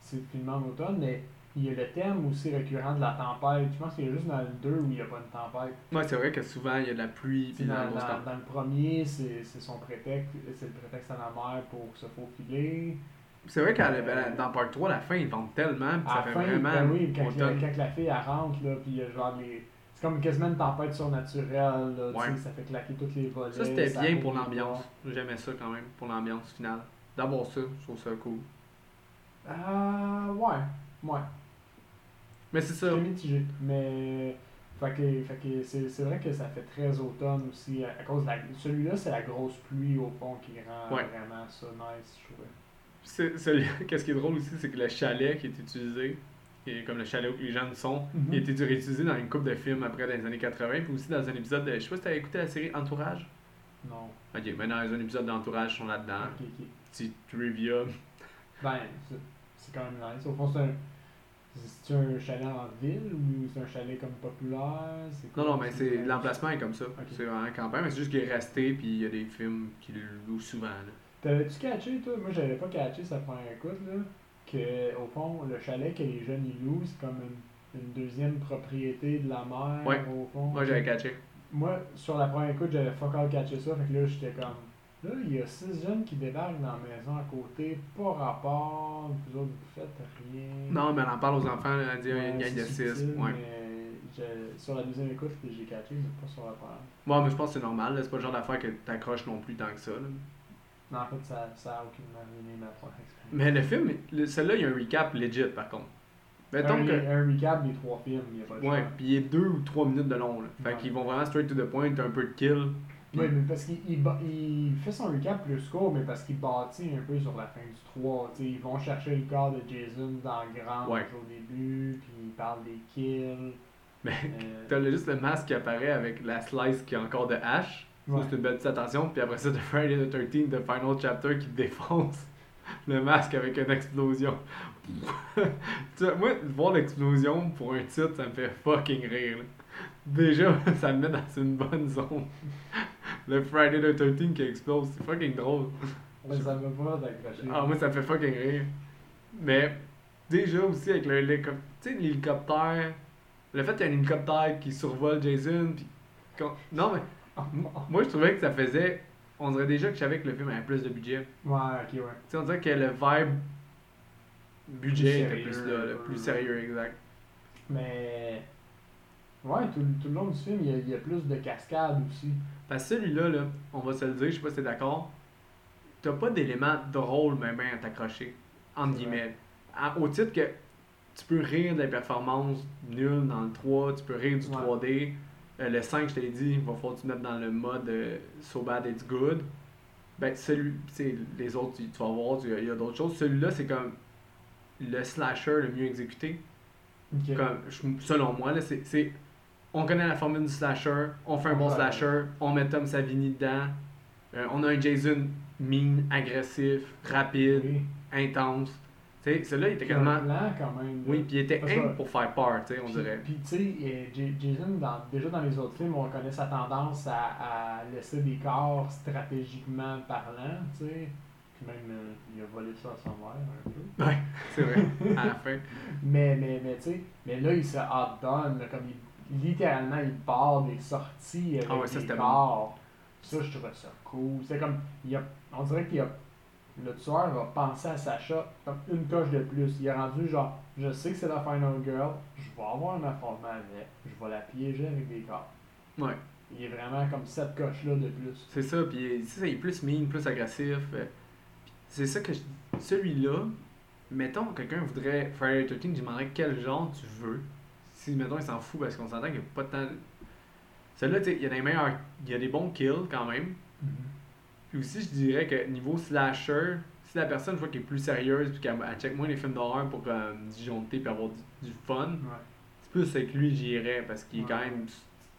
Speaker 2: c'est filmé en automne, mais il y a le thème aussi récurrent de la tempête. Je pense qu'il y a juste dans le 2 où il n'y a pas de tempête.
Speaker 1: Ouais, c'est vrai que souvent, il y a de la pluie.
Speaker 2: Puis
Speaker 1: Puis
Speaker 2: dans,
Speaker 1: la grosse
Speaker 2: dans-
Speaker 1: tempête.
Speaker 2: dans le premier, c'est c'est son prétexte, c'est le prétexte à la mer pour se faufiler.
Speaker 1: C'est vrai qu'à la- ben, dans Part 3, la fin, ils vendent tellement, puis
Speaker 2: À
Speaker 1: ça
Speaker 2: la
Speaker 1: fait
Speaker 2: fin,
Speaker 1: vraiment
Speaker 2: ben oui, quand,
Speaker 1: automne.
Speaker 2: quand la fille elle rentre, là, puis il y a genre les. C'est comme quasiment une tempête surnaturelle, là, tu
Speaker 1: Ouais.
Speaker 2: sais, ça fait claquer toutes les volets.
Speaker 1: Ça, c'était
Speaker 2: ça
Speaker 1: bien
Speaker 2: roule,
Speaker 1: pour
Speaker 2: là.
Speaker 1: l'ambiance. J'aimais ça quand même, pour l'ambiance finale. D'abord ça, je trouve ça cool.
Speaker 2: Ah, ouais, ouais.
Speaker 1: Mais c'est ça.
Speaker 2: C'est mitigé. Mais. Fait que, fait que c'est, c'est vrai que ça fait très automne aussi. À, à cause de la, celui-là, c'est la grosse pluie au fond qui rend
Speaker 1: Ouais.
Speaker 2: vraiment ça nice, je trouvais.
Speaker 1: C'est- celui- Qu'est-ce qui est drôle aussi, c'est que le chalet qui est utilisé, qui est comme le chalet où les jeunes sont, il a été dû- réutilisé dans une couple de films après dans les années 80, puis aussi dans un épisode de. Je sais pas si t'avais écouté la série Entourage.
Speaker 2: Non.
Speaker 1: Ok, mais dans un épisode d'Entourage, ils sont là-dedans.
Speaker 2: Ok, ok.
Speaker 1: Petit trivia.
Speaker 2: Ben, c'est, c'est quand même nice. Au fond, c'est un. C'est un chalet en ville ou c'est un chalet comme populaire? C'est
Speaker 1: Non,
Speaker 2: quoi,
Speaker 1: non, mais c'est
Speaker 2: nice?
Speaker 1: l'emplacement est comme ça. C'est vraiment campagne, mais c'est juste qu'il est resté, puis il y a des films qui le louent souvent. là.
Speaker 2: T'avais-tu catché, toi? Moi, j'avais pas catché sa première écoute, là. Que, au fond, le chalet que les jeunes ils louent, c'est comme une, une deuxième propriété de la mer,
Speaker 1: Ouais.
Speaker 2: au fond.
Speaker 1: Moi, j'avais catché.
Speaker 2: Moi, sur la première écoute, j'avais fuck all catché ça, fait que là, j'étais comme. Là, il y a six jeunes qui débarquent dans la maison à côté, pas rapport, vous autres, vous faites rien.
Speaker 1: Non, mais on en parle aux enfants, là, on dit
Speaker 2: Ouais,
Speaker 1: une gang de
Speaker 2: c'est
Speaker 1: 6.
Speaker 2: subtil,
Speaker 1: Ouais.
Speaker 2: mais je- sur la deuxième écoute, j'ai catché, mais pas sur la première.
Speaker 1: Bon, mais je pense que c'est normal, là. c'est pas le genre d'affaire que t'accroches non plus tant que ça. là.
Speaker 2: Non, en fait, ça, ça a aucunement ruiné ma première expérience.
Speaker 1: Mais le film, le- celui-là, il y a un recap legit par contre. Mettons
Speaker 2: un,
Speaker 1: que.
Speaker 2: un recap des trois films, il n'y a pas de
Speaker 1: Ouais,
Speaker 2: choix.
Speaker 1: puis il est deux ou trois minutes de long. Là. Fait
Speaker 2: Ouais.
Speaker 1: qu'ils vont vraiment straight to the point, un peu de kill. puis-
Speaker 2: Oui, mais parce qu'il il ba- il fait son recap plus court, mais parce qu'il bâtit un peu sur la fin du 3. tu sais, ils vont chercher le corps de Jason dans le grange
Speaker 1: Ouais.
Speaker 2: au début, puis ils parlent des kills.
Speaker 1: Mais
Speaker 2: euh,
Speaker 1: t'as le- juste le masque qui apparaît avec la slice qui est encore de hache. Ça,
Speaker 2: ouais.
Speaker 1: C'est une belle petite attention. Puis après ça, The Friday the 13th, The Final Chapter qui défonce le masque avec une explosion. tu vois, moi, voir l'explosion pour un titre, ça me fait fucking rire. là. Déjà, ça me met dans une bonne zone. Le Friday the 13th qui explose, c'est fucking drôle.
Speaker 2: Ouais, ça me va d'accrocher.
Speaker 1: Ah, moi, ça me fait fucking rire. Mais déjà aussi avec le hélico- tu sais, l'hélicoptère, le fait qu'il y a un hélicoptère qui survole Jason, puis qu'on- non, mais moi, je trouvais que ça faisait. On dirait déjà que je savais que le film avait plus de budget.
Speaker 2: Ouais, ok, ouais.
Speaker 1: Tu sais, on dirait que le vibe budget
Speaker 2: Plus
Speaker 1: était plus
Speaker 2: sérieux,
Speaker 1: là, là,
Speaker 2: ouais.
Speaker 1: plus sérieux, exact.
Speaker 2: Mais. Ouais, tout, tout le long du film, il y a, il y a plus de cascades aussi.
Speaker 1: Parce que celui-là, là, on va se le dire, je sais pas si t'es d'accord, t'as pas d'éléments drôles même à t'accrocher, entre
Speaker 2: C'est vrai.
Speaker 1: guillemets. À- au titre que tu peux rire des performances nulles dans le 3, tu peux rire du
Speaker 2: Ouais.
Speaker 1: 3D. Euh, le 5, je te l'ai dit, il va falloir que tu te mettes dans le mode euh, so bad it's good. Ben, celui, c'est les autres, tu, tu vas voir, tu- il y a d'autres choses. Celui-là, c'est comme le slasher le mieux exécuté.
Speaker 2: Ok.
Speaker 1: Comme, je- selon moi, là, c'est, c'est- On connaît la formule du slasher, on fait un bon
Speaker 2: Ouais.
Speaker 1: slasher, on met Tom Savini dedans, euh, on a un Jason mine, agressif, rapide,
Speaker 2: Oui.
Speaker 1: intense. Tu sais, celui-là, il était
Speaker 2: Il y a un
Speaker 1: quasiment.
Speaker 2: plan quand même. là.
Speaker 1: Oui, puis il était
Speaker 2: Parce
Speaker 1: aim
Speaker 2: que-
Speaker 1: pour faire peur, tu sais, on
Speaker 2: Puis-
Speaker 1: dirait.
Speaker 2: Puis, tu sais, euh, J- Jason, dans- déjà dans les autres films, on connaît sa tendance à, à laisser des corps stratégiquement parlant, tu sais. Puis même, euh, il a volé ça à son mère un peu.
Speaker 1: Ouais, c'est vrai, à la fin.
Speaker 2: Mais, mais, mais, tu sais, mais là, il se outdone, là, comme il, littéralement, il part des sorties avec
Speaker 1: Ah ouais, ça,
Speaker 2: des
Speaker 1: c'était
Speaker 2: corps. Ça, je trouvais ça cool. C'est comme, il a, on dirait qu'il a, le tueur a pensé à Sacha comme une coche de plus. Il a rendu genre, je sais que c'est la Final Girl, je vais avoir un affrontement avec, je vais la piéger avec des corps.
Speaker 1: Ouais.
Speaker 2: Il est vraiment comme cette coche-là de plus.
Speaker 1: C'est ça, puis c'est ça, il est plus mean, plus agressif. euh, puis C'est ça que je- celui-là, mettons quelqu'un voudrait Friday the 13 je demanderais quel genre tu veux. Si mettons il s'en fout parce qu'on s'entend qu'il n'y a pas tant. Celui-là, tu sais, il y a des meilleurs. Il y a des bons kills quand même. Mm-hmm. Puis aussi je dirais que niveau slasher, si la personne je vois qu'elle est plus sérieuse puis qu'elle elle check moins les films d'horreur pour euh, disjoncter puis avoir du, du fun,
Speaker 2: Ouais.
Speaker 1: c'est plus avec lui j'irais parce qu'il est
Speaker 2: Ouais.
Speaker 1: quand même.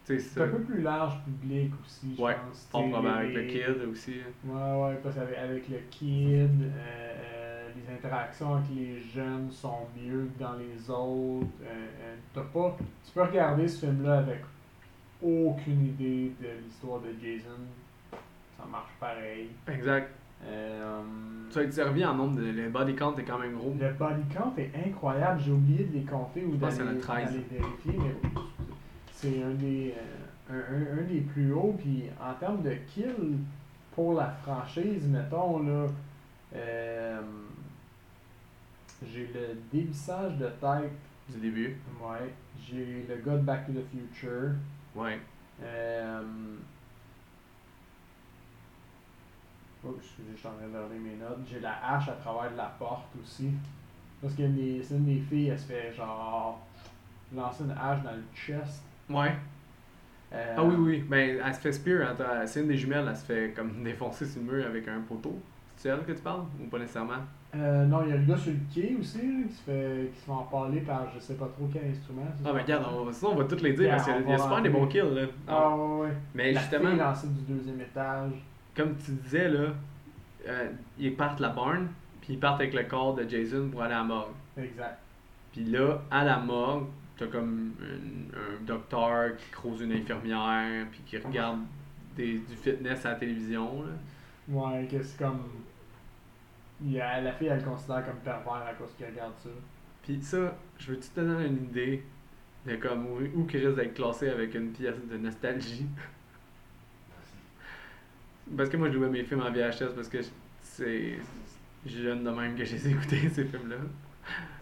Speaker 1: Tu sais,
Speaker 2: C'est un
Speaker 1: ça.
Speaker 2: peu plus large public aussi, je
Speaker 1: Ouais,
Speaker 2: pense.
Speaker 1: Fort
Speaker 2: Tu sais,
Speaker 1: probable
Speaker 2: les-
Speaker 1: avec le
Speaker 2: les-
Speaker 1: kid aussi. hein.
Speaker 2: Ouais, ouais, parce qu'avec avec le kid, euh, euh, les interactions avec les jeunes sont mieux que dans les autres. euh, euh, t'as pas, tu peux regarder ce film-là avec aucune idée de l'histoire de Jason. Ça marche pareil.
Speaker 1: Exact.
Speaker 2: Euh,
Speaker 1: Tu as été servi en nombre de. Le body count est quand même gros.
Speaker 2: le body count est incroyable. J'ai oublié de les compter ou
Speaker 1: Je pense qu'il y en a
Speaker 2: d'aller
Speaker 1: 13.
Speaker 2: d'aller vérifier, mais c'est un des, euh, un, un- un des plus hauts. Puis en termes de kill pour la franchise, mettons, là, euh, J'ai le dévissage de tête.
Speaker 1: du début.
Speaker 2: Ouais. J'ai le gars de Back to the Future.
Speaker 1: Ouais.
Speaker 2: Euh... Oh, excusez, je suis en train de regarder mes notes. J'ai la hache à travers de la porte aussi. Parce que les, c'est une des filles, elle se fait genre lancer une hache dans le chest.
Speaker 1: Ouais.
Speaker 2: Euh,
Speaker 1: Ah oui, oui. Ben, elle se fait spear. attends, C'est une des jumelles, elle se fait comme défoncer sur le mur avec un poteau. C'est elle que tu parles Ou pas nécessairement
Speaker 2: Euh, non, il y a le gars sur le quai aussi là, qui se fait, qui se fait en parler par je sais pas trop quel instrument. c'est
Speaker 1: Ah,
Speaker 2: ça?
Speaker 1: ben regarde, on va- sinon on va toutes les dire
Speaker 2: Yeah,
Speaker 1: parce qu'il y a-
Speaker 2: on
Speaker 1: il y a
Speaker 2: va
Speaker 1: super des
Speaker 2: rappeler.
Speaker 1: bons kills là.
Speaker 2: Ah ouais, ouais.
Speaker 1: Mais
Speaker 2: la
Speaker 1: justement,
Speaker 2: fille lancée du deuxième étage.
Speaker 1: comme tu disais là, euh, ils partent la barn, puis ils partent avec le corps de Jason pour aller à la morgue.
Speaker 2: Exact.
Speaker 1: Puis là, à la morgue, t'as comme une- un docteur qui croise une infirmière, puis qui regarde des, du fitness à la télévision. Là.
Speaker 2: Ouais, que c'est comme. il y a- la fille, elle le considère comme pervers à cause qu'elle regarde ça.
Speaker 1: Puis ça, je veux-tu te donner une idée de comme où, où qui risque d'être classé avec une pièce de nostalgie? parce que moi, je louais mes films en VHS parce que je- c'est c'est jeune de même que j'ai écouté ces films-là.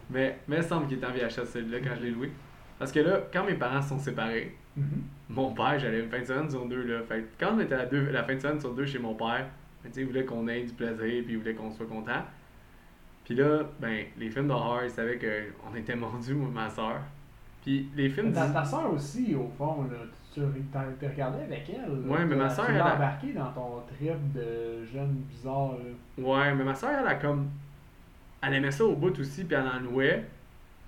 Speaker 1: Mais, mais il semble qu'il était en VHS celui-là quand je l'ai loué. Parce que là, quand mes parents se sont séparés, mon père, j'allais une fin de semaine sur deux. Là. Fait que quand on était la, deux, la fin de semaine sur deux chez mon père, ben, tu sais, il voulait qu'on ait du plaisir puis il voulait qu'on soit content. Puis là, ben, les films d'horreur, il savait qu'on était mordus, moi et ma soeur. Puis les films.
Speaker 2: Ta,
Speaker 1: dis-
Speaker 2: ta soeur aussi, au fond, là, tu t'as- t'es regardé avec elle. là.
Speaker 1: Ouais, mais ma
Speaker 2: Tu
Speaker 1: sœur,
Speaker 2: l'as
Speaker 1: elle a-
Speaker 2: embarqué dans ton trip de jeune bizarre. Là.
Speaker 1: Ouais, mais ma soeur, elle a comme. Elle aimait ça au bout aussi, puis elle en louait.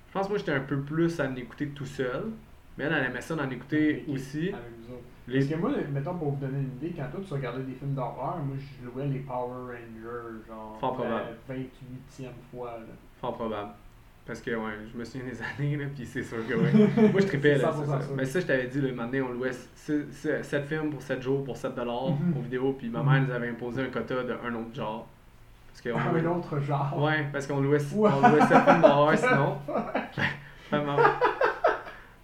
Speaker 1: Je pense que moi, j'étais un peu plus à en écouter tout seul. Mais elle, elle aimait ça d'en écouter
Speaker 2: Avec-
Speaker 1: aussi.
Speaker 2: Avec nous autres. Parce
Speaker 1: Les...
Speaker 2: que moi, mettons, pour vous donner une idée, quand toi tu regardais des films d'horreur, moi je louais les Power Rangers, genre
Speaker 1: Fort
Speaker 2: pour la
Speaker 1: probable.
Speaker 2: 28e fois. Là.
Speaker 1: Fort probable. Parce que, ouais, je me souviens des années, là, puis c'est sûr que, ouais. Moi, je tripais,
Speaker 2: C'est
Speaker 1: là.
Speaker 2: 100%
Speaker 1: c'est ça.
Speaker 2: sûr.
Speaker 1: Mais ça, je t'avais dit, le moment donné, on louait 7 films pour 7 jours, pour 7 dollars
Speaker 2: Mhm.
Speaker 1: aux vidéos, puis ma
Speaker 2: Mhm.
Speaker 1: mère nous avait imposé un quota de un autre genre. Parce que on
Speaker 2: Un
Speaker 1: louait...
Speaker 2: autre Ah genre.
Speaker 1: Ouais, parce qu'on louait,
Speaker 2: Ouais.
Speaker 1: on louait 7 films d'horreur, sinon. Fait que ma...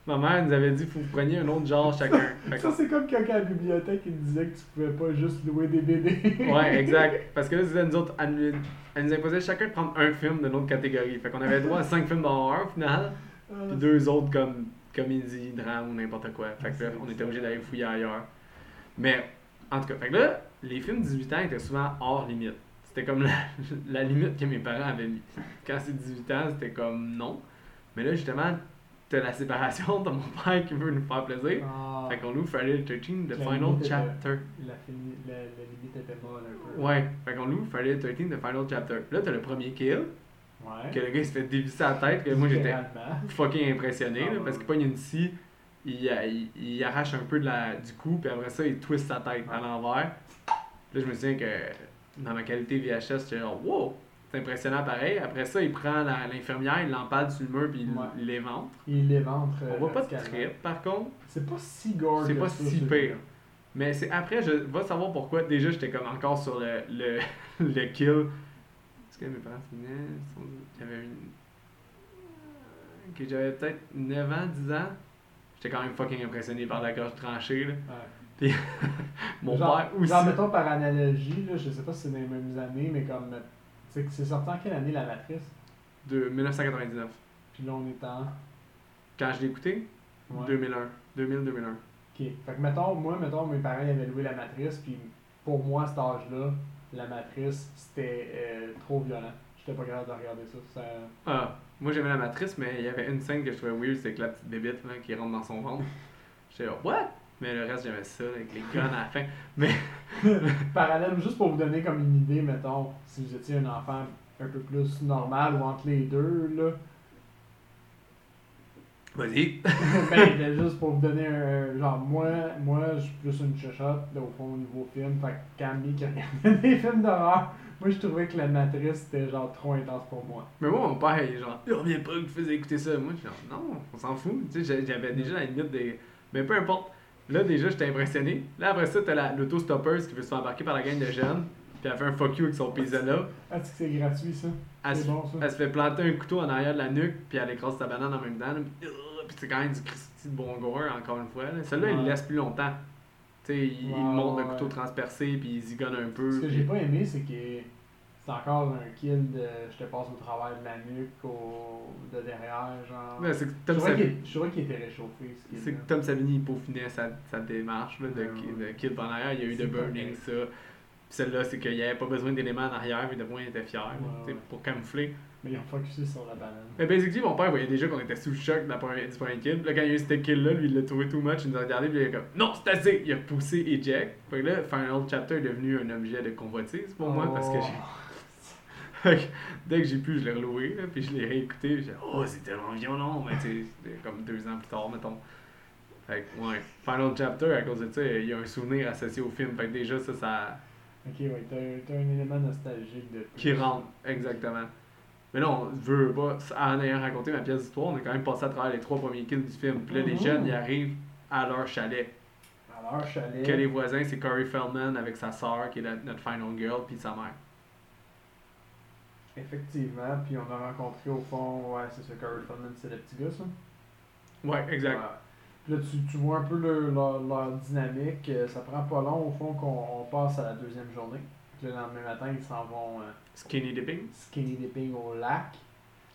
Speaker 1: ma mère nous avait dit, faut que vous preniez un autre genre chacun. Fait que-
Speaker 2: Ça, c'est comme quand à la bibliothèque, ils disaient que tu pouvais pas juste louer des BD.
Speaker 1: Ouais, exact. Parce que là, c'était nous autres, elle nous, elle nous imposait chacun de prendre un film de notre catégorie. Fait qu'on avait droit à 5 films d'horreur, au final.
Speaker 2: Ah,
Speaker 1: Puis deux autres comme comédie, drame ou n'importe quoi. Fait que là,
Speaker 2: C'est
Speaker 1: on était
Speaker 2: bizarre.
Speaker 1: obligé d'aller fouiller ailleurs. Mais, en tout cas, fait que là, les films 18 ans étaient souvent hors limite. C'était comme la, la limite que mes parents avaient mis. Quand c'est 18 ans, c'était comme non. Mais là, justement, t'as la séparation, t'as mon père qui veut nous faire plaisir.
Speaker 2: Ah,
Speaker 1: Fait qu'on ouvre Friday the 13th, The
Speaker 2: La
Speaker 1: Final
Speaker 2: limite était-
Speaker 1: Chapter.
Speaker 2: la, fini- la, la limite était molle un peu.
Speaker 1: Ouais, fait qu'on loue Friday the 13th, The Final Chapter. Là, t'as le premier kill,
Speaker 2: Ouais.
Speaker 1: que le gars il se fait dévisser la tête, que moi j'étais
Speaker 2: Littéralement.
Speaker 1: fucking impressionné,
Speaker 2: Ah,
Speaker 1: là,
Speaker 2: ouais,
Speaker 1: parce
Speaker 2: ouais.
Speaker 1: qu'il pogne une scie, il, euh, il, il arrache un peu de la, du cou, puis après ça, il twist sa tête à
Speaker 2: Ah.
Speaker 1: l'envers. Là, je me souviens que dans ma qualité VHS, j'étais genre, wow, c'est impressionnant pareil. Après ça, il prend la- l'infirmière, il l'empale sur le mur, puis il
Speaker 2: Ouais.
Speaker 1: il l'éventre.
Speaker 2: Il l'éventre. euh,
Speaker 1: On voit pas de
Speaker 2: radicalement.
Speaker 1: trip, par contre,
Speaker 2: C'est pas si gore
Speaker 1: c'est
Speaker 2: que
Speaker 1: pas
Speaker 2: ça,
Speaker 1: si
Speaker 2: celui-là.
Speaker 1: pire. Mais c'est après, je vais savoir pourquoi. Déjà, j'étais comme encore sur le, le, le kill. Est-ce que mes parents venaient J'avais une. Que j'avais peut-être 9 ans, 10 ans. J'étais quand même fucking impressionné par la gorge tranchée. Là.
Speaker 2: Ouais.
Speaker 1: Mon
Speaker 2: genre,
Speaker 1: père aussi.
Speaker 2: Genre, mettons par analogie, là, je sais pas si c'est dans les mêmes années, mais comme. euh, C'est c'est sorti en quelle année la matrice
Speaker 1: De 1999.
Speaker 2: Puis là, on est en.
Speaker 1: Quand je l'ai écouté,
Speaker 2: Ouais.
Speaker 1: 2001. 2000-2001.
Speaker 2: Ok. Fait que, mettons, moi, mettons, mes parents ils avaient loué la matrice, puis pour moi, à cet âge-là, la matrice, c'était euh, trop violent. J'étais pas capable de regarder ça. ça...
Speaker 1: Ah, moi j'aimais la matrice, mais il y avait une scène que je trouvais weird, c'est que la petite bébite là, qui rentre dans son ventre. J'étais genre, what? Mais le reste, j'aimais ça, avec les guns à la fin.
Speaker 2: Parallèle, juste pour vous donner comme une idée, mettons, si vous étiez un enfant un peu plus normal ou entre les deux, là.
Speaker 1: Vas-y.
Speaker 2: ben, ben, juste pour vous donner un. Genre, moi, moi je suis plus une chuchote, là, au fond, au niveau film. Fait que Camille qui regardait des films d'horreur, moi, je trouvais que la matrice, c'était genre trop intense pour moi.
Speaker 1: Mais moi, mon père, il est genre, il revient pas que tu faisais écouter ça. Moi, je suis genre, non, on s'en fout. Tu sais, j'a- j'avais déjà la limite des. Mais peu importe. Là, déjà, j'étais impressionné. Là, après ça, t'as la- l'auto-stopper qui veut se faire embarquer par la gang de jeunes. Puis elle fait un fuck you avec son pizzana.
Speaker 2: Est-ce que c'est gratuit, ça?
Speaker 1: Elle,
Speaker 2: C'est
Speaker 1: se-
Speaker 2: bon, ça.
Speaker 1: elle se fait planter un couteau en arrière de la nuque. Puis elle écrase sa banane en même temps. là. Puis euh, puis c'est quand même du Christy de bon gore, encore une fois. là. Celui-là, il
Speaker 2: Ouais.
Speaker 1: le laisse plus longtemps. Tu sais, il, il
Speaker 2: Ouais,
Speaker 1: monte
Speaker 2: ouais,
Speaker 1: le couteau
Speaker 2: ouais.
Speaker 1: transpercé. Puis il zigonne un peu.
Speaker 2: Ce que
Speaker 1: puis-
Speaker 2: j'ai pas aimé, c'est que c'est C'est encore un kill de je te passe au travers de la nuque ou de derrière, genre.
Speaker 1: Ouais, c'est que
Speaker 2: je
Speaker 1: Tom
Speaker 2: trouvais
Speaker 1: Savini,
Speaker 2: qu'il- je trouvais qu'il était réchauffé, ce
Speaker 1: c'est
Speaker 2: kill-là.
Speaker 1: que Tom Savini, il peaufinait sa, sa démarche là, de,
Speaker 2: Ouais,
Speaker 1: ki-
Speaker 2: ouais.
Speaker 1: de kill par en arrière. Il y a eu
Speaker 2: C'est
Speaker 1: de
Speaker 2: pas
Speaker 1: Burning,
Speaker 2: vrai.
Speaker 1: ça. Puis Celle-là, c'est qu'il n'y avait pas besoin d'éléments en arrière, mais de moins, il était fier là,
Speaker 2: Ouais,
Speaker 1: tu sais,
Speaker 2: ouais.
Speaker 1: pour camoufler.
Speaker 2: Mais ils ont focusé sur la banane.
Speaker 1: Mais basically, mon père voyait déjà qu'on était sous le choc de la première, du premier kill. Puis là, quand il y a eu ce kill-là, lui, il l'a trouvé too much. Il nous a regardé, puis il a comme Non, c'est assez Il a poussé Eject. Fait que là, Final Chapter est devenu un objet de convoitise pour
Speaker 2: Oh.
Speaker 1: moi parce que j'ai. Fait que Dès que j'ai pu, je l'ai reloué, là, puis je l'ai réécouté, puis j'ai oh, c'est tellement violent, mais tu sais, c'était comme deux ans plus tard, mettons. Fait que, ouais, Final Chapter, à cause de ça, il y a un souvenir associé au film, fait que déjà, ça, ça.
Speaker 2: Ok, ouais, t'as- t'as un élément nostalgique de.
Speaker 1: qui rentre, exactement. Mais non, je veux pas, en ayant raconté ma pièce d'histoire, on est quand même passé à travers les trois premiers kills du film. Puis là, les
Speaker 2: Mhm.
Speaker 1: jeunes, ils arrivent à leur chalet.
Speaker 2: Alors, chalet.
Speaker 1: Que les voisins, c'est Corey Feldman avec sa sœur, qui est la- notre final girl, puis sa mère.
Speaker 2: Effectivement, puis on a rencontré au fond, ouais, c'est ce Curry Feldman, c'est le petit gars, ça.
Speaker 1: Ouais, exact.
Speaker 2: Ouais. Puis Là, tu, tu vois un peu le- leur, leur dynamique. euh, Ça prend pas long, au fond, qu'on on passe à la deuxième journée. Puis Le lendemain matin, ils s'en vont euh,
Speaker 1: Skinny Dipping.
Speaker 2: skinny dipping au lac.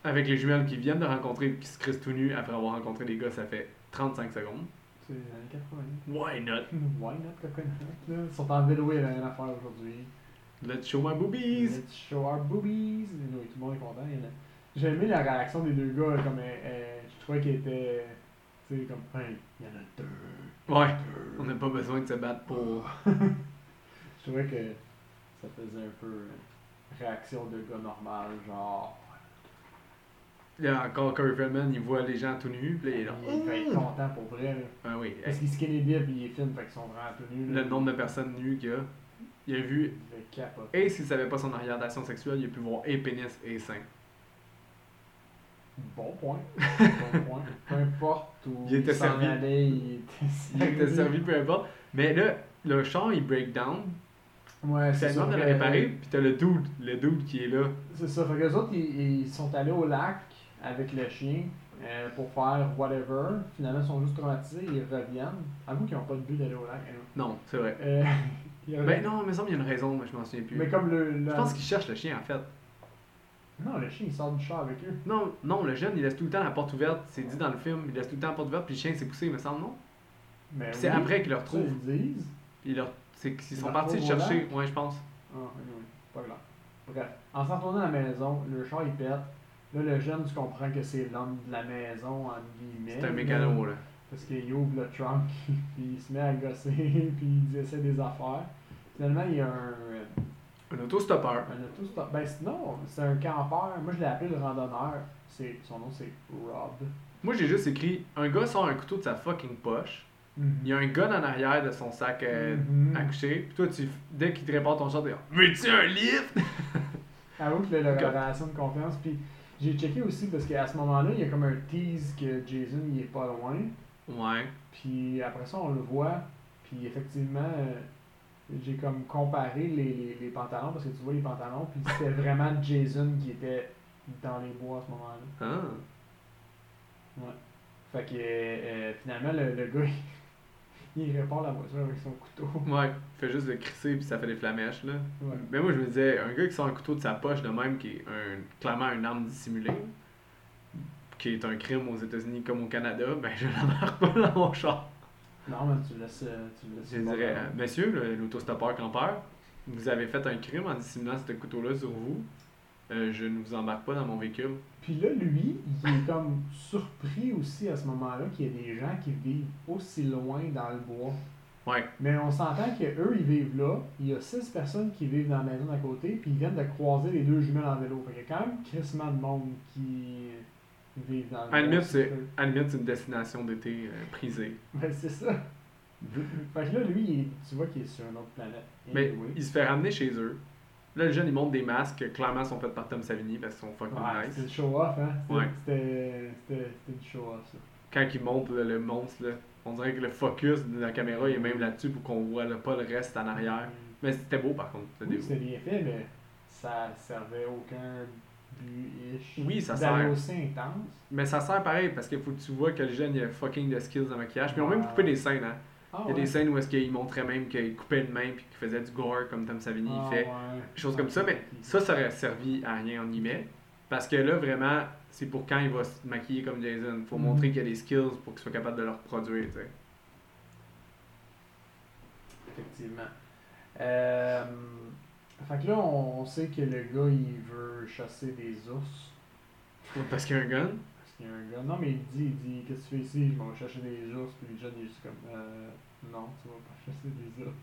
Speaker 1: Avec les jumelles qui viennent de rencontrer et qui se crissent tout nus après avoir rencontré les gars, ça fait 35 secondes.
Speaker 2: C'est les années 80.
Speaker 1: Why not?
Speaker 2: Why not, coconut? Là, ils sont en vélo, il n'y a rien à faire aujourd'hui.
Speaker 1: Let's show my boobies!
Speaker 2: Let's show our boobies. Mais oui, tout le monde est content. il y en a- J'ai aimé la réaction des deux gars. Comme, euh, euh, je trouvais qu'ils étaient. Tu sais, comme. Hey, il y en a deux.
Speaker 1: Ouais, on n'a pas besoin de se battre pour.
Speaker 2: Je trouvais que ça faisait un peu euh, réaction de gars normal, genre.
Speaker 1: Il y a encore Corey Feldman, il voit les gens tout nus, puis là, il est là.
Speaker 2: Il va être content pour vrai. là.
Speaker 1: Ah oui, hey,
Speaker 2: Parce qu'il skinny dip, il est film, fait qu'ils sont vraiment tout nus. là.
Speaker 1: le nombre de personnes nues qu'il y a. Il a vu,
Speaker 2: Il devait capoter.
Speaker 1: et s'il savait pas son orientation sexuelle, il a pu voir et pénis et sein.
Speaker 2: Bon point. Bon point. Peu importe où
Speaker 1: Il était
Speaker 2: s'en
Speaker 1: servi.
Speaker 2: allait, il était
Speaker 1: Il était servi, peu importe. Mais là, le char, il break down.
Speaker 2: Ouais,
Speaker 1: Ça
Speaker 2: c'est ça.
Speaker 1: demande de le
Speaker 2: que-
Speaker 1: réparer, puis t'as le dude, le dude qui est là.
Speaker 2: C'est ça. Fait que les autres, ils, ils sont allés au lac avec le chien euh, pour faire whatever. Finalement, ils sont juste traumatisés, ils reviennent. Avoue qu'ils n'ont pas le but d'aller au lac. anyway.
Speaker 1: Non, c'est vrai.
Speaker 2: Euh, ils
Speaker 1: Ben
Speaker 2: reviennent.
Speaker 1: non, il me semble qu'il y a une raison, mais je m'en souviens plus.
Speaker 2: Mais comme le.
Speaker 1: Je
Speaker 2: le-
Speaker 1: pense qu'il cherche le chien en fait.
Speaker 2: Non, le chien, il sort du char avec eux.
Speaker 1: Non, non, le jeune, il laisse tout le temps la porte ouverte. C'est dit dans le film, il laisse tout le temps la porte ouverte, puis le chien s'est poussé, il me semble, non?
Speaker 2: Mais
Speaker 1: Puis c'est
Speaker 2: Ben oui,
Speaker 1: après qu'il le
Speaker 2: ça,
Speaker 1: retrouve.
Speaker 2: Ils disent.
Speaker 1: Il leur... C'est qu'ils
Speaker 2: Il
Speaker 1: sont
Speaker 2: le
Speaker 1: partis le
Speaker 2: retrouve au
Speaker 1: chercher, ouais, je pense.
Speaker 2: Ah, anyway, pas grave. Bref, en s'en retournant à la maison, le char il pète. Là, le jeune, tu comprends que c'est l'homme de la maison, entre guillemets.
Speaker 1: C'est un mécano, là.
Speaker 2: Parce qu'il ouvre le trunk, puis il se met à gosser, puis il essaie des affaires. Finalement, il y a un.
Speaker 1: Un autostoppeur.
Speaker 2: un auto ben, c'est- non, c'est un campeur. Moi, je l'ai appelé le randonneur. C'est, son nom, c'est Rob.
Speaker 1: Moi, j'ai juste écrit un gars sort un couteau de sa fucking poche. Il y a un gun en arrière de son sac euh,
Speaker 2: Mhm.
Speaker 1: à coucher. Puis toi, tu... dès qu'il te répare ton chat, tu dis Veux-tu un lift
Speaker 2: Avoue que là, la
Speaker 1: Comme-
Speaker 2: relation de confiance. Puis j'ai checké aussi parce qu'à ce moment-là, il y a comme un tease que Jason il est pas loin.
Speaker 1: Ouais.
Speaker 2: Puis après ça, on le voit. Puis effectivement, euh, j'ai comme comparé les, les, les pantalons parce que tu vois les pantalons. Puis c'était vraiment Jason qui était dans les bois à ce moment-là.
Speaker 1: Ah.
Speaker 2: Fait que euh, euh, finalement, le, le gars, il, il répare la voiture avec son couteau.
Speaker 1: Ouais. Il fait juste le crisser, puis ça fait des flamèches, là.
Speaker 2: Ouais.
Speaker 1: Mais moi, je me disais, un gars qui sort un couteau de sa poche, de même, qui est un- clairement une arme dissimulée, qui est un crime aux États-Unis comme au Canada, ben je l'embarque pas dans mon char.
Speaker 2: Non, mais tu le laisses. euh, Tu le laisses
Speaker 1: Je dirais, euh, monsieur, le- l'autostoppeur campeur, vous avez fait un crime en dissimulant ce couteau-là sur vous. Euh, je ne vous embarque pas dans mon véhicule.
Speaker 2: Puis là, lui, il est comme surpris aussi à ce moment-là qu'il y a des gens qui vivent aussi loin dans le bois.
Speaker 1: Ouais.
Speaker 2: Mais on s'entend qu'eux, ils vivent là. Il y a six personnes qui vivent dans la maison d'à côté, puis ils viennent de croiser les deux jumelles en vélo. Fait qu'il y a quand même crissement de monde qui vivent dans le
Speaker 1: À la limite,
Speaker 2: c'est
Speaker 1: Ah, c'est à la limite, c'est une destination d'été euh, prisée.
Speaker 2: Ben, c'est ça. Fait que là, lui, il- tu vois qu'il est sur une autre planète.
Speaker 1: Mais
Speaker 2: Anyway.
Speaker 1: il se fait ramener chez eux. Là, le jeune, il monte des masques que clairement sont faits par Tom Savini parce qu'ils sont fucking
Speaker 2: Ouais,
Speaker 1: nice.
Speaker 2: c'était le show-off, hein? C'était-
Speaker 1: Ouais.
Speaker 2: C'était c'était- c'était du show-off, ça.
Speaker 1: quand il monte là, le monstre, là, on dirait que le focus de la caméra est même là-dessus pour qu'on voit là, pas le reste en arrière.
Speaker 2: Mm.
Speaker 1: Mais c'était beau par contre. c'était
Speaker 2: Oui,
Speaker 1: beau.
Speaker 2: c'était bien fait, mais ça servait aucun but-ish.
Speaker 1: Oui, ça
Speaker 2: D'aller
Speaker 1: sert.
Speaker 2: aussi intense.
Speaker 1: Mais ça sert pareil parce qu'il faut que tu vois que le jeune il a fucking de skills de maquillage. Puis ils ont même
Speaker 2: Ouais.
Speaker 1: coupé des scènes. Hein.
Speaker 2: Ah,
Speaker 1: Il y a
Speaker 2: ouais.
Speaker 1: des scènes où est-ce qu'il montrait même qu'il coupait une main puis qu'il faisait du gore comme Tom Savini
Speaker 2: Ah,
Speaker 1: fait.
Speaker 2: ouais.
Speaker 1: Des choses comme ça, mais ça, ça aurait servi à rien en guillemets. Parce que là, vraiment, c'est pour quand il va se maquiller comme Jason. Faut
Speaker 2: Mhm.
Speaker 1: montrer qu'il y a des skills pour qu'il soit capable de le reproduire, tu sais.
Speaker 2: Effectivement. Euh, fait que là, on on sait que le gars, il veut chasser des ours.
Speaker 1: Parce qu'il y a un gun.
Speaker 2: Parce qu'il y a un gars. Non, mais il dit, il dit, qu'est-ce que tu fais ici? Je m'en vais chercher des ours. Puis le jeune, il est juste comme, euh, non, tu vas pas chasser des ours.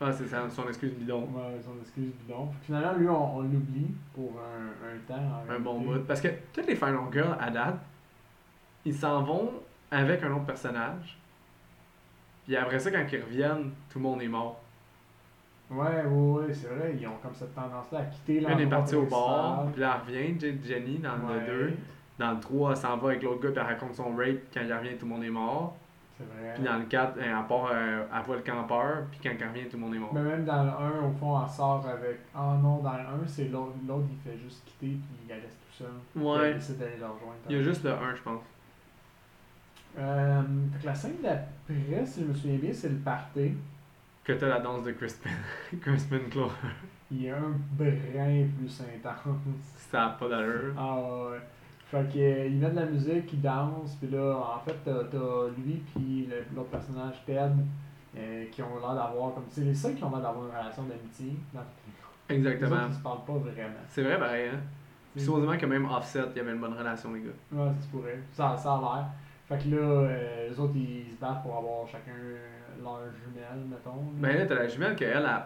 Speaker 1: Ah, c'est ça, son excuse bidon.
Speaker 2: Ouais, son excuse bidon. Fait que finalement, lui, on, on l'oublie pour un, un temps. en
Speaker 1: Un bon
Speaker 2: réalité.
Speaker 1: bout. Parce que toutes les Final Girls, à date, ils s'en vont avec un autre personnage. Puis après ça, quand ils reviennent, tout le monde est mort.
Speaker 2: Ouais, ouais, ouais, c'est vrai. Ils ont comme cette tendance-là à quitter
Speaker 1: Une est partie au
Speaker 2: bord
Speaker 1: bar, puis là, elle revient, Jen- Jenny, dans le 2. Dans le 3, elle s'en va avec l'autre gars, puis elle raconte son rape. Quand il revient, tout le monde est mort.
Speaker 2: C'est vrai.
Speaker 1: Puis dans le 4, elle, elle part, euh, elle voit le campeur, puis quand elle revient, tout le monde est mort.
Speaker 2: Mais même dans le 1, au fond, elle sort avec. Ah non, dans le 1, c'est l'autre, l'autre, il fait juste quitter puis il la laisse tout seul. Puis Elle
Speaker 1: Ouais,
Speaker 2: décide d'aller la rejoindre.
Speaker 1: il y a juste le 1, je pense.
Speaker 2: Euh, fait que la scène d'après, si je me souviens bien, c'est le party.
Speaker 1: Que t'as la danse de Crispin, Crispin Clover.
Speaker 2: Il est un brin plus intense.
Speaker 1: Ça n'a pas d'allure.
Speaker 2: Ah ouais. Fait que, euh, il met de la musique, il danse, puis là, en fait, t'as, t'as lui puis le- l'autre personnage, Ted, euh, qui ont l'air d'avoir comme. C'est les seuls qui ont l'air d'avoir une relation d'amitié. Dans... Les
Speaker 1: Exactement.
Speaker 2: autres, ils se parlent pas vraiment.
Speaker 1: C'est vrai, pareil, hein. Puis supposément que même Offset, il y avait une bonne relation, les gars.
Speaker 2: Ouais, ça se pourrait. Ça, ça a l'air. Fait que là, euh, les autres, ils se battent pour avoir chacun leur jumelle, mettons.
Speaker 1: Ben là, t'as la jumelle qu'elle, elle, elle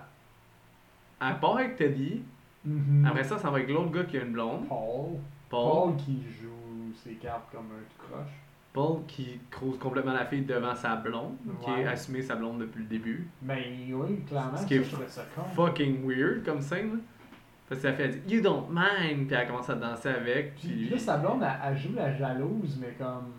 Speaker 1: part avec Teddy.
Speaker 2: Mhm.
Speaker 1: Après ça, ça va avec l'autre gars qui a une blonde.
Speaker 2: Paul.
Speaker 1: Paul.
Speaker 2: Paul qui joue ses cartes comme un tout croche.
Speaker 1: Paul qui croise complètement la fille devant sa blonde, qui
Speaker 2: Ouais.
Speaker 1: a assumé sa blonde depuis le début.
Speaker 2: Mais Ben, oui, clairement,
Speaker 1: Ce
Speaker 2: ça,
Speaker 1: qui est
Speaker 2: je trouvais ça con.
Speaker 1: Fucking weird comme scène. là. Parce que la fille, elle dit You don't mind. Puis elle commence à danser avec. Puis
Speaker 2: Puis
Speaker 1: lui.
Speaker 2: là, sa blonde, elle, elle joue la jalouse, mais comme.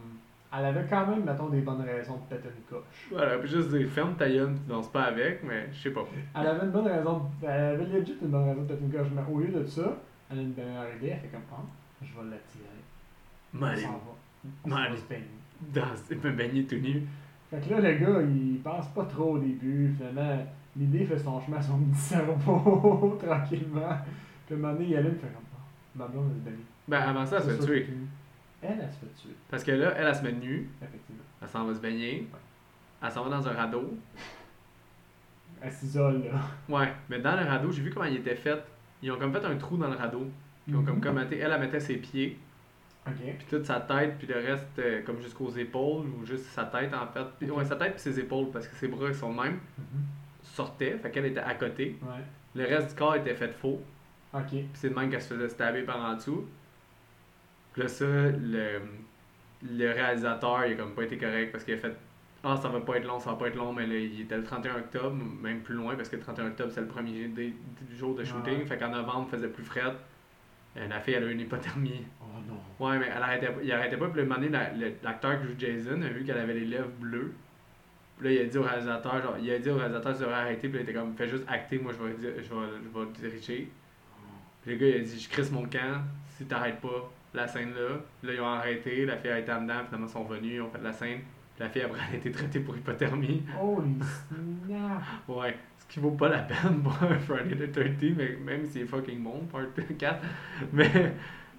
Speaker 2: Elle avait quand même, mettons, des bonnes raisons de péter une coche.
Speaker 1: Voilà, puis juste dire ferme ta gueule, tu danses pas avec, mais je sais pas.
Speaker 2: Elle avait une bonne raison. de- Elle avait legit une bonne raison de péter une coche, mais au lieu de ça, elle a une meilleure idée, elle fait comme, ah, je vais l'attirer. On
Speaker 1: Mal,
Speaker 2: s'en va. On s'en va
Speaker 1: mal,
Speaker 2: se baigner.
Speaker 1: danser, me baigner tout nu.
Speaker 2: Fait que là, le gars, il pense pas trop au début. Finalement, l'idée fait son chemin à son petit cerveau, tranquillement. Puis à un moment donné, il allume, fait comme, ah, ma blonde, elle se baigne.
Speaker 1: Ben avant ça, elle se fait
Speaker 2: Ça, ça,
Speaker 1: tuer.
Speaker 2: Elle, elle se fait tuer,
Speaker 1: Parce que là, elle, elle se met nue,
Speaker 2: effectivement.
Speaker 1: elle s'en va se baigner, elle s'en va dans un radeau.
Speaker 2: Elle s'isole, là.
Speaker 1: Ouais, mais dans le radeau, j'ai vu comment il était fait. Ils ont comme fait un trou dans le radeau. Ils ont
Speaker 2: Mhm.
Speaker 1: comme commenté, elle, elle mettait ses pieds,
Speaker 2: Ok.
Speaker 1: puis toute sa tête, puis le reste, euh, comme jusqu'aux épaules, ou juste sa tête en fait. Puis,
Speaker 2: Ok.
Speaker 1: Ouais, sa tête, puis ses épaules, parce que ses bras, ils sont de même,
Speaker 2: Mhm.
Speaker 1: sortaient, fait qu'elle était à côté.
Speaker 2: Ouais.
Speaker 1: Le reste du corps était fait de faux,
Speaker 2: Ok.
Speaker 1: puis c'est de même qu'elle se faisait stabber par en dessous. Puis là, ça, le, le réalisateur, il a comme pas été correct, parce qu'il a fait. Ah, ça va pas être long, ça va pas être long, mais là, il était le 31 octobre, même plus loin, parce que le 31 octobre, c'est le premier dé- du jour de shooting.
Speaker 2: Ouais.
Speaker 1: Fait qu'en novembre, il faisait plus fret. Euh, La fille, elle a eu une hypothermie.
Speaker 2: Oh non.
Speaker 1: Ouais, mais elle arrêtait, pas- il arrêtait pas. Puis le moment donné, la- le- l'acteur qui joue Jason a vu qu'elle avait les lèvres bleues. Puis là, il a dit au réalisateur, genre, il a dit au réalisateur, tu devrais arrêter. Puis là, il était comme, fais juste acter, moi, je vais, dire- je vais, je vais diriger. Puis le gars, il a dit, je crisse mon camp si t'arrêtes pas la scène-là. Puis Là, ils ont arrêté, la fille a été en dedans, finalement, ils sont venus, ils ont fait la scène. Puis la fille, après, elle a été traitée pour hypothermie.
Speaker 2: Holy snap!
Speaker 1: Ouais, ce qui vaut pas la peine pour un Friday the 13 mais même s'il est fucking bon, part 4. Mais,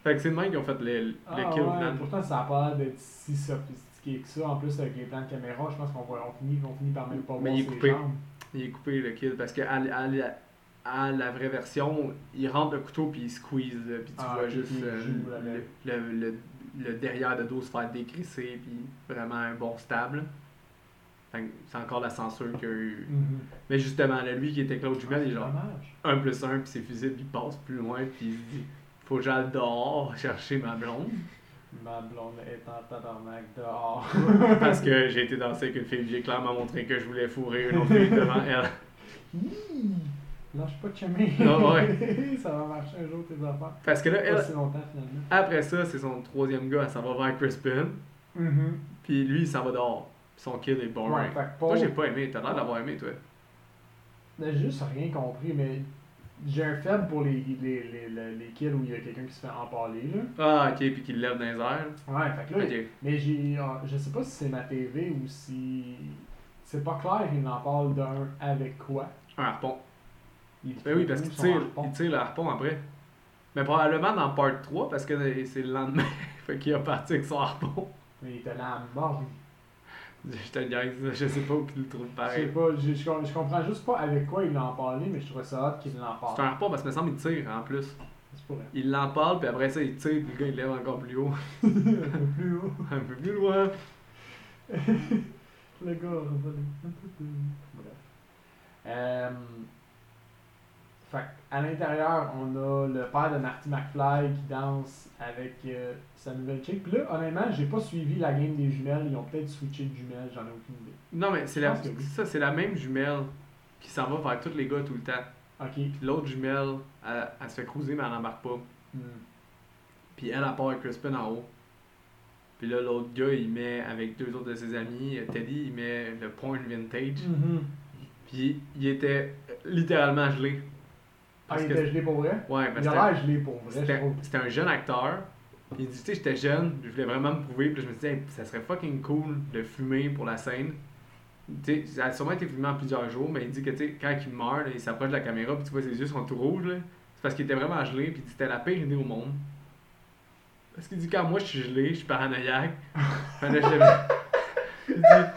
Speaker 1: fait que c'est le même qu'ils ont fait le, le
Speaker 2: Ah
Speaker 1: kill,
Speaker 2: ouais,
Speaker 1: finalement.
Speaker 2: Pourtant, ça a pas l'air d'être si sophistiqué que ça. En plus, avec les plans de caméra, je pense qu'on va- on finit, on finit par même pas
Speaker 1: Mais
Speaker 2: voir
Speaker 1: il est
Speaker 2: ses
Speaker 1: coupé.
Speaker 2: jambes.
Speaker 1: Il est coupé le kill parce que à, l- à l- à la vraie version, il rentre le couteau puis il squeeze, là, puis tu
Speaker 2: Ah,
Speaker 1: vois
Speaker 2: ok,
Speaker 1: juste
Speaker 2: il
Speaker 1: euh,
Speaker 2: joue la même.
Speaker 1: le, le, le- le derrière de dos se faire décrisser, puis vraiment un bon stable. Fait que C'est encore la censure qu'il y a eu.
Speaker 2: Mhm.
Speaker 1: Mais justement, là, lui qui était Claude Jumel,
Speaker 2: Ah,
Speaker 1: il
Speaker 2: c'est
Speaker 1: est genre
Speaker 2: dommage.
Speaker 1: 1 plus 1, puis c'est fusible, il passe plus loin, puis il se dit Faut que j'aille dehors chercher ma blonde,
Speaker 2: Ma blonde est en tabarnak dehors.
Speaker 1: parce que j'ai été danser avec une fille, j'ai clairement montré que je voulais fourrer une autre fille devant elle.
Speaker 2: Hi! Lâche pas de chemin.
Speaker 1: Ah
Speaker 2: ça va marcher un jour, tes affaires.
Speaker 1: Parce que là,
Speaker 2: Pas
Speaker 1: elle,
Speaker 2: si longtemps, finalement.
Speaker 1: après ça, c'est son troisième gars, elle s'en va vers Crispin. Mm-hmm. Puis lui, il s'en va dehors. Puis son kill est boring.
Speaker 2: Ouais, fait que
Speaker 1: Toi, j'ai
Speaker 2: Paul,
Speaker 1: pas aimé. T'as l'air d'avoir aimé, toi.
Speaker 2: j'ai juste rien compris, mais j'ai un faible pour les, les, les, les, les kills où il y a quelqu'un qui se fait emparler, là.
Speaker 1: Ah, ok, puis qu'il le lève dans les airs.
Speaker 2: Ouais, fait que là,
Speaker 1: Ok.
Speaker 2: Mais j'ai, euh, je sais pas si c'est ma TV ou si C'est pas clair, il en parle d'un avec quoi.
Speaker 1: Un harpon.
Speaker 2: Il
Speaker 1: Ben oui, parce qu'il
Speaker 2: son
Speaker 1: tire,
Speaker 2: harpon.
Speaker 1: il tire le harpon après. Mais probablement dans Part 3, parce que c'est le lendemain. fait qu'il a parti avec son harpon.
Speaker 2: Mais il était là à mort.
Speaker 1: Je te niaise, je sais pas où il le trouve
Speaker 2: Je sais
Speaker 1: pareil.
Speaker 2: pas, je, je com- je comprends juste pas avec quoi il en parlait, mais je trouvais ça hâte qu'il en
Speaker 1: C'est un
Speaker 2: parle.
Speaker 1: harpon parce que me semble qu'il tire en plus.
Speaker 2: C'est pour
Speaker 1: Il l'en parle, puis après ça, il tire, puis le gars, il lève encore plus haut.
Speaker 2: rien. Un peu plus haut.
Speaker 1: un peu plus loin.
Speaker 2: Le gars aurait volé un peu plus. Bref. Euh, fait à l'intérieur, on a le père de Marty McFly qui danse avec euh, sa nouvelle chick. Puis là, honnêtement, j'ai pas suivi la game des jumelles. Ils ont peut-être switché de jumelles, j'en ai aucune idée.
Speaker 1: Non, mais c'est
Speaker 2: Je
Speaker 1: la,
Speaker 2: pense que oui.
Speaker 1: ça, c'est la même jumelle qui s'en va vers tous les gars tout le temps.
Speaker 2: Ok.
Speaker 1: Puis l'autre jumelle, elle, elle se fait cruiser, mais elle n'embarque pas.
Speaker 2: Hmm.
Speaker 1: Puis elle, elle part avec Crispin en haut. Puis là, l'autre gars, il met avec deux autres de ses amis, euh, Teddy, il met le point vintage.
Speaker 2: Mm-hmm.
Speaker 1: Puis il était littéralement gelé.
Speaker 2: Ah,
Speaker 1: Parce
Speaker 2: il
Speaker 1: que-
Speaker 2: était gelé pour vrai?
Speaker 1: ouais,
Speaker 2: Il a
Speaker 1: parce que
Speaker 2: l'air gelé pour vrai, je
Speaker 1: c'était-
Speaker 2: trouve.
Speaker 1: c'était un jeune acteur. Puis il dit, tu sais, j'étais jeune, je voulais vraiment me prouver. Puis là, je me disais, ça serait fucking cool de fumer pour la scène. Tu sais, ça a sûrement été filmé en plusieurs jours, mais il dit que, tu sais, quand il meurt, là, il s'approche de la caméra, puis tu vois, ses yeux sont tout rouges. là. C'est parce qu'il était vraiment gelé, puis il dit, c'était la pire idée au monde. Parce qu'il dit, quand moi, je suis gelé, je suis paranoïaque. Fait que là, je devenais- il dit,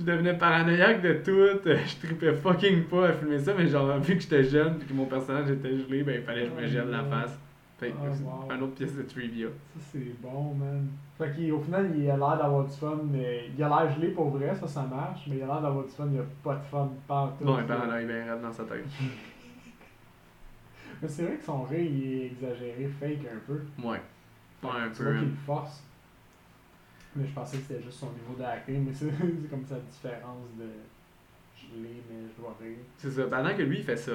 Speaker 1: je devenais paranoïaque de tout, euh, je tripais fucking pas à filmer ça, mais genre, vu que j'étais jeune, puis que mon personnage était gelé, ben, il fallait que je me gèle la face. Fait que
Speaker 2: Oh,
Speaker 1: c'est
Speaker 2: wow.
Speaker 1: une autre pièce de trivia.
Speaker 2: Ça, c'est bon, man. Fait qu'au final, il a l'air d'avoir du fun, mais il a l'air gelé pour vrai, ça, ça marche, mais il a l'air d'avoir du fun, il a pas de fun partout.
Speaker 1: Non, il est paranoïaque, ben, raide dans sa tête.
Speaker 2: Mais c'est vrai que son rire, il est exagéré, fake un peu.
Speaker 1: Ouais. Ouais, un
Speaker 2: tu
Speaker 1: peu.
Speaker 2: vois qu'il
Speaker 1: hein.
Speaker 2: le force. Mais je pensais que c'était juste son niveau d'acting, mais c'est c'est comme sa différence de gelé, mais je dois rire.
Speaker 1: C'est ça. Pendant que lui, il fait ça,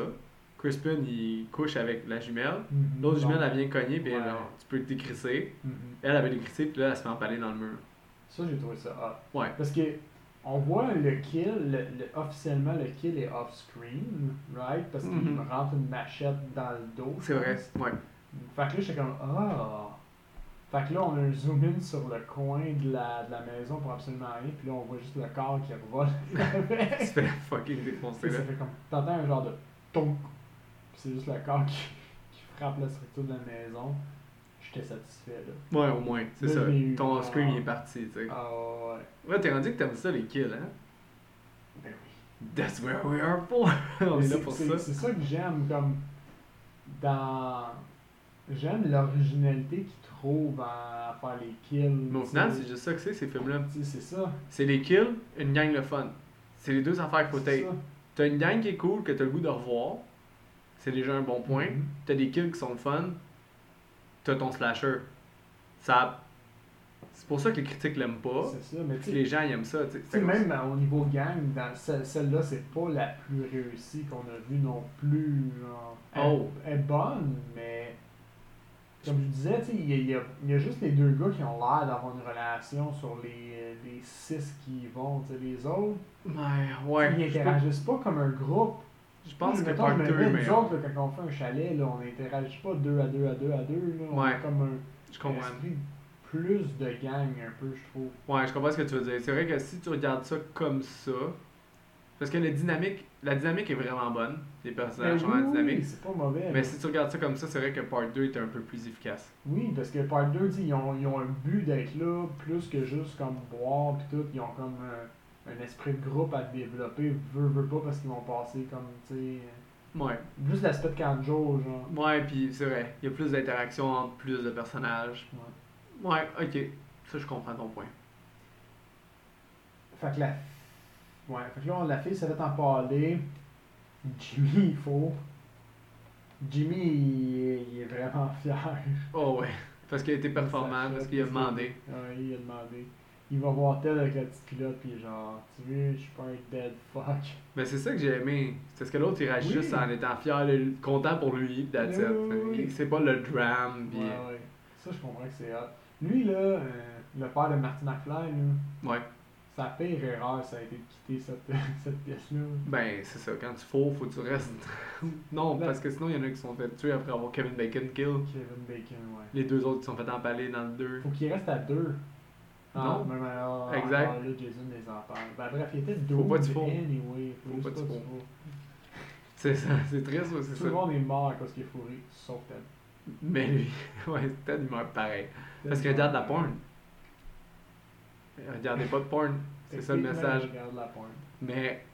Speaker 1: Crispin, il couche avec la jumelle. L'autre
Speaker 2: Bon.
Speaker 1: jumelle, elle vient cogner, puis
Speaker 2: Ouais.
Speaker 1: genre, tu peux te décrisser.
Speaker 2: Mhm.
Speaker 1: Elle avait décrissé, puis là, elle se fait empaler dans le mur.
Speaker 2: Ça, j'ai trouvé ça hot.
Speaker 1: Ouais.
Speaker 2: Parce que on voit le kill, le, le- officiellement le kill est off-screen, right? Parce qu'il
Speaker 1: Mhm.
Speaker 2: me rentre une machette dans le dos.
Speaker 1: C'est vrai. Ouais.
Speaker 2: Fait que là, j'étais comme Ah! Fait que là, on a un zoom-in sur le coin de la, de la maison pour absolument rien, puis là, on voit juste le corps qui revole avec.
Speaker 1: Elle se fait fucking défoncer,
Speaker 2: Ça
Speaker 1: là.
Speaker 2: fait comme. T'entends un genre de tonk, puis c'est juste le corps qui, qui frappe la structure de la maison. J'étais satisfait, là.
Speaker 1: Ouais, au moins. C'est
Speaker 2: Là,
Speaker 1: ça.
Speaker 2: je l'ai eu.
Speaker 1: Ton
Speaker 2: Ah.
Speaker 1: scream, il est parti, tu sais.
Speaker 2: Ah ouais.
Speaker 1: Ouais, t'es rendu que t'aimes ça, les kills, hein?
Speaker 2: Ben oui.
Speaker 1: That's where we are for. On
Speaker 2: Mais
Speaker 1: est là
Speaker 2: c'est-
Speaker 1: pour
Speaker 2: c'est-
Speaker 1: ça.
Speaker 2: C'est ça que j'aime, comme dans. J'aime l'originalité qu'ils trouvent à faire les kills.
Speaker 1: Mais au
Speaker 2: tu
Speaker 1: final,
Speaker 2: sais.
Speaker 1: c'est juste ça que c'est, ces films-là.
Speaker 2: Tu sais, C'est ça.
Speaker 1: C'est les kills, une gang le fun. C'est les deux affaires qu'il faut
Speaker 2: c'est
Speaker 1: take.
Speaker 2: ça.
Speaker 1: T'as une gang qui est cool, que t'as le goût de revoir. C'est déjà un bon point.
Speaker 2: Mhm.
Speaker 1: T'as des kills qui sont le fun. T'as ton slasher. Ça... C'est pour ça que les critiques l'aiment pas.
Speaker 2: C'est ça. Mais tu
Speaker 1: Puis
Speaker 2: sais,
Speaker 1: les gens, ils aiment ça. tu sais.
Speaker 2: tu sais, même euh, au niveau gang, dans ce- celle-là, c'est pas la plus réussie qu'on a vue non plus. genre. Elle,
Speaker 1: Oh.
Speaker 2: elle est bonne, mais. Comme je disais, tu sais, il y, a- il y a- il y a juste les deux gars qui ont l'air d'avoir une relation sur les, euh, les six qui y vont, tu sais, les autres.
Speaker 1: Ouais, ouais.
Speaker 2: ils
Speaker 1: Je pense-
Speaker 2: interagissent pas comme un groupe.
Speaker 1: Je pense que
Speaker 2: Mettons,
Speaker 1: Part
Speaker 2: je me
Speaker 1: 2
Speaker 2: mets,
Speaker 1: est
Speaker 2: nous
Speaker 1: meilleur.
Speaker 2: autres, là, quand on fait un chalet, là, on n'interagit pas deux à deux à deux à deux. Là, on a
Speaker 1: Ouais.
Speaker 2: comme un
Speaker 1: Je comprends.
Speaker 2: esprit plus de gang, un peu, je trouve.
Speaker 1: Ouais, je comprends ce que tu veux dire. C'est vrai que si tu regardes ça comme ça, parce que la dynamique, la dynamique est vraiment bonne. Les personnages sont
Speaker 2: Ben oui,
Speaker 1: vraiment
Speaker 2: oui,
Speaker 1: dynamiques.
Speaker 2: c'est pas mauvais.
Speaker 1: Mais si tu regardes ça comme ça, c'est vrai que Part 2 est un peu plus efficace.
Speaker 2: Oui, parce que Part 2, dit, ils ont, ils ont un but d'être là, plus que juste comme boire pis tout. Ils ont comme un, un esprit de groupe à développer, veut, veut pas, parce qu'ils vont passer comme, tu sais...
Speaker 1: Ouais.
Speaker 2: Plus l'aspect de Kanjo, genre.
Speaker 1: Ouais, puis c'est vrai. Il y a plus d'interactions entre plus de personnages.
Speaker 2: Ouais.
Speaker 1: Ouais, ok. Ça, je comprends ton point.
Speaker 2: Fait que la... Ouais, fait que là, on- la fille s'est fait en parler. Jimmy, il faut... Jimmy, il est, il est vraiment fier.
Speaker 1: Oh ouais. Parce qu'il a été performant, parce qu'il a demandé.
Speaker 2: Ouais, il a demandé. Il va voir tel avec la petite culotte, pis genre, tu veux, je suis pas un dead fuck.
Speaker 1: Mais c'est ça que j'ai aimé. C'est ce que l'autre, il réagit
Speaker 2: Oui.
Speaker 1: juste en étant fier, le- content pour lui, pis that's it.
Speaker 2: Oui, oui, oui.
Speaker 1: C'est pas le drame, pis...
Speaker 2: Ouais, ouais. Ça, je comprends que c'est hot. Lui, là, euh, le père de Martin McFly, là,
Speaker 1: Ouais.
Speaker 2: sa pire erreur, ça a été de quitter cette, cette pièce-là.
Speaker 1: Ben, c'est ça. Quand tu fous, faut que tu restes. non,
Speaker 2: Ben-
Speaker 1: parce que sinon, il y en a qui se sont fait tuer après avoir Kevin Bacon kill.
Speaker 2: Kevin Bacon, ouais.
Speaker 1: Les deux autres qui se sont fait empaler dans le 2.
Speaker 2: Faut qu'il reste à deux.
Speaker 1: Non.
Speaker 2: mais alors,
Speaker 1: Exact.
Speaker 2: Là, Jason les en parle. Ben, bref, il était
Speaker 1: Faut
Speaker 2: doux.
Speaker 1: pas du faux.
Speaker 2: Anyway,
Speaker 1: Faut
Speaker 2: juste
Speaker 1: pas du
Speaker 2: du
Speaker 1: faux.
Speaker 2: faux.
Speaker 1: C'est ça, c'est triste, ouais, c'est
Speaker 2: Tout
Speaker 1: ça.
Speaker 2: le monde est mort à cause qu'il est fourré, sauf Ted.
Speaker 1: Mais lui, ouais, Ted, il meurt pareil. Parce qu'il regarde la porn. Regardez pas de porn. C'est ça le
Speaker 2: Techniquement,
Speaker 1: message.
Speaker 2: il Regarde la porn.
Speaker 1: Mais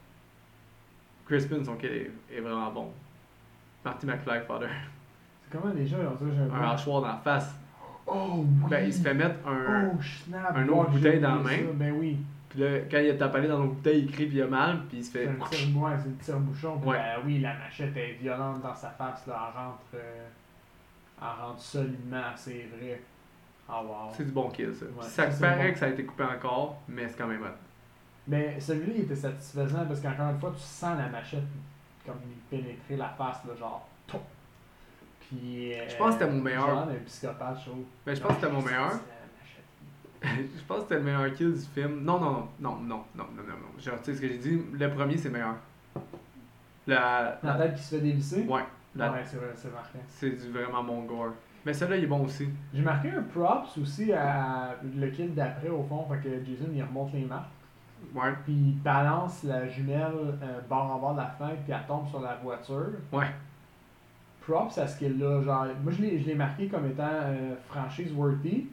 Speaker 1: Crispin, son kid, est, est vraiment bon. Marty McFly, father.
Speaker 2: C'est comment déjà, on dirait que j'ai un.
Speaker 1: Un hachoir dans la face.
Speaker 2: Oh, oui.
Speaker 1: Ben, il se fait mettre un.
Speaker 2: Oh, snap.
Speaker 1: un autre
Speaker 2: j'ai
Speaker 1: bouteille dans la
Speaker 2: oublié
Speaker 1: main.
Speaker 2: ça. Ben oui.
Speaker 1: Puis là, quand il est tapalé dans l'autre bouteille, il crie, puis il a mal, puis il se
Speaker 2: C'est
Speaker 1: fait.
Speaker 2: un tire ouais, c'est un tire-bouchon. puis
Speaker 1: Ouais.
Speaker 2: Ben oui, la machette est violente dans sa face, là. Elle rentre. euh, elle rentre solidement, c'est vrai. Ah, wow.
Speaker 1: C'est du bon kill, ça.
Speaker 2: Ouais,
Speaker 1: Puis ça
Speaker 2: ça, c'est
Speaker 1: paraît
Speaker 2: bon.
Speaker 1: que ça a été coupé encore, mais c'est quand même hot.
Speaker 2: Mais celui-là, il était satisfaisant parce qu'encore une fois, tu sens la machette comme il pénétrait la face, là, genre. Toum. Puis. euh,
Speaker 1: Je pense que c'était mon meilleur.
Speaker 2: genre, un psychopathe, je trouve.
Speaker 1: Mais Ben, je pense que c'était mon
Speaker 2: Genre,
Speaker 1: meilleur.
Speaker 2: c'est la machette.
Speaker 1: je pense que c'était le meilleur kill du film. Non, non, non, non, non, non, non, non. non. Genre, tu sais ce que j'ai dit, le premier, c'est meilleur. La.
Speaker 2: La tête qui se fait dévisser.
Speaker 1: Ouais. la-
Speaker 2: Ouais, c'est vrai, c'est marquant.
Speaker 1: C'est du vraiment mon gore. Mais celui-là, il est bon aussi.
Speaker 2: J'ai marqué un props aussi à le kill d'après au fond, fait que Jason il remonte les marques,
Speaker 1: Ouais.
Speaker 2: puis il balance la jumelle euh, bord en bord de la fenêtre, puis elle tombe sur la voiture.
Speaker 1: Ouais.
Speaker 2: Props à ce kill-là, genre, moi je l'ai- je l'ai marqué comme étant euh, franchise worthy,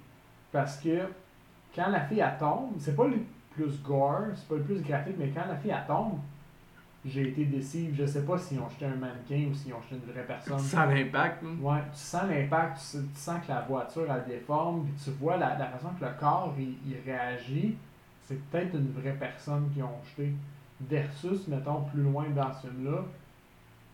Speaker 2: parce que quand la fille elle tombe, c'est pas le plus gore, c'est pas le plus graphique, mais quand la fille elle tombe, j'ai été déçu, je sais pas si on jeté un mannequin ou si on jeté une vraie personne.
Speaker 1: Ça a l'impact. hein.
Speaker 2: Ouais, tu sens l'impact, tu, sais- tu sens que la voiture elle déforme, puis tu vois la, la façon que le corps il, il réagit, c'est peut-être une vraie personne qui ont jeté. Versus, mettons, plus loin dans ce film-là,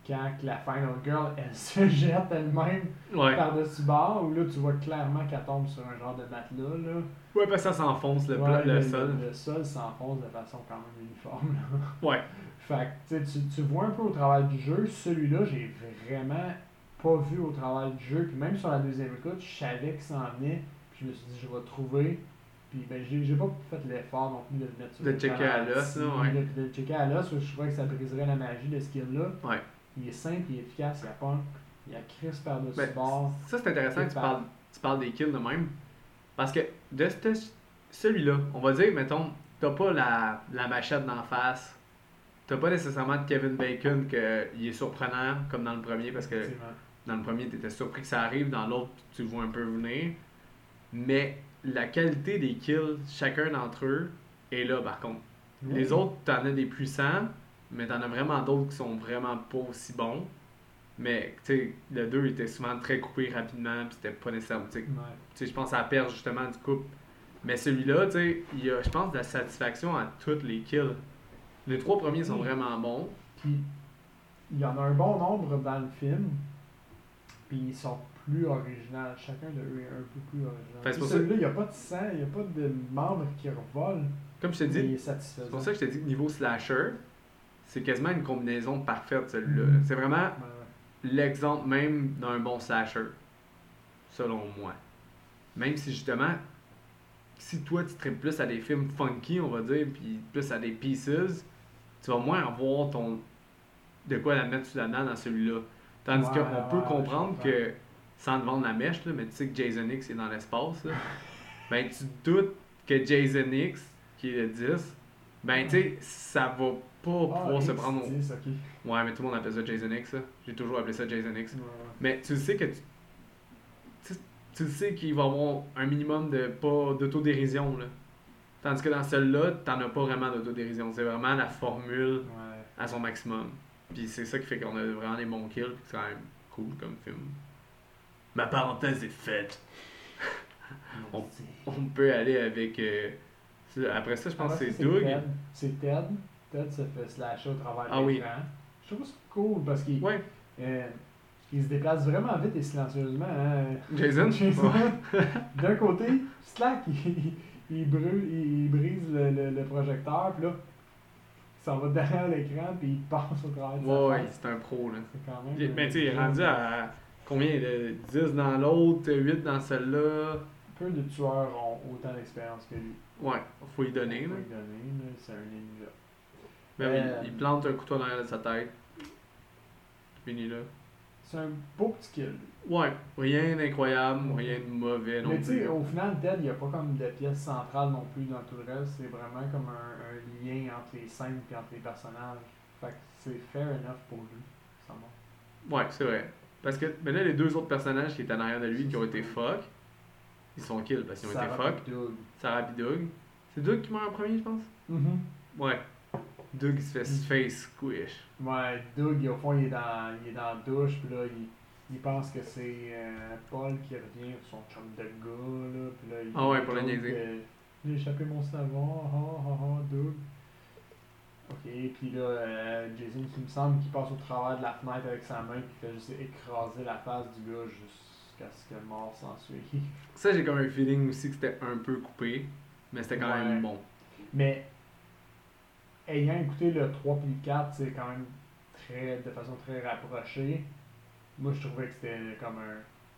Speaker 2: quand que la Final Girl elle se jette elle-même
Speaker 1: Ouais.
Speaker 2: par-dessus bord, où là tu vois clairement qu'elle tombe sur un genre de matelas. Là.
Speaker 1: Ouais, parce que ça s'enfonce le, plat-
Speaker 2: Ouais,
Speaker 1: le sol.
Speaker 2: Le sol s'enfonce de façon quand même uniforme. là.
Speaker 1: Ouais.
Speaker 2: Fait que tu, sais, tu- tu vois un peu au travail du jeu, celui-là, j'ai vraiment pas vu au travail du jeu. Puis même sur la deuxième écoute, je savais que ça en venait. Puis je me suis dit, je vais trouver. Puis ben, j'ai j'ai pas fait l'effort non plus de le mettre sur
Speaker 1: De
Speaker 2: le
Speaker 1: checker à l'os,
Speaker 2: ralenti,
Speaker 1: là, ouais.
Speaker 2: de- De, le checker à l'os, parce que je trouvais que ça briserait la magie de ce kill-là.
Speaker 1: Ouais.
Speaker 2: Il est simple, il est efficace, il y a pas il y a Chris par-dessus
Speaker 1: Ben,
Speaker 2: bord.
Speaker 1: Ça, c'est intéressant que tu
Speaker 2: Départ.
Speaker 1: parles, tu parles des kills de même. Parce que de ce- celui-là, on va dire, mettons, t'as pas la, la machette d'en face. T'as pas nécessairement de Kevin Bacon qu'il est surprenant, comme dans le premier, parce que
Speaker 2: effectivement.
Speaker 1: dans le premier, t'étais surpris que ça arrive, dans l'autre, tu le vois un peu venir. Mais la qualité des kills, chacun d'entre eux, est là, par contre. Les autres, t'en as des puissants, mais t'en as vraiment d'autres qui sont vraiment pas aussi bons. Mais, tu sais, le 2 était souvent très coupé rapidement, puis c'était pas nécessaire. Tu sais,
Speaker 2: Ouais.
Speaker 1: tu sais, je pense à la perte justement du couple. Mais celui-là, tu sais, il y a, je pense, de la satisfaction à toutes les kills. Les trois premiers sont
Speaker 2: Oui.
Speaker 1: vraiment bons.
Speaker 2: Puis, il y en a un bon nombre dans le film. Puis, ils sont plus originaux. Chacun de eux est un peu plus original.
Speaker 1: Fait que c'est pour ça-
Speaker 2: Celui-là, il n'y a pas de sang, il n'y a pas de membres qui revolent.
Speaker 1: Comme je te
Speaker 2: mais
Speaker 1: dis,
Speaker 2: il est
Speaker 1: c'est
Speaker 2: satisfaisant.
Speaker 1: pour ça que je te dis que niveau slasher, c'est quasiment une combinaison parfaite, celui-là.
Speaker 2: Mhm.
Speaker 1: C'est vraiment
Speaker 2: Ouais, ouais.
Speaker 1: l'exemple même d'un bon slasher, selon moi. Même si justement, si toi tu tripes plus à des films funky, on va dire, puis plus à des pieces, tu vas moins avoir ton de quoi la mettre sous la dent dans celui-là. Tandis
Speaker 2: Ouais,
Speaker 1: qu'on peut
Speaker 2: ouais,
Speaker 1: comprendre
Speaker 2: je
Speaker 1: que, sans te vendre la mèche, là, mais tu sais que Jason X est dans l'espace, là, ben tu te doutes que Jason X, qui est le 10, ben tu sais, ça va pas pouvoir
Speaker 2: Ah,
Speaker 1: se
Speaker 2: X10,
Speaker 1: prendre au
Speaker 2: ok.
Speaker 1: Ouais, mais tout le monde appelle ça Jason X. ça. J'ai toujours appelé ça Jason X.
Speaker 2: Ouais, ouais.
Speaker 1: Mais tu sais que tu, tu, tu le sais qu'il va avoir un minimum de pas d'autodérision là. Tandis que dans celle-là, t'en as pas vraiment d'autodérision. C'est vraiment la formule
Speaker 2: Ouais.
Speaker 1: à son maximum. Puis c'est ça qui fait qu'on a vraiment des bons kills, puis c'est quand même cool comme film. Ma parenthèse est faite. On-
Speaker 2: Merci.
Speaker 1: On peut aller avec. euh, ça- après Ah, ça, je pense
Speaker 2: Après
Speaker 1: que
Speaker 2: ça,
Speaker 1: c'est Doug.
Speaker 2: Ted. C'est Ted. Ted se fait slasher au travers
Speaker 1: Ah
Speaker 2: de
Speaker 1: oui.
Speaker 2: l'écran. Je trouve ça cool parce qu'il
Speaker 1: Ouais,
Speaker 2: euh, il se déplace vraiment vite et silencieusement. hein.
Speaker 1: Jason.
Speaker 2: Jason.
Speaker 1: Ouais.
Speaker 2: D'un côté, Slack, il, il, brûle- il- il brise le, le- le projecteur, puis là, il s'en va derrière l'écran, puis il passe au travers de
Speaker 1: Ouais,
Speaker 2: sa
Speaker 1: ouais,
Speaker 2: face.
Speaker 1: c'est un pro là.
Speaker 2: C'est quand même...
Speaker 1: Il- Mais tu sais, il est
Speaker 2: euh,
Speaker 1: rendu à combien de 10 dans l'autre, 8 dans celle-là.
Speaker 2: Peu de tueurs ont autant d'expérience que lui.
Speaker 1: Ouais, faut y donner.
Speaker 2: Faut
Speaker 1: Là.
Speaker 2: lui donner, là, c'est un ennemi là.
Speaker 1: Ben oui,
Speaker 2: Euh,
Speaker 1: il plante un couteau dans l'arrière de sa tête. Fini là.
Speaker 2: C'est un beau petit kill.
Speaker 1: Ouais, rien d'incroyable, rien de mauvais non
Speaker 2: Mm-hmm. Mais tu sais,
Speaker 1: plus.
Speaker 2: au final, Dead, il n'y a pas comme de pièce centrale non plus dans tout le reste. C'est vraiment comme un, un lien entre les scènes et entre les personnages. Fait que c'est fair enough pour lui. Ça va.
Speaker 1: Ouais, c'est vrai. Parce que mais là, les deux autres personnages qui étaient en arrière de lui qui ont été fuck, ils sont kill parce qu'ils ont été
Speaker 2: Ça
Speaker 1: fuck.
Speaker 2: va, Mm-hmm. Doug.
Speaker 1: Sarah pis Doug. C'est Doug qui meurt en premier, je pense.
Speaker 2: Mhm.
Speaker 1: Ouais. Doug il se fait
Speaker 2: Mm.
Speaker 1: face squish.
Speaker 2: Ouais, Doug, il- au fond, il est dans, il est dans la douche, puis là, il, il pense que c'est euh, Paul qui revient, ou son chum de gars, là, puis là, il
Speaker 1: Ah ouais, pour le
Speaker 2: Doug,
Speaker 1: niaiser.
Speaker 2: euh, J'ai échappé mon savon, ah ah ah, Doug. Ok, puis là, euh, Jason, il me semble qu'il passe au travers de la fenêtre avec sa main, puis il fait juste écraser la face du gars jusqu'à ce que le mort s'en suive.
Speaker 1: Ça, j'ai comme un feeling aussi que c'était un peu coupé, mais c'était quand même
Speaker 2: Ouais.
Speaker 1: bon.
Speaker 2: Mais ayant écouté le 3 puis le 4, c'est quand même très, de façon très rapprochée. Moi, je trouvais que c'était comme un.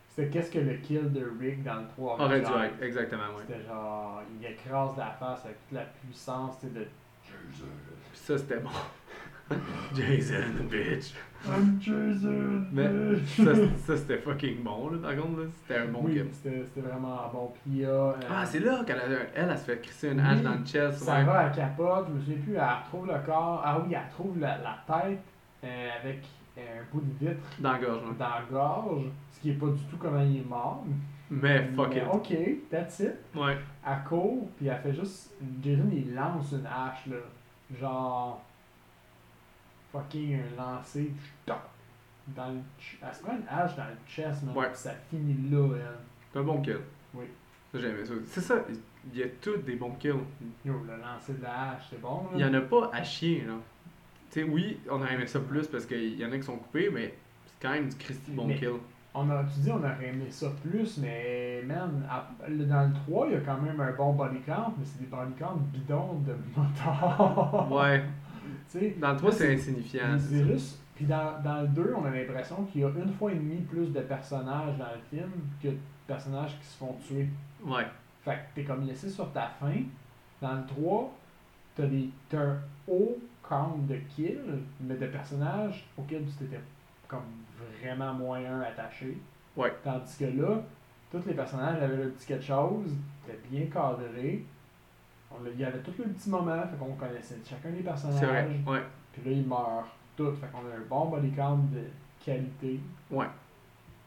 Speaker 2: C'était qu'est-ce que le kill de Rick dans le 3
Speaker 1: Aurait dû
Speaker 2: genre,
Speaker 1: être, exactement, ouais.
Speaker 2: C'était genre, il écrase la face avec toute la puissance tu sais, de.
Speaker 1: Puis ça, c'était bon. Jason, bitch.
Speaker 2: I'm Jason!
Speaker 1: Mais ça, c- ça, c'était fucking bon, là, par contre, là. C'était un bon
Speaker 2: Euh. oui,
Speaker 1: game.
Speaker 2: c'était c'était vraiment bon. Puis il y a. euh,
Speaker 1: Ah, c'est là qu'elle a, elle, elle, se fait crisser une hache
Speaker 2: Oui.
Speaker 1: dans le chest,
Speaker 2: Ça
Speaker 1: ouais.
Speaker 2: va, elle capote, je me souviens plus, elle retrouve le corps. Ah oui, elle retrouve la, la tête euh, avec euh, un bout de vitre.
Speaker 1: Dans la gorge, ouais.
Speaker 2: dans la gorge, ce qui est pas du tout comment il est mort.
Speaker 1: Mais Ben, fuck
Speaker 2: Mais
Speaker 1: it.
Speaker 2: Ok, that's it.
Speaker 1: Ouais.
Speaker 2: Elle court, puis elle fait juste. Jason, il lance une hache, là. Genre. Fucking un lancer. toc, Dans le. ch- Elle se prend une hache dans le chest, man.
Speaker 1: Ouais.
Speaker 2: puis ça finit là, elle.
Speaker 1: C'est un bon kill.
Speaker 2: Oui.
Speaker 1: Ça, j'aimais ça. C'est ça, il y a tous des bons kills.
Speaker 2: Yo, le lancer de la hache, c'est bon, là.
Speaker 1: Il y en a pas à chier, là. Tu sais, oui, on aurait aimé ça plus parce qu'il y en a qui sont coupés, mais c'est quand même du Christy bon
Speaker 2: Mais-
Speaker 1: kill.
Speaker 2: On a, tu dis, on aurait aimé ça plus, mais man, à- le- dans le 3, il y a quand même un bon body count, mais c'est des body count bidons de motard.
Speaker 1: Ouais.
Speaker 2: tu sais,
Speaker 1: Dans le 3, c'est
Speaker 2: c'est-
Speaker 1: insignifiant.
Speaker 2: Les
Speaker 1: c'est ça.
Speaker 2: virus. Puis dans, dans le 2, on a l'impression qu'il y a une fois et demie plus de personnages dans le film que de personnages qui se font tuer.
Speaker 1: Ouais.
Speaker 2: Fait que t'es comme laissé sur ta faim. Dans le 3, t'as des- t'as un haut count de kills, mais de personnages auxquels tu t'étais comme vraiment moyen attaché.
Speaker 1: Ouais.
Speaker 2: Tandis que là, tous les personnages avaient leur petit quelque chose, c'était bien cadré. On a- Il y avait tout le petit moment, fait qu'on connaissait chacun des personnages.
Speaker 1: C'est vrai. Ouais.
Speaker 2: Puis là, il meurt tout. Fait qu'on a un bon body count de qualité.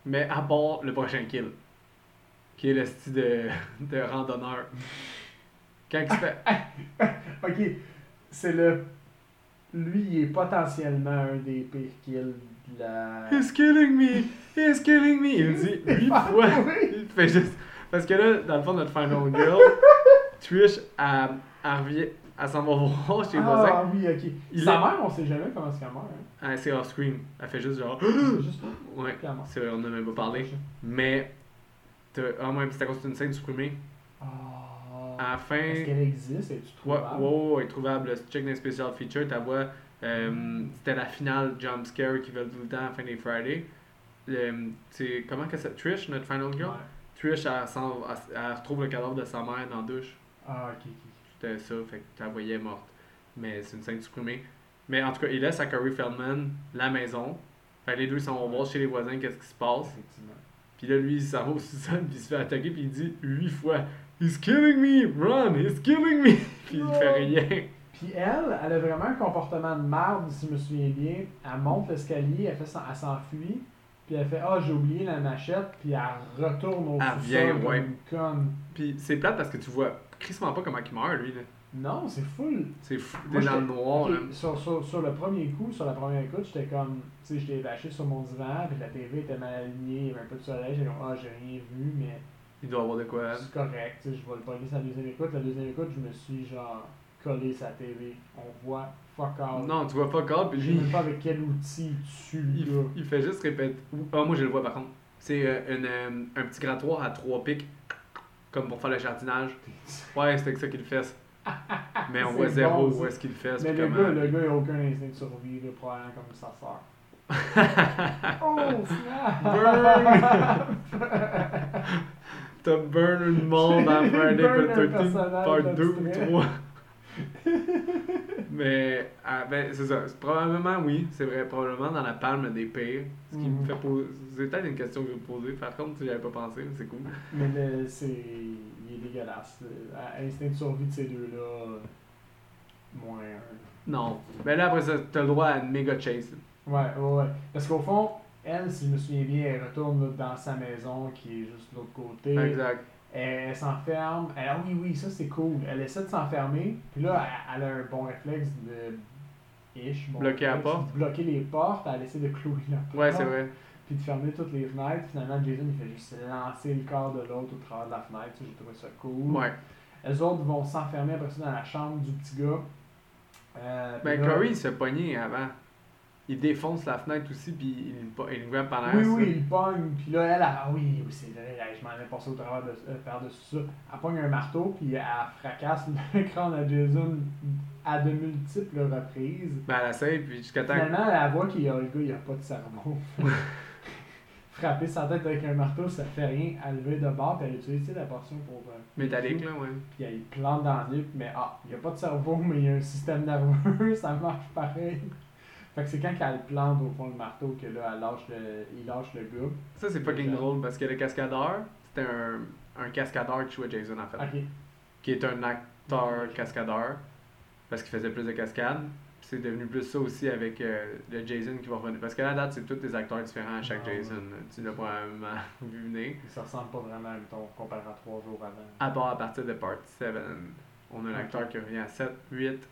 Speaker 1: Mais à part le prochain kill, qui est le style de, de randonneur. Quand il se fait.
Speaker 2: Ok, c'est le. Lui, il est potentiellement un des pires kills de la. Ah,
Speaker 1: He's killing me! He's killing me! Il le dit huit fois.
Speaker 2: Oui.
Speaker 1: Il fait juste. Parce que là, dans le fond, notre final girl, Trish, elle, elle revient. Elle s'en va voir chez voisin.
Speaker 2: Ah oui, ok.
Speaker 1: Il
Speaker 2: Sa
Speaker 1: est-
Speaker 2: mère, on sait jamais comment est-ce qu'elle meurt. Hein.
Speaker 1: Ah, c'est off-screen. Elle fait juste genre.
Speaker 2: C'est juste
Speaker 1: Ouais,
Speaker 2: puis elle meurt.
Speaker 1: c'est vrai, on n'a même pas parlé. Mais. t'as- Ah, ouais, puis c'est à cause d'une scène supprimée. À
Speaker 2: Ah.
Speaker 1: la fin.
Speaker 2: Est-ce qu'elle existe Es-tu
Speaker 1: Ouais,
Speaker 2: trouvable
Speaker 1: ouais, ouais, trouvable. Si tu Check dans les special features, ta voix. euh, C'était la finale jump scare qu'ils veulent tout le temps à la fin des Friday. Le, c'est- comment que ça. Trish, notre final girl
Speaker 2: Ouais.
Speaker 1: Trish, elle, s'en- elle- elle retrouve le cadavre de sa mère dans la douche.
Speaker 2: Ah, ok, ok.
Speaker 1: C'était ça, fait que tu la voyais morte. Mais c'est une scène supprimée. Mais en tout cas, il laisse à Corey Feldman la maison. Fait que les deux s'en vont voir chez les voisins qu'est-ce qui se passe.
Speaker 2: Effectivement.
Speaker 1: Puis là, lui, il s'en va au sous-sol, puis il se fait attaquer, puis il dit huit fois He's killing me, run, he's killing me. puis il fait rien.
Speaker 2: Puis elle, elle a vraiment un comportement de merde, si je me souviens bien. Elle monte l'escalier, elle, fait s'en- elle s'enfuit, puis elle fait Ah, j'ai oublié la machette, puis elle retourne au
Speaker 1: Elle
Speaker 2: sous-sol
Speaker 1: vient,
Speaker 2: comme
Speaker 1: ouais.
Speaker 2: une conne.
Speaker 1: Puis c'est plate parce que tu vois crissement pas comment il meurt, lui. Là.
Speaker 2: Non, c'est full.
Speaker 1: C'est fou,
Speaker 2: Moi,
Speaker 1: des dans le
Speaker 2: j'étais-
Speaker 1: noir.
Speaker 2: Ok,
Speaker 1: Là.
Speaker 2: sur, sur, sur le premier coup, sur la première écoute, j'étais comme, tu sais, j'étais bâché sur mon divan, puis la TV était mal alignée, il y avait un peu de soleil, j'étais comme, ah, j'ai rien vu, mais
Speaker 1: Il doit avoir de quoi.
Speaker 2: c'est correct, tu sais, je vais le pogner sur la deuxième écoute. La deuxième écoute, je me suis, genre, collé sa TV. On voit fuck out.
Speaker 1: Non, tu vois pas encore, puis
Speaker 2: Je
Speaker 1: lui,
Speaker 2: sais Ah même pas avec quel outil tu
Speaker 1: il,
Speaker 2: le gars.
Speaker 1: il fait juste répéter. Ah, moi je le vois par contre. C'est euh, une, euh, un petit grattoir à trois pics, comme pour faire le jardinage. Ouais, c'était que ça qu'il le fait. Mais on
Speaker 2: C'est
Speaker 1: voit zéro
Speaker 2: bon, ça.
Speaker 1: où est-ce qu'il le fait.
Speaker 2: Mais
Speaker 1: puis
Speaker 2: le
Speaker 1: comment.
Speaker 2: gars, le gars, il a aucun instinct de survie, là, probablement comme sa sœur. oh, snap!
Speaker 1: Burn! T'as burn une monde à
Speaker 2: Burn
Speaker 1: Friday
Speaker 2: un
Speaker 1: the 13th,
Speaker 2: personnage
Speaker 1: part 2 ou
Speaker 2: d'abstrait.
Speaker 1: 3. Mais, ah, ben, c'est ça. C'est Probablement, oui, c'est vrai, probablement dans la palme des pires. Ce qui
Speaker 2: Mhm.
Speaker 1: me fait poser. C'est peut-être une question que je vais me poser. Par contre, si j'avais pas pensé, c'est cool.
Speaker 2: Mais le- c'est. Il est dégueulasse. Le- à- Instinct de survie de ces deux-là. euh, Moins un.
Speaker 1: Non. Mais là, après ça, t'as le droit à une méga chase.
Speaker 2: Ouais, ouais, ouais. Parce qu'au fond, elle, si je me souviens bien, elle retourne là, dans sa maison qui est juste de l'autre côté.
Speaker 1: Exact.
Speaker 2: Elle, elle s'enferme. Elle- Ah oui, oui, ça c'est cool. Elle essaie de s'enfermer. Puis là, elle, elle a un bon réflexe de. Ish, bon
Speaker 1: Bloquer la
Speaker 2: réflexe, de
Speaker 1: porte.
Speaker 2: Bloquer les portes. Elle essaie de clouer la porte.
Speaker 1: Ouais, c'est vrai.
Speaker 2: Puis de fermer toutes les fenêtres. Finalement, Jason, il fait juste lancer le corps de l'autre au travers de la fenêtre. Ça, J'ai trouvé ça cool.
Speaker 1: Ouais.
Speaker 2: Elles autres vont s'enfermer après ça dans la chambre du petit gars. Euh, puis
Speaker 1: Ben,
Speaker 2: là-
Speaker 1: Curry, il se pognait avant. Il défonce la fenêtre aussi, puis il, le po- il le voit par l'air.
Speaker 2: Oui,
Speaker 1: ça.
Speaker 2: oui, il pogne. Puis là, elle, elle- ah oui, oui, c'est vrai, là, je m'en ai passé au travers de, euh, par-dessus ça. Elle pogne un marteau, puis elle fracasse le crâne à Jason à de multiples reprises.
Speaker 1: Ben, elle essaye, puis jusqu'à temps.
Speaker 2: Finalement, elle voit qu'il y a le gars, il a pas de cerveau. Frapper sa tête avec un marteau, ça fait rien. Elle lever de bord, puis elle utilise tu sais, la portion pour. euh,
Speaker 1: Métallique, là, ouais.
Speaker 2: Puis elle plante dans le nuque, mais ah, il n'y a pas de cerveau, mais il y a un système nerveux, ça marche pareil. Fait que c'est quand qu'elle plante au fond le marteau que là, elle lâche le, il lâche le gars.
Speaker 1: Ça, c'est fucking
Speaker 2: Exact.
Speaker 1: drôle parce que le cascadeur, c'était un, un cascadeur qui jouait Jason en fait.
Speaker 2: Ok.
Speaker 1: Qui est un acteur cascadeur parce qu'il faisait plus de cascades. Puis C'est devenu plus ça aussi avec euh, le Jason qui va revenir. Parce qu'à la date, c'est tous des acteurs différents à chaque
Speaker 2: Ah ouais.
Speaker 1: Jason. Tu l'as probablement vu venir.
Speaker 2: Ça ressemble pas vraiment à ton comparé à trois jours avant.
Speaker 1: À part à partir de Part 7, on a un acteur qui revient à 7, 8,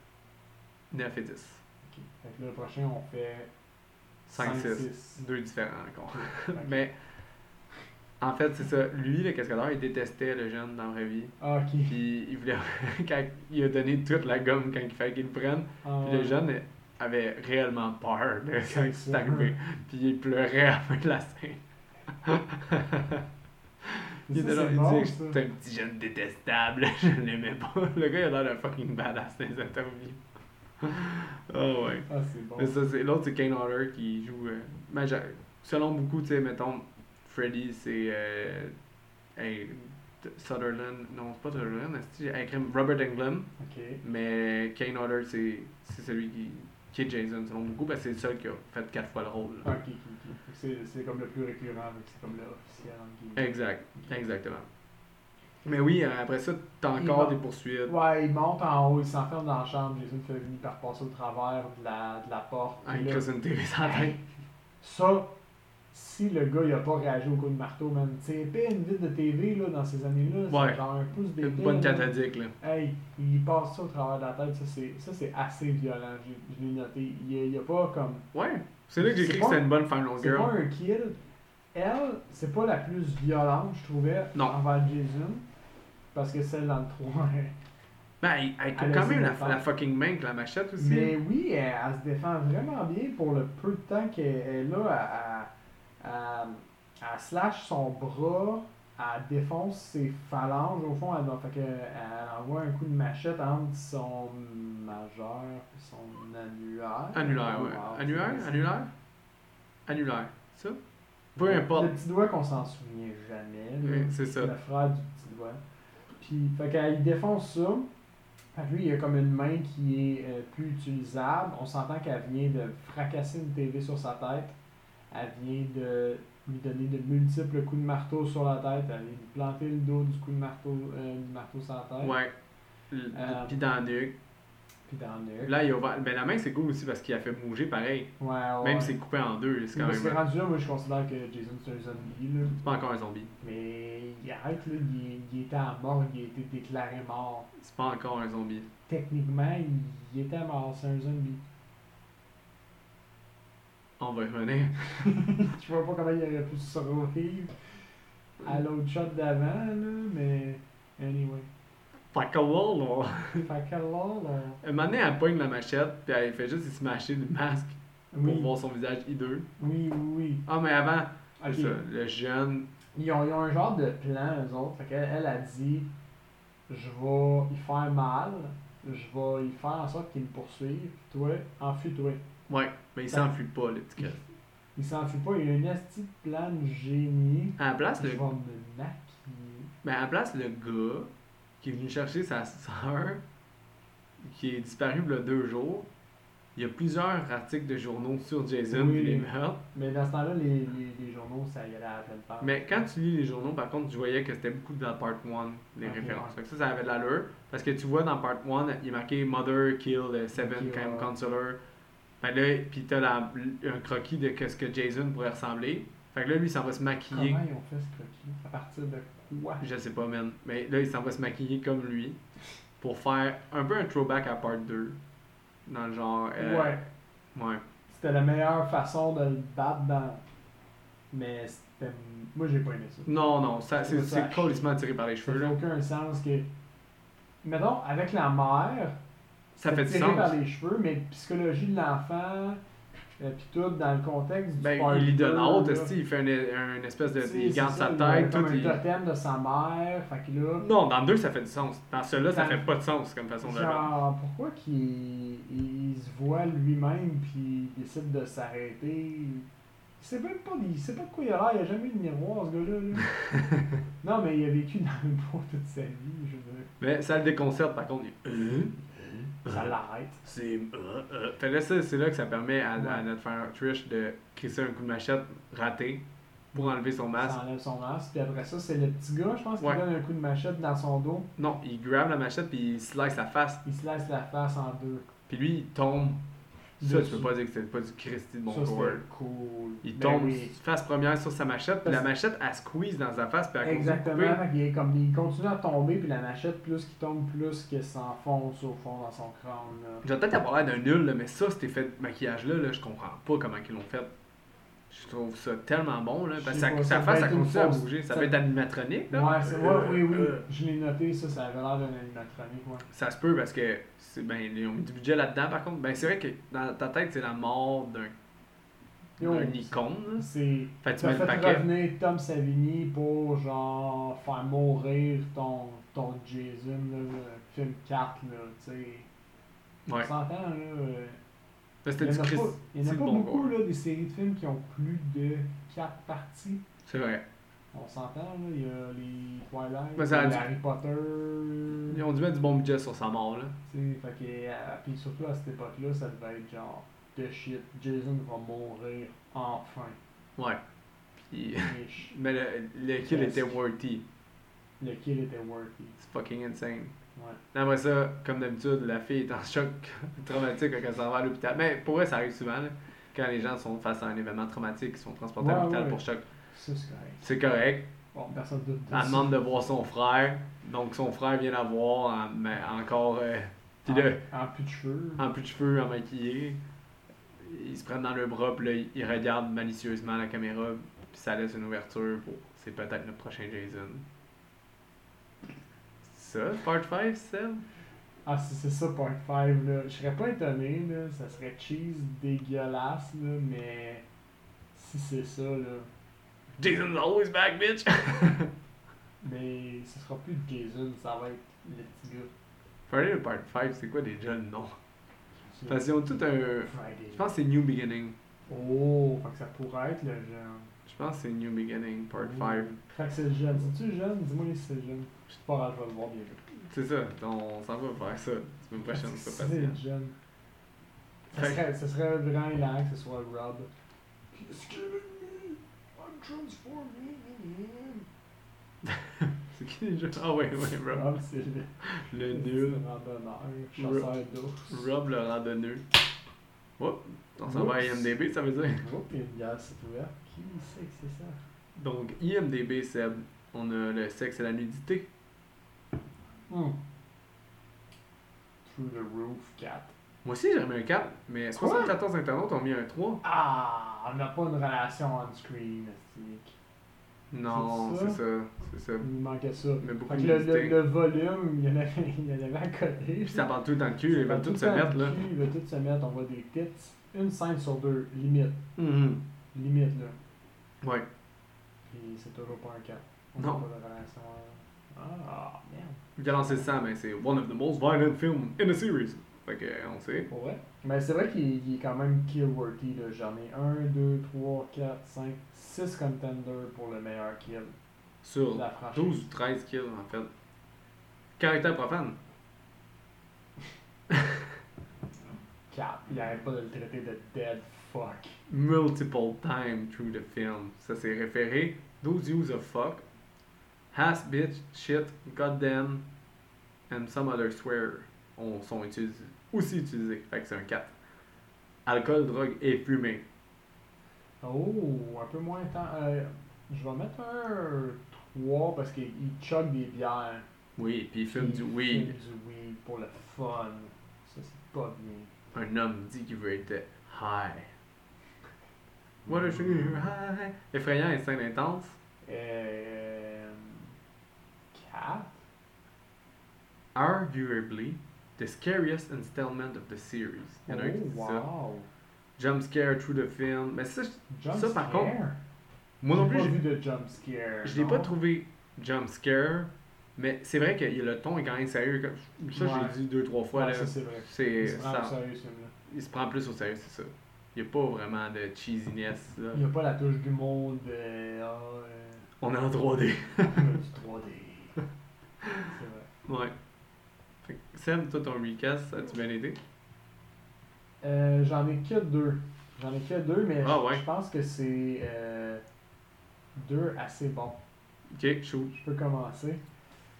Speaker 1: 9 et 10.
Speaker 2: Ok. Fait que le prochain, on fait
Speaker 1: 5, 6.
Speaker 2: 6.
Speaker 1: Deux différents encore. Mais en fait, c'est ça. Lui, le cascadeur, il détestait le jeune dans la vraie vie.
Speaker 2: Ah, ok.
Speaker 1: Puis il voulait. quand il a donné toute la gomme quand il fallait qu'il le prenne,
Speaker 2: Ah,
Speaker 1: puis le
Speaker 2: ouais.
Speaker 1: jeune euh, avait réellement peur de
Speaker 2: C'est
Speaker 1: quand
Speaker 2: ça.
Speaker 1: c'est arrivé. Puis il pleurait à la fin de la scène.
Speaker 2: Mais
Speaker 1: il
Speaker 2: ça,
Speaker 1: était là,
Speaker 2: c'est
Speaker 1: il
Speaker 2: bon,
Speaker 1: disait
Speaker 2: ça.
Speaker 1: J'étais un petit jeune détestable, je l'aimais pas. Le gars, il a l'air d'un fucking badass dans les interviews. oh ouais.
Speaker 2: Ah, c'est bon.
Speaker 1: Mais ça, c'est- L'autre, c'est Kane Hodder qui joue. euh, majeur. Selon beaucoup, tu sais, mettons, Freddy, c'est. euh, hey, T- Sutherland. Non, c'est pas Sutherland, c'est hey, crème, Robert Englund.
Speaker 2: Ok.
Speaker 1: Mais Kane Hodder, c'est c'est celui qui, qui est Jason, selon beaucoup, parce que c'est le seul qui a fait quatre fois le rôle.
Speaker 2: Ah,
Speaker 1: là.
Speaker 2: ok, ok, ok. Fait que c'est- C'est comme le plus récurrent, fait que c'est comme le officiel. entre guillemets.
Speaker 1: Exact,
Speaker 2: Ok.
Speaker 1: exactement. Mais oui, euh, après ça, t'as
Speaker 2: Il
Speaker 1: encore
Speaker 2: va-
Speaker 1: des poursuites.
Speaker 2: Ouais, il monte en haut, il s'enferme dans la chambre, Jason finit par passer au travers de la, de la porte.
Speaker 1: Ah,
Speaker 2: Puis
Speaker 1: il
Speaker 2: là,
Speaker 1: creuse une TV sans tête.
Speaker 2: ça, si le gars il a pas réagi au coup de marteau, même, tu sais, épais, une vide de TV là, dans ces années-là, c'est
Speaker 1: Ouais.
Speaker 2: genre un pouce d'épée.
Speaker 1: Une bonne
Speaker 2: là.
Speaker 1: catadique, là.
Speaker 2: Hey, il passe ça au travers de la tête, ça c'est, ça, c'est assez violent, je, je l'ai noté. Il y a, il y a pas comme.
Speaker 1: Ouais, c'est là que j'ai
Speaker 2: C'est
Speaker 1: écrit que
Speaker 2: pas-
Speaker 1: c'était une bonne Final
Speaker 2: C'est pas
Speaker 1: Oh, Girl.
Speaker 2: un kill. Elle, c'est pas la plus violente, je trouvais,
Speaker 1: Non.
Speaker 2: envers Jason. Parce que celle dans le 3,
Speaker 1: Ben, elle, elle coupe
Speaker 2: Elle a
Speaker 1: quand
Speaker 2: ses
Speaker 1: même la,
Speaker 2: affaires.
Speaker 1: la fucking main avec la machette aussi.
Speaker 2: Mais oui, elle, elle se défend vraiment bien pour le peu de temps qu'elle est là. Elle, elle- elle- elle slash son bras, elle défonce ses phalanges au fond. Elle, doit- fait que, elle envoie un coup de machette entre son majeur et son annulaire.
Speaker 1: Annulaire, ouais.
Speaker 2: Wow,
Speaker 1: Annulaire,
Speaker 2: c'est-
Speaker 1: annulaire. Annulaire, ça. Peu importe.
Speaker 2: Le petit doigt qu'on s'en souvient jamais. là.
Speaker 1: Oui, c'est ça.
Speaker 2: Le frère du petit doigt. Puis, fait qu'elle défonce ça. Fait que lui, il a comme une main qui est euh, plus utilisable. On s'entend qu'elle vient de fracasser une TV sur sa tête. Elle vient de lui donner de multiples coups de marteau sur la tête. Elle vient lui planter le dos du coup de marteau, euh, du marteau sur la tête.
Speaker 1: Ouais. L-
Speaker 2: Euh,
Speaker 1: Puis dans le nuque.
Speaker 2: Puis dans le
Speaker 1: Là, il a ouvert- Ben, la main, c'est cool aussi parce qu'il a fait bouger pareil.
Speaker 2: Ouais, ouais.
Speaker 1: Même si c'est coupé en deux, c'est quand
Speaker 2: Parce
Speaker 1: même.
Speaker 2: que rendu là, moi, je considère que Jason, c'est un zombie. Là.
Speaker 1: C'est pas encore un zombie.
Speaker 2: Mais il arrête, là, il, est- il était à mort, il a été déclaré mort.
Speaker 1: C'est pas encore un zombie.
Speaker 2: Techniquement, il- il était mort, c'est un zombie.
Speaker 1: On va y revenir.
Speaker 2: Je vois pas comment il aurait pu survivre à l'autre shot d'avant, là, mais anyway.
Speaker 1: Fuck a wall, là.
Speaker 2: Fait que euh, là, là...
Speaker 1: Un moment donné, elle pogne la machette, puis elle fait juste se mâcher le masque pour
Speaker 2: Oui,
Speaker 1: voir son visage hideux.
Speaker 2: oui, oui, oui.
Speaker 1: Ah, mais avant,
Speaker 2: Ok.
Speaker 1: c'est ça, le jeune.
Speaker 2: Ils ont, ils ont un genre de plan, eux autres. Fait qu'elle, elle a dit, je vais y faire mal, je vais y faire en sorte qu'il me poursuive, toi, enfuis-toi.
Speaker 1: Ouais, mais
Speaker 2: Ben.
Speaker 1: il s'enfuit pas, le petit gars.
Speaker 2: Il s'enfuit pas, il a une astuce de plan de génie.
Speaker 1: À la place,
Speaker 2: Je
Speaker 1: le
Speaker 2: vais me maquiller.
Speaker 1: Mais à la place, le gars qui est venu chercher sa soeur, qui est disparu il y a deux jours, il y a plusieurs articles de journaux sur Jason
Speaker 2: Oui.
Speaker 1: et les meurtres.
Speaker 2: Mais dans ce temps-là, les, les, les journaux, ça y allait à peine peur.
Speaker 1: Mais quand tu lis les journaux, par contre, tu voyais que c'était beaucoup dans Part 1, les
Speaker 2: Ok,
Speaker 1: références.
Speaker 2: Ah, ouais.
Speaker 1: Fait que ça, ça avait de l'allure. Parce que tu vois dans Part 1, il est marqué Mother Kill euh, Seven
Speaker 2: Ok,
Speaker 1: Camp
Speaker 2: ouais.
Speaker 1: Counselor. Fait que là, pis t'as la- un croquis de que ce que Jason pourrait ressembler. Fait que là, lui, il s'en va se
Speaker 2: Comment
Speaker 1: maquiller.
Speaker 2: ils ont fait ce croquis À partir de quoi
Speaker 1: Je sais pas, man. Mais là, il s'en va se maquiller comme lui pour faire un peu un throwback à Part 2. Dans le genre. euh,
Speaker 2: Ouais,
Speaker 1: ouais.
Speaker 2: c'était la meilleure façon de le battre dans. Mais c'était. Moi, j'ai pas aimé ça.
Speaker 1: Non, non, ça, c'est,
Speaker 2: Ça
Speaker 1: c'est
Speaker 2: hache.
Speaker 1: complètement tiré par les
Speaker 2: Ça
Speaker 1: cheveux.
Speaker 2: fait
Speaker 1: Là.
Speaker 2: aucun sens que. Mettons, avec la mère,
Speaker 1: Ça fait du
Speaker 2: tiré par
Speaker 1: sens.
Speaker 2: les cheveux, mais psychologie de l'enfant, euh, puis tout, dans le contexte du
Speaker 1: Ben,
Speaker 2: part
Speaker 1: il lui donne
Speaker 2: deux,
Speaker 1: honte,
Speaker 2: là.
Speaker 1: esti, il fait un, un espèce de.
Speaker 2: Tu sais,
Speaker 1: Il garde
Speaker 2: c'est
Speaker 1: sa
Speaker 2: ça, il
Speaker 1: tête,
Speaker 2: a comme
Speaker 1: tout.
Speaker 2: un
Speaker 1: il-
Speaker 2: totem de sa mère, fait que là.
Speaker 1: Non, dans deux, ça fait du sens. Dans celui-là, ça
Speaker 2: Dans-
Speaker 1: fait pas de sens comme façon de le rendre.
Speaker 2: Genre, pourquoi qu'il il se voit lui-même puis il décide de s'arrêter? Il sait même pas, il sait pas de quoi il a l'air, il a jamais eu de miroir ce gars-là. là. non, mais il a vécu dans le bois toute sa vie, je veux dire.
Speaker 1: Mais ça le déconcerte, par contre. Il... Euh,
Speaker 2: Ça l'arrête.
Speaker 1: c'est. euh, euh. Fait là, ça, c'est là que ça permet à, à
Speaker 2: Ouais.
Speaker 1: notre frère Trish de crisser un coup de machette raté pour enlever son masque.
Speaker 2: Ça enlève son masque, puis après ça, c'est le petit gars, je pense, qui
Speaker 1: Ouais.
Speaker 2: donne un coup de machette dans son dos,
Speaker 1: Non, il grab la machette puis il slice la face.
Speaker 2: il se laisse la face en deux.
Speaker 1: Puis lui, il tombe. Ça, tu
Speaker 2: Dessus.
Speaker 1: peux pas dire que c'est pas du Christy de bon
Speaker 2: ça,
Speaker 1: corps.
Speaker 2: c'était cool.
Speaker 1: Il
Speaker 2: Ben
Speaker 1: tombe
Speaker 2: oui.
Speaker 1: face première sur sa machette, puis
Speaker 2: Parce-
Speaker 1: la machette, elle squeeze dans sa face, puis elle continue de couper.
Speaker 2: Exactement, il, est comme, il continue à tomber, puis la machette, plus qu'il tombe, plus qu'elle s'enfonce au fond dans son crâne. là.
Speaker 1: Je vais peut-être avoir l'air d'un nul, là, mais ça, cet effet de maquillage-là, là, je comprends pas comment ils l'ont fait. Je trouve ça tellement bon, là, parce que
Speaker 2: Je sais
Speaker 1: sa,
Speaker 2: pas,
Speaker 1: sa face,
Speaker 2: ça doit
Speaker 1: ça
Speaker 2: être une
Speaker 1: continue à
Speaker 2: fausse-
Speaker 1: bouger. Ça
Speaker 2: ça-
Speaker 1: peut être animatronique, là.
Speaker 2: Ouais, c'est, ouais, oui, oui,
Speaker 1: Euh,
Speaker 2: je l'ai noté, ça, ça avait l'air d'un animatronique, ouais.
Speaker 1: Ça se peut parce que, c'est, ben, ils ont mis du budget là-dedans, par contre. Ben, c'est vrai que dans ta tête, c'est la mort d'un,
Speaker 2: Yo,
Speaker 1: d'un icône, là.
Speaker 2: C'est...
Speaker 1: Fait que tu
Speaker 2: T'as
Speaker 1: mets le
Speaker 2: fait
Speaker 1: paquet.
Speaker 2: revenir Tom Savini pour, genre, faire mourir ton, ton Jason, là, le film 4, là, tu sais.
Speaker 1: Ouais.
Speaker 2: On s'entend, là... euh,
Speaker 1: Là,
Speaker 2: Il
Speaker 1: c'était
Speaker 2: n'y en
Speaker 1: du
Speaker 2: a
Speaker 1: Christ.
Speaker 2: pas, il y en a
Speaker 1: c'est
Speaker 2: pas
Speaker 1: bon
Speaker 2: beaucoup,
Speaker 1: gore.
Speaker 2: là, des séries de films qui ont plus de 4 parties.
Speaker 1: C'est vrai.
Speaker 2: On s'entend, là, il y a les Twilight,
Speaker 1: Ben, ça a
Speaker 2: les
Speaker 1: dû-
Speaker 2: Harry Potter.
Speaker 1: Ils ont dû mettre du bon budget sur sa mort, là.
Speaker 2: tu sais, fait que, euh, puis surtout à cette époque-là, ça devait être genre de shit. Jason va mourir enfin.
Speaker 1: Ouais. Puis-
Speaker 2: Ish.
Speaker 1: Mais le, le kill
Speaker 2: Yes.
Speaker 1: était worthy.
Speaker 2: Le kill était worthy.
Speaker 1: C'est fucking insane.
Speaker 2: Ouais.
Speaker 1: Après ça, comme d'habitude, la fille est en choc traumatique quand elle s'en va à l'hôpital. Mais pour vrai, ça arrive souvent, là, quand les gens sont face à un événement traumatique, ils sont transportés à
Speaker 2: Ouais,
Speaker 1: l'hôpital
Speaker 2: ouais.
Speaker 1: pour choc.
Speaker 2: Ça, c'est correct.
Speaker 1: C'est correct.
Speaker 2: Bon, personne doute de
Speaker 1: Elle
Speaker 2: ça.
Speaker 1: demande de voir son frère. Donc son frère vient la voir, en- mais encore. euh, Puis là,
Speaker 2: En, en plus de cheveux.
Speaker 1: en plus de cheveux, en maquillé. Ils se prennent dans le bras, puis là, ils regardent malicieusement la caméra, puis ça laisse une ouverture pour. C'est peut-être le prochain Jason. Ça, part 5, Seb?
Speaker 2: Ah, si c'est ça, Part 5, là. Je serais pas étonné, là. Ça serait cheese dégueulasse, là, mais si c'est ça, là.
Speaker 1: Jason's always back, bitch!
Speaker 2: Mais ce sera plus Jason, ça va être le petit gars.
Speaker 1: Friday the Part 5, c'est quoi des jeunes noms?
Speaker 2: qui-
Speaker 1: Parce qu'ils ont tout un.
Speaker 2: Friday.
Speaker 1: Je pense que c'est New Beginning.
Speaker 2: Oh, fait que ça pourrait être le jeune.
Speaker 1: Je pense que c'est New Beginning Part
Speaker 2: Oh.
Speaker 1: 5.
Speaker 2: Fait que c'est le jeune. C'est-tu le jeune? Dis-moi si c'est le jeune. Je suis pas grave, je vais le voir bien.
Speaker 1: C'est ça, on s'en va vers ça. C'est une prochaine,
Speaker 2: Si
Speaker 1: c'est pas
Speaker 2: Ah, c'est le
Speaker 1: patient.
Speaker 2: jeune. Ça
Speaker 1: Fait-
Speaker 2: serait, ça serait vraiment hilarant que ce soit Rob. He's killing me! I'm transforming!
Speaker 1: C'est qui déjà? Ah ouais, ouais, Rob.
Speaker 2: Rob, c'est le,
Speaker 1: Le
Speaker 2: le
Speaker 1: nul.
Speaker 2: petit randonneur, chasseur d'ours.
Speaker 1: Rob le randonneux. Oups, on s'en va à
Speaker 2: Oups.
Speaker 1: IMDB, ça veut dire.
Speaker 2: Oh, puis une bière s'est ouverte. Qui sait que c'est ça?
Speaker 1: Donc, IMDB, Seb, on a le sexe et la nudité.
Speaker 2: Hmm. Through the roof, cat.
Speaker 1: Moi aussi, j'aurais mis un 4, mais
Speaker 2: Quoi?
Speaker 1: 74 internautes ont mis un 3.
Speaker 2: Ah, on n'a pas une relation on-screen, esti.
Speaker 1: Non,
Speaker 2: C'est
Speaker 1: c'est
Speaker 2: ça?
Speaker 1: ça. C'est ça.
Speaker 2: Il manquait ça.
Speaker 1: Mais beaucoup
Speaker 2: Fait
Speaker 1: de
Speaker 2: que le, le,
Speaker 1: nudité.
Speaker 2: le volume, il y en avait, il y en avait à côté.
Speaker 1: Puis ça parle tout dans le cul,
Speaker 2: Ça
Speaker 1: ils
Speaker 2: parle
Speaker 1: veulent
Speaker 2: tout
Speaker 1: tous se
Speaker 2: le temps
Speaker 1: mettre,
Speaker 2: du
Speaker 1: là.
Speaker 2: cul, Ils veulent tous se mettre, on voit des tits. Une scène sur deux, limite.
Speaker 1: Mhm.
Speaker 2: Limite, là.
Speaker 1: Ouais.
Speaker 2: Puis c'est toujours pas un cas. On
Speaker 1: Non.
Speaker 2: n'a pas de relation. euh, Ah, merde.
Speaker 1: Violence et sang, mais c'est one of the most violent films in the series. Fait que, euh, on sait.
Speaker 2: Pour vrai. Mais c'est vrai qu'il il est quand même killworthy, là. J'en ai 1, 2, 3, 4, 5, 6 contenders pour le meilleur kill
Speaker 1: Sur
Speaker 2: de la franchise.
Speaker 1: 12 ou 13 kills, en fait. Caractère profane.
Speaker 2: Cap, il arrête pas de le traiter de dead fuck.
Speaker 1: multiple time through the film. Ça c'est référé. Those use of fuck, has, bitch, shit, goddamn, and some other swear ont, sont utilisés, aussi utilisés. Fait que c'est un 4. Alcool, drogue et fumée.
Speaker 2: Oh, un peu moins tant. euh, je vais mettre un 3 parce qu'il il chug des bières.
Speaker 1: Oui, puis il fume
Speaker 2: Il
Speaker 1: du
Speaker 2: fume
Speaker 1: weed.
Speaker 2: du weed pour le fun. Ça, c'est pas bien.
Speaker 1: Un homme dit qu'il veut être high. What a
Speaker 2: Mm.
Speaker 1: sugar high. Effrayant et scène intense.
Speaker 2: Euh. 4
Speaker 1: Arguably, the scariest installment of the series. Il y en a un qui dit
Speaker 2: Oh,
Speaker 1: ça.
Speaker 2: wow.
Speaker 1: Jump scare through the film. Mais ça,
Speaker 2: Jump
Speaker 1: Ça, par contre,
Speaker 2: scare?
Speaker 1: Moi non
Speaker 2: J'ai
Speaker 1: plus,
Speaker 2: pas
Speaker 1: j'ai-
Speaker 2: vu de jump scare.
Speaker 1: je l'ai pas
Speaker 2: non?
Speaker 1: trouvé jump scare, mais c'est vrai que le ton est quand même sérieux. comme- Ça,
Speaker 2: Ouais.
Speaker 1: j'ai dit deux, trois fois.
Speaker 2: Ouais,
Speaker 1: là.
Speaker 2: ça, c'est vrai.
Speaker 1: C'est,
Speaker 2: Il se prend
Speaker 1: ça-
Speaker 2: au sérieux, ce film-là.
Speaker 1: il se prend plus au sérieux, c'est ça. Il n'y a pas vraiment de cheesiness. Là.
Speaker 2: Il y a pas la touche d'humour de. Ah, euh,
Speaker 1: On est en 3D.
Speaker 2: du 3D. C'est vrai.
Speaker 1: Ouais. Fait que, Seb, toi, ton recast, ça tu bien aidé?
Speaker 2: Euh, J'en ai que deux. J'en ai que deux, mais
Speaker 1: Ah ouais.
Speaker 2: je pense que c'est euh, deux assez bons.
Speaker 1: Ok, shoot.
Speaker 2: Je peux commencer.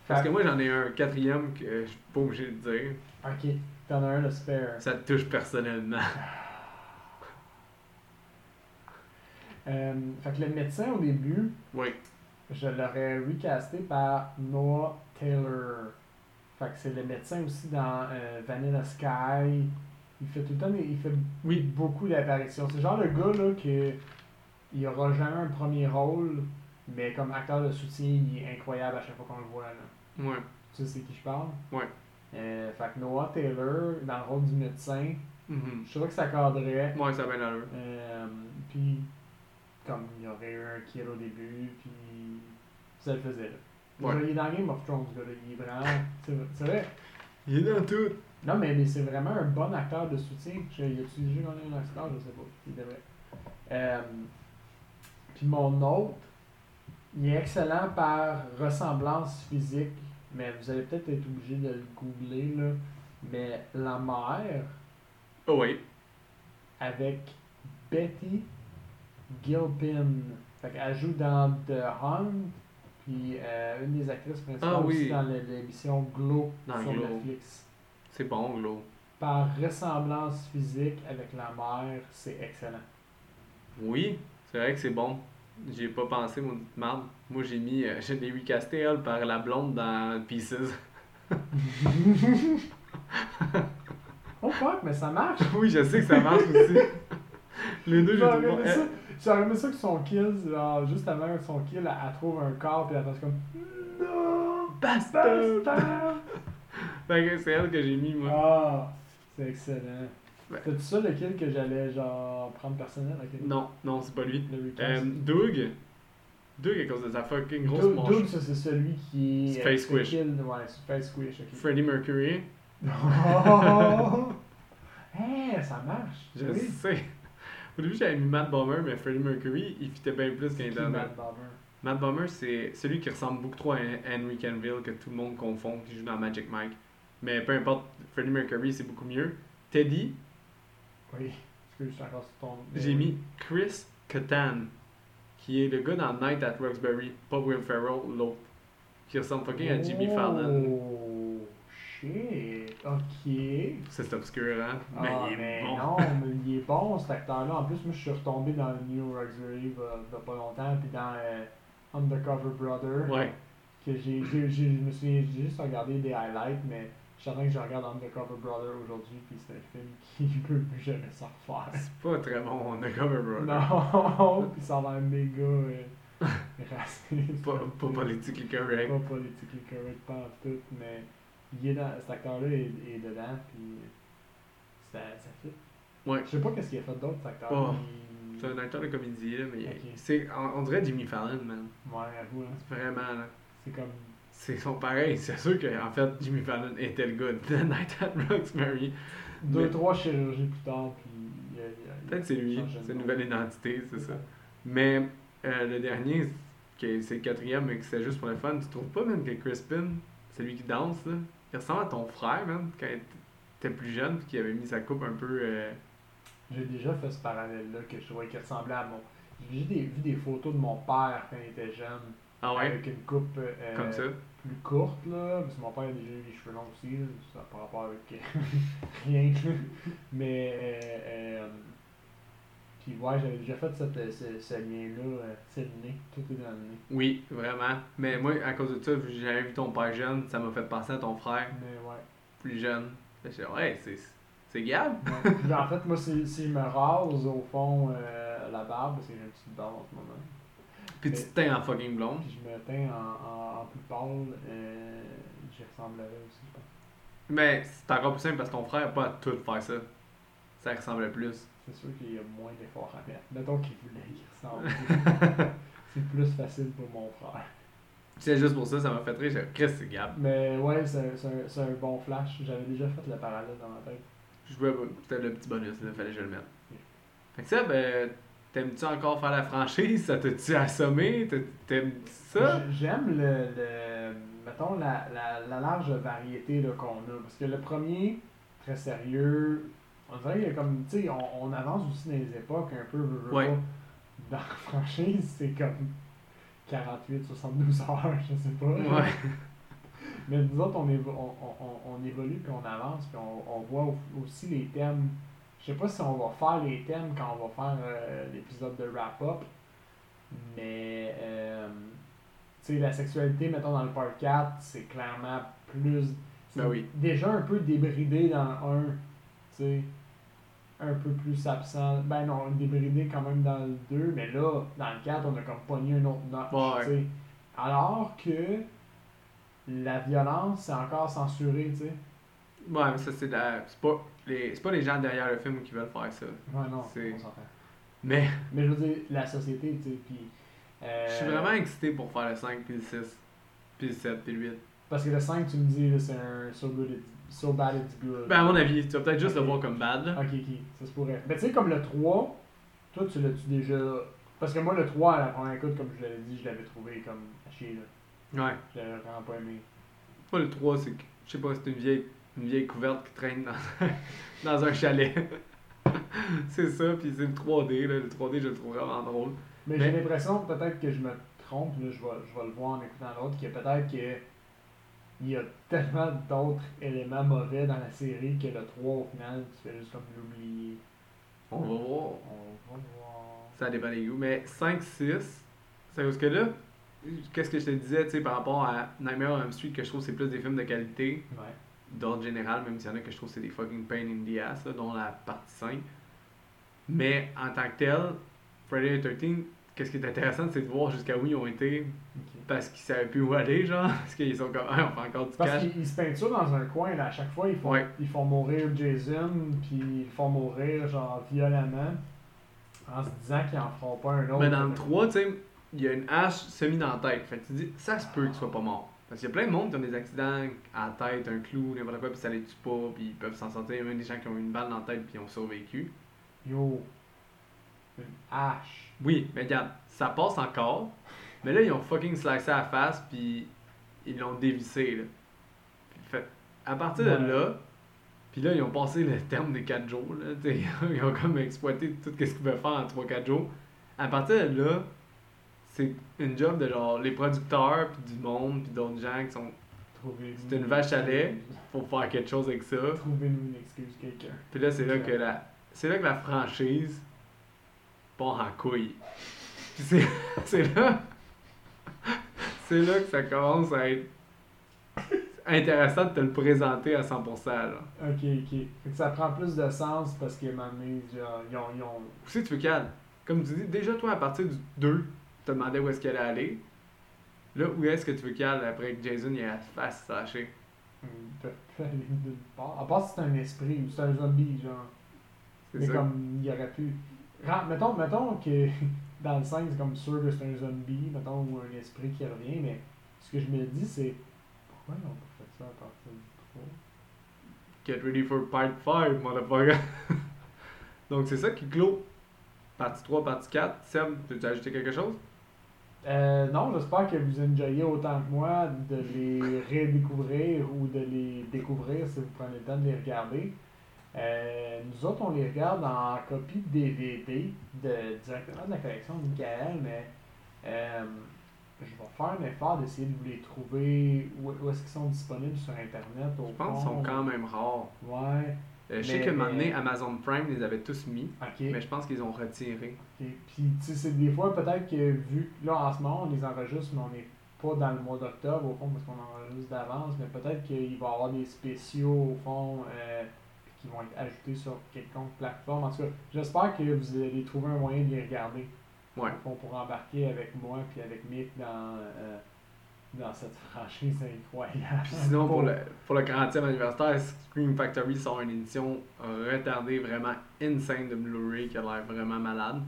Speaker 1: Parce
Speaker 2: Fait-
Speaker 1: que moi, j'en ai un quatrième que je suis pas obligé de dire.
Speaker 2: Ok, t'en as un de spare.
Speaker 1: Ça te touche personnellement.
Speaker 2: Euh, fait que le médecin au début,
Speaker 1: Oui.
Speaker 2: je l'aurais recasté par Noah Taylor. Fait que c'est le médecin aussi dans euh, Vanilla Sky. Il fait tout le temps, des- il fait
Speaker 1: Oui.
Speaker 2: beaucoup d'apparitions. C'est le genre le gars là que il aura jamais un premier rôle, mais comme acteur de soutien, il est incroyable à chaque fois qu'on le voit. Là.
Speaker 1: Ouais.
Speaker 2: Tu sais c'est qui je parle?
Speaker 1: Ouais.
Speaker 2: Euh, fait que Noah Taylor, dans le rôle du médecin,
Speaker 1: Mhm.
Speaker 2: je trouve que ça cadrait.
Speaker 1: Ouais, ça a bien l'allure.
Speaker 2: Euh, puis, comme il y aurait eu un kill au début, puis ça le faisait là.
Speaker 1: Ouais.
Speaker 2: Genre, Il est dans Game of Thrones, ce gars-là. Il est vraiment. c'est vrai- C'est vrai.
Speaker 1: Il est dans tout.
Speaker 2: Non, mais, mais c'est vraiment un bon acteur de soutien. Je, il a-tu déjà gagné un Oscar Je sais pas. Il devrait. Euh, Puis mon autre, il est excellent par ressemblance physique, mais vous allez peut-être être obligé de le googler, là. Mais la mère
Speaker 1: Oh, oui.
Speaker 2: avec Betty Gilpin. Fait qu'elle joue dans The Hunt, puis euh, une des actrices principales
Speaker 1: Ah oui.
Speaker 2: aussi dans le- l'émission Glow
Speaker 1: Dans
Speaker 2: sur
Speaker 1: Glow.
Speaker 2: Netflix.
Speaker 1: C'est bon, Glo.
Speaker 2: Par ressemblance physique avec la mère, c'est excellent.
Speaker 1: Oui, c'est vrai que c'est bon. J'ai pas pensé, mon petite marde. Moi, j'ai mis. euh, je l'ai recasté, elle, par la blonde dans Pieces.
Speaker 2: Oh fuck, mais ça marche!
Speaker 1: oui, je sais que ça marche aussi. Les deux, j'ai
Speaker 2: J'aurais
Speaker 1: trouvé.
Speaker 2: aimé ça-
Speaker 1: Eh,
Speaker 2: J'aurais aimé ça que son kill, genre, juste avant son kill, elle, elle trouve un corps puis elle fasse comme Non!
Speaker 1: Bastard!
Speaker 2: Bastard!
Speaker 1: Euh, Fait que c'est elle que j'ai mis, moi.
Speaker 2: Ah! C'est excellent.
Speaker 1: Ouais.
Speaker 2: C'était ça le kill que j'allais genre prendre personnel? ok.
Speaker 1: Non, non, c'est pas lui.
Speaker 2: Le
Speaker 1: Euh,
Speaker 2: recast.
Speaker 1: Doug. Doug, à cause de sa fucking grosse
Speaker 2: Doug-
Speaker 1: manche.
Speaker 2: Doug, ça c'est celui qui est.
Speaker 1: Space
Speaker 2: c'est le
Speaker 1: Squish.
Speaker 2: kill, Ouais, Space Squish. ok.
Speaker 1: Freddie Mercury.
Speaker 2: Oh! Hey, ça marche!
Speaker 1: Je
Speaker 2: oui.
Speaker 1: sais. Au début, j'avais mis Matt Bomber, mais Freddie Mercury, il fitait bien plus
Speaker 2: Qui,
Speaker 1: qu'un
Speaker 2: Matt Bomber?
Speaker 1: Matt Bomber, c'est celui qui ressemble beaucoup trop à Henry Canville, que tout le monde confond, qui joue dans Magic Mike. Mais peu importe, Freddie Mercury, c'est beaucoup mieux. Teddy,
Speaker 2: Oui. Excuse, je suis encore sur ton.
Speaker 1: j'ai mis Chris Catan, qui est le gars dans Night at Roxbury, pas Will Ferrell, l'autre, qui ressemble fucking à Jimmy Fallon.
Speaker 2: Oh! Shit! Ok.
Speaker 1: Ça, C'est obscur, hein? Mais
Speaker 2: Ah,
Speaker 1: il est
Speaker 2: mais
Speaker 1: bon.
Speaker 2: non, mais il est bon cet acteur-là. En plus, moi, je suis retombé dans le New Roxbury il y a- il y a pas longtemps, puis dans euh, Undercover Brother,
Speaker 1: Ouais,
Speaker 2: que j'ai, j'ai, j'ai- je me suis j'ai juste regardé des highlights, mais je suis en train que je regarde Undercover Brother aujourd'hui, puis c'est un film qui ne peut plus jamais s'en refaire.
Speaker 1: c'est pas très bon, on a comme un brother.
Speaker 2: Non, puis ça va méga euh, raciste.
Speaker 1: Pas, pas politically correct.
Speaker 2: Pas politically correct, pas en tout, mais il est dans, cet acteur-là est, est dedans, puis ça, ça fait.
Speaker 1: Ouais.
Speaker 2: Je sais pas qu'est-ce qu'il a fait d'autre, euh, cet acteur.
Speaker 1: Oh,
Speaker 2: il-
Speaker 1: C'est un acteur de comédie, là, mais
Speaker 2: Ok.
Speaker 1: c'est, on, on dirait Jimmy Fallon, man.
Speaker 2: Ouais, avoue, hein.
Speaker 1: Vraiment, là.
Speaker 2: C'est comme.
Speaker 1: C'est son pareil, c'est sûr que en fait Jimmy Fallon était le gars de Night at Roxbury.
Speaker 2: Deux,
Speaker 1: Mais-
Speaker 2: trois chirurgies plus tard, puis. il a- il a- il a
Speaker 1: Peut-être c'est lui,
Speaker 2: changé de
Speaker 1: c'est une
Speaker 2: nom.
Speaker 1: nouvelle identité, c'est ça. Mais euh, le dernier, que c'est le quatrième, mais que c'est juste pour le fun, tu trouves pas même que Crispin, celui qui danse, là, il ressemble à ton frère, même, quand il était était plus jeune puis qu'il avait mis sa coupe un peu. euh,
Speaker 2: J'ai déjà fait ce parallèle-là que je trouvais qui ressemblait à mon. J'ai des- vu des photos de mon père quand il était jeune,
Speaker 1: Ah ouais,
Speaker 2: avec une coupe euh,
Speaker 1: comme ça.
Speaker 2: plus courte, là, parce que mon père a déjà eu les cheveux longs aussi, là, ça n'a pas rapport avec euh, rien. là. Mais, euh, euh, puis ouais, j'avais déjà fait cette, euh, ce, ce lien-là, euh, c'est le nez, tout est dans le nez.
Speaker 1: Oui, vraiment. Mais moi, à cause de ça, vu que j'avais vu ton père jeune, ça m'a fait penser à ton frère
Speaker 2: Mais ouais.
Speaker 1: plus jeune. Fait que j'étais, ouais, c'est, c'est Gab.
Speaker 2: ouais. Puis en fait, moi, si, si je me rase, au fond, euh, la barbe, parce que j'ai une petite barbe en ce moment,
Speaker 1: Puis tu te teins en fucking blonde.
Speaker 2: puis je me teins en, en, en plus pâle, euh, j'y ressemblerais aussi, je pense.
Speaker 1: Mais c'est encore plus simple parce que ton frère a pas à tout faire ça. Ça ressemblait plus.
Speaker 2: C'est sûr qu'il y a moins d'efforts à mettre. Mettons qu'il voulait qu'il ressemble. c'est plus facile pour mon frère.
Speaker 1: C'est juste pour ça, ça m'a fait rire. J'ai dit, Chris, c'est Gab.
Speaker 2: Mais ouais, c'est un, c'est un- c'est un bon flash. J'avais déjà fait le parallèle dans ma tête.
Speaker 1: Je voulais- C'était le petit bonus, là, fallait que je le mette. Fait que ça, ben, t'aimes-tu encore faire la franchise Ça t'a-tu assommé T'a- T'aimes ça
Speaker 2: J- J'aime le, le- mettons, la, la- la large variété là, qu'on a. Parce que le premier, très sérieux, on dirait qu'il y a comme, tu sais, on, on avance aussi dans les époques un peu. veux, veux
Speaker 1: Ouais.
Speaker 2: pas. Dans la franchise, c'est comme 48, 72 heures, je sais pas.
Speaker 1: Ouais.
Speaker 2: Mais nous autres, on, évo- on, on- on- on évolue, puis on avance, puis on, on voit au- aussi les thèmes. Je sais pas si on va faire les thèmes quand on va faire euh, l'épisode de wrap-up, mais euh, tu sais, la sexualité, mettons, dans le part 4, c'est clairement plus. c'est
Speaker 1: Ben oui.
Speaker 2: Déjà un peu débridé dans un, tu sais, un peu plus absent. Ben non, débridé quand même dans le 2, mais là, dans le 4, on a comme pogné un autre notch,
Speaker 1: Ouais.
Speaker 2: tu sais. Alors que la violence, c'est encore censuré, tu sais.
Speaker 1: Ouais, mais ça, c'est de la. C'est pas, les... c'est pas les gens derrière le film qui veulent faire ça.
Speaker 2: Ouais, non,
Speaker 1: C'est-
Speaker 2: on s'entend.
Speaker 1: Mais
Speaker 2: Mais je veux dire, la société, tu sais, puis... euh,
Speaker 1: je suis vraiment excité pour faire le 5, puis le 6, puis le 7, puis le 8.
Speaker 2: Parce que le 5, tu me dis, là, c'est un so, good it's- so bad it's good.
Speaker 1: Ben, à mon avis, tu vas peut-être juste le voir comme bad, là.
Speaker 2: Ok, ok, ça se pourrait. Mais tu sais, comme le 3, toi, tu l'as-tu déjà... Parce que moi, le 3, à la première écoute, comme je l'avais dit, je l'avais trouvé comme à chier, là.
Speaker 1: Ouais.
Speaker 2: Je l'avais vraiment pas aimé.
Speaker 1: Pas le 3, c'est. que- Je sais pas, c'est une vieille... une vieille couverte qui traîne dans, dans un chalet. c'est ça, puis c'est le 3D, là. Le 3D, je le trouve vraiment drôle.
Speaker 2: Mais,
Speaker 1: Mais-
Speaker 2: j'ai l'impression, peut-être que je me trompe, là, je, vais, je vais le voir en écoutant l'autre, que peut-être que il y a tellement d'autres éléments mauvais dans la série que le 3, au final, tu fais juste comme l'oublier.
Speaker 1: On va voir.
Speaker 2: On va voir.
Speaker 1: Ça dépend des goûts. Mais 5, 6, c'est parce que là, qu'est-ce que je te disais, tu sais, par rapport à Nightmare on Elm Street, que je trouve que c'est plus des films de qualité,
Speaker 2: Ouais.
Speaker 1: d'ordre général, même s'il y en a que je trouve que c'est des fucking pain in the ass, là, dont la partie 5. Mais en tant que tel, Friday the 13, qu'est-ce qui est intéressant, c'est de voir jusqu'à où ils ont été
Speaker 2: ok.
Speaker 1: parce qu'ils savaient plus où aller, genre. Parce qu'ils sont comme, ah, on fait encore du
Speaker 2: Parce
Speaker 1: cash.
Speaker 2: qu'ils ils se peinturent dans un coin, là, à chaque fois, ils font,
Speaker 1: Ouais.
Speaker 2: ils font mourir Jason, puis ils le font mourir, genre, violemment, en se disant qu'ils en feront pas un autre.
Speaker 1: Mais dans le 3, tu sais, il y a une hache semi dans la tête. Fait que tu dis, ça se peut qu'il soit pas mort. Parce qu'il y a plein de monde qui ont des accidents à la tête, un clou, n'importe quoi, puis ça les tue pas, puis ils peuvent s'en sortir. Il y a même des gens qui ont eu une balle dans la tête, puis ils ont survécu.
Speaker 2: Yo, une hache.
Speaker 1: Oui, mais regarde, ça passe encore. Mais là, ils ont fucking slicé la face, puis ils l'ont dévissé, là. Puis fait, à partir
Speaker 2: Ouais.
Speaker 1: de là, puis là, ils ont passé le terme des 4 jours, là. tu sais, ils ont comme exploité tout ce qu'ils pouvaient faire en 3-4 jours. À partir de là, c'est une job de genre les producteurs, puis du monde, puis d'autres gens qui sont.
Speaker 2: Trouver
Speaker 1: C'est une vache à lait. Faut faire quelque chose avec ça.
Speaker 2: Trouvez-nous une excuse, quelqu'un.
Speaker 1: Puis là, c'est là que la. C'est là que la franchise part en couille. Puis c'est, c'est là. C'est là que ça commence à être intéressant de te le présenter à 100%. Là.
Speaker 2: Ok, ok. Fait que ça prend plus de sens parce que mané, genre, ils ont. Ils ont...
Speaker 1: Aussi, tu veux calme. Comme tu dis, déjà, toi, à partir du 2, tu te demandais où est-ce qu'elle allait aller. Là, où est-ce que tu veux qu'elle aille après que Jason y ait la face sachée?
Speaker 2: Ils peuvent pas aller nulle part. À part si c'est un esprit ou c'est un zombie, genre.
Speaker 1: C'est
Speaker 2: mais
Speaker 1: ça.
Speaker 2: comme il aurait pu. Ra- Mettons, mettons que dans le 5, c'est comme sûr que c'est un zombie, mettons, ou un esprit qui revient, mais ce que je me dis, c'est. Pourquoi ils ont pas fait ça à partir du 3
Speaker 1: Get ready for part 5, motherfucker. Donc, c'est ça qui clôt. Partie 3, partie 4. Sam, peux-tu ajouter quelque chose?
Speaker 2: Euh, non, j'espère que vous enjoyez autant que moi de les redécouvrir ou de les découvrir si vous prenez le temps de les regarder. Euh, nous autres, on les regarde en copie DVD de, directement de la collection de Michael, mais euh, je vais faire un effort d'essayer de vous les trouver où, où est-ce qu'ils sont disponibles sur Internet. Au
Speaker 1: Je pense qu'ils sont quand même rares.
Speaker 2: Ouais,
Speaker 1: Euh, je
Speaker 2: Oh. Mais-
Speaker 1: sais qu'à un moment donné,
Speaker 2: mais-
Speaker 1: Amazon Prime les avait tous mis,
Speaker 2: ok.
Speaker 1: mais je pense qu'ils ont retiré.
Speaker 2: Et puis, tu sais, c'est des fois, peut-être que vu que là, en ce moment, on les enregistre, mais on n'est pas dans le mois d'octobre, au fond, parce qu'on enregistre d'avance, mais peut-être qu'il va y avoir des spéciaux, au fond, euh, qui vont être ajoutés sur quelconque plateforme. En tout cas, j'espère que vous allez trouver un moyen de les regarder.
Speaker 1: Ouais.
Speaker 2: Au fond, pour embarquer avec moi puis avec Mick dans, euh, dans cette franchise incroyable.
Speaker 1: Puis sinon, pour le, pour le 40e anniversaire, Scream Factory sort une édition retardée vraiment insane de Blu-ray qui a l'air vraiment malade.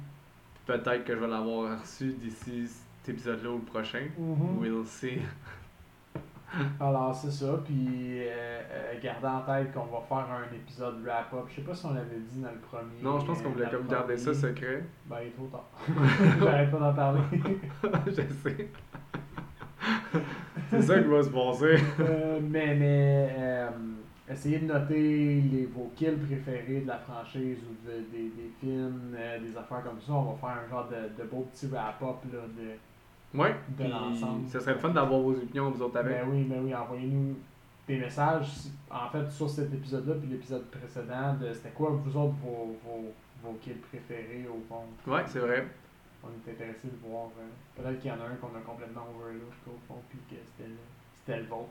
Speaker 1: Peut-être que je vais l'avoir reçu d'ici cet épisode-là ou le prochain.
Speaker 2: Mhm.
Speaker 1: We'll see.
Speaker 2: Alors, c'est ça. Puis, euh, euh, gardez en tête qu'on va faire un épisode wrap-up. Je sais pas si on l'avait dit dans le premier.
Speaker 1: Non, je pense qu'on
Speaker 2: euh,
Speaker 1: voulait
Speaker 2: dans le
Speaker 1: comme garder ça
Speaker 2: premier.
Speaker 1: secret.
Speaker 2: Ben, il est trop tard. J'arrête pas d'en parler.
Speaker 1: je sais. C'est ça qui va se passer.
Speaker 2: Euh, mais, mais euh, essayez de noter les, vos kills préférés de la franchise ou de- des, des films, euh, des affaires comme ça. On va faire un genre de, de beau petit wrap-up là, de,
Speaker 1: Ouais.
Speaker 2: de l'ensemble.
Speaker 1: Puis, ce serait le fun d'avoir vos opinions, vous autres, avec.
Speaker 2: Ben oui, ben oui, envoyez-nous des messages, si- en fait, sur cet épisode-là, puis l'épisode précédent, de c'était quoi, vous autres, vos, vos, vos kills préférés, au fond.
Speaker 1: Ouais, c'est vrai.
Speaker 2: On est intéressé de voir, euh, peut-être qu'il y en a un qu'on a complètement overlooked, au fond, puis que c'était le, c'était le vôtre.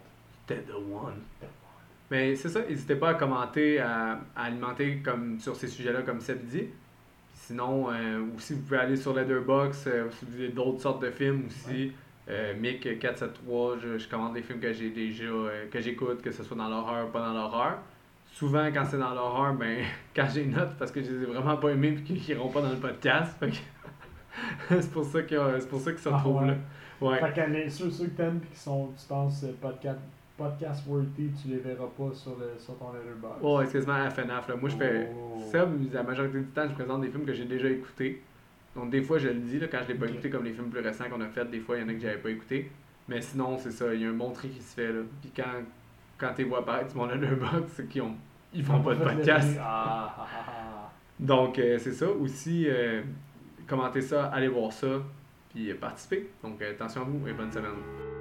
Speaker 1: C'était the one. Mais c'est ça, n'hésitez pas à commenter, à, à alimenter comme, sur ces sujets-là, comme Seb dit. Sinon, euh, ou si vous pouvez aller sur Letterboxd, euh, si vous avez d'autres sortes de films aussi. euh, Mick 473, je, je commande des films que j'ai déjà euh, que j'écoute, que ce soit dans l'horreur ou pas dans l'horreur. Souvent, quand c'est dans l'horreur, ben, quand j'ai une note, parce que je les ai vraiment pas aimés et qu'ils iront pas dans le podcast. Fait que- c'est pour ça qu'ils ont- c'est pour ça qu'ils se
Speaker 2: Ah,
Speaker 1: retrouvent
Speaker 2: ouais.
Speaker 1: là. Ouais.
Speaker 2: Fait que les, ceux, ceux que t'aimes, puis qui sont, tu penses, euh, podcast, podcast worthy, tu les verras pas sur, le, sur ton letterbox.
Speaker 1: Ouais, excuse-moi, à FNAF. Là. Moi, je fais.
Speaker 2: Oh.
Speaker 1: Ça, la majorité du temps, je présente des films que j'ai déjà écoutés. Donc, des fois, je le dis, là, quand je l'ai pas
Speaker 2: Ok.
Speaker 1: écouté, comme les films plus récents qu'on a fait, des fois, il y en a que j'avais pas écouté. Mais sinon, c'est ça, il y a un bon tri qui se fait. Là. Puis quand, quand t'es vois apparaître sur mon letterbox, c'est qu'ils ont... ils font pas de
Speaker 2: Fait que-
Speaker 1: podcast.
Speaker 2: Ah, ah, ah,
Speaker 1: Donc, euh, c'est ça. Aussi, euh, commentez ça, allez voir ça, puis euh, participez. Donc, euh, attention à vous et bonne semaine.
Speaker 2: ah.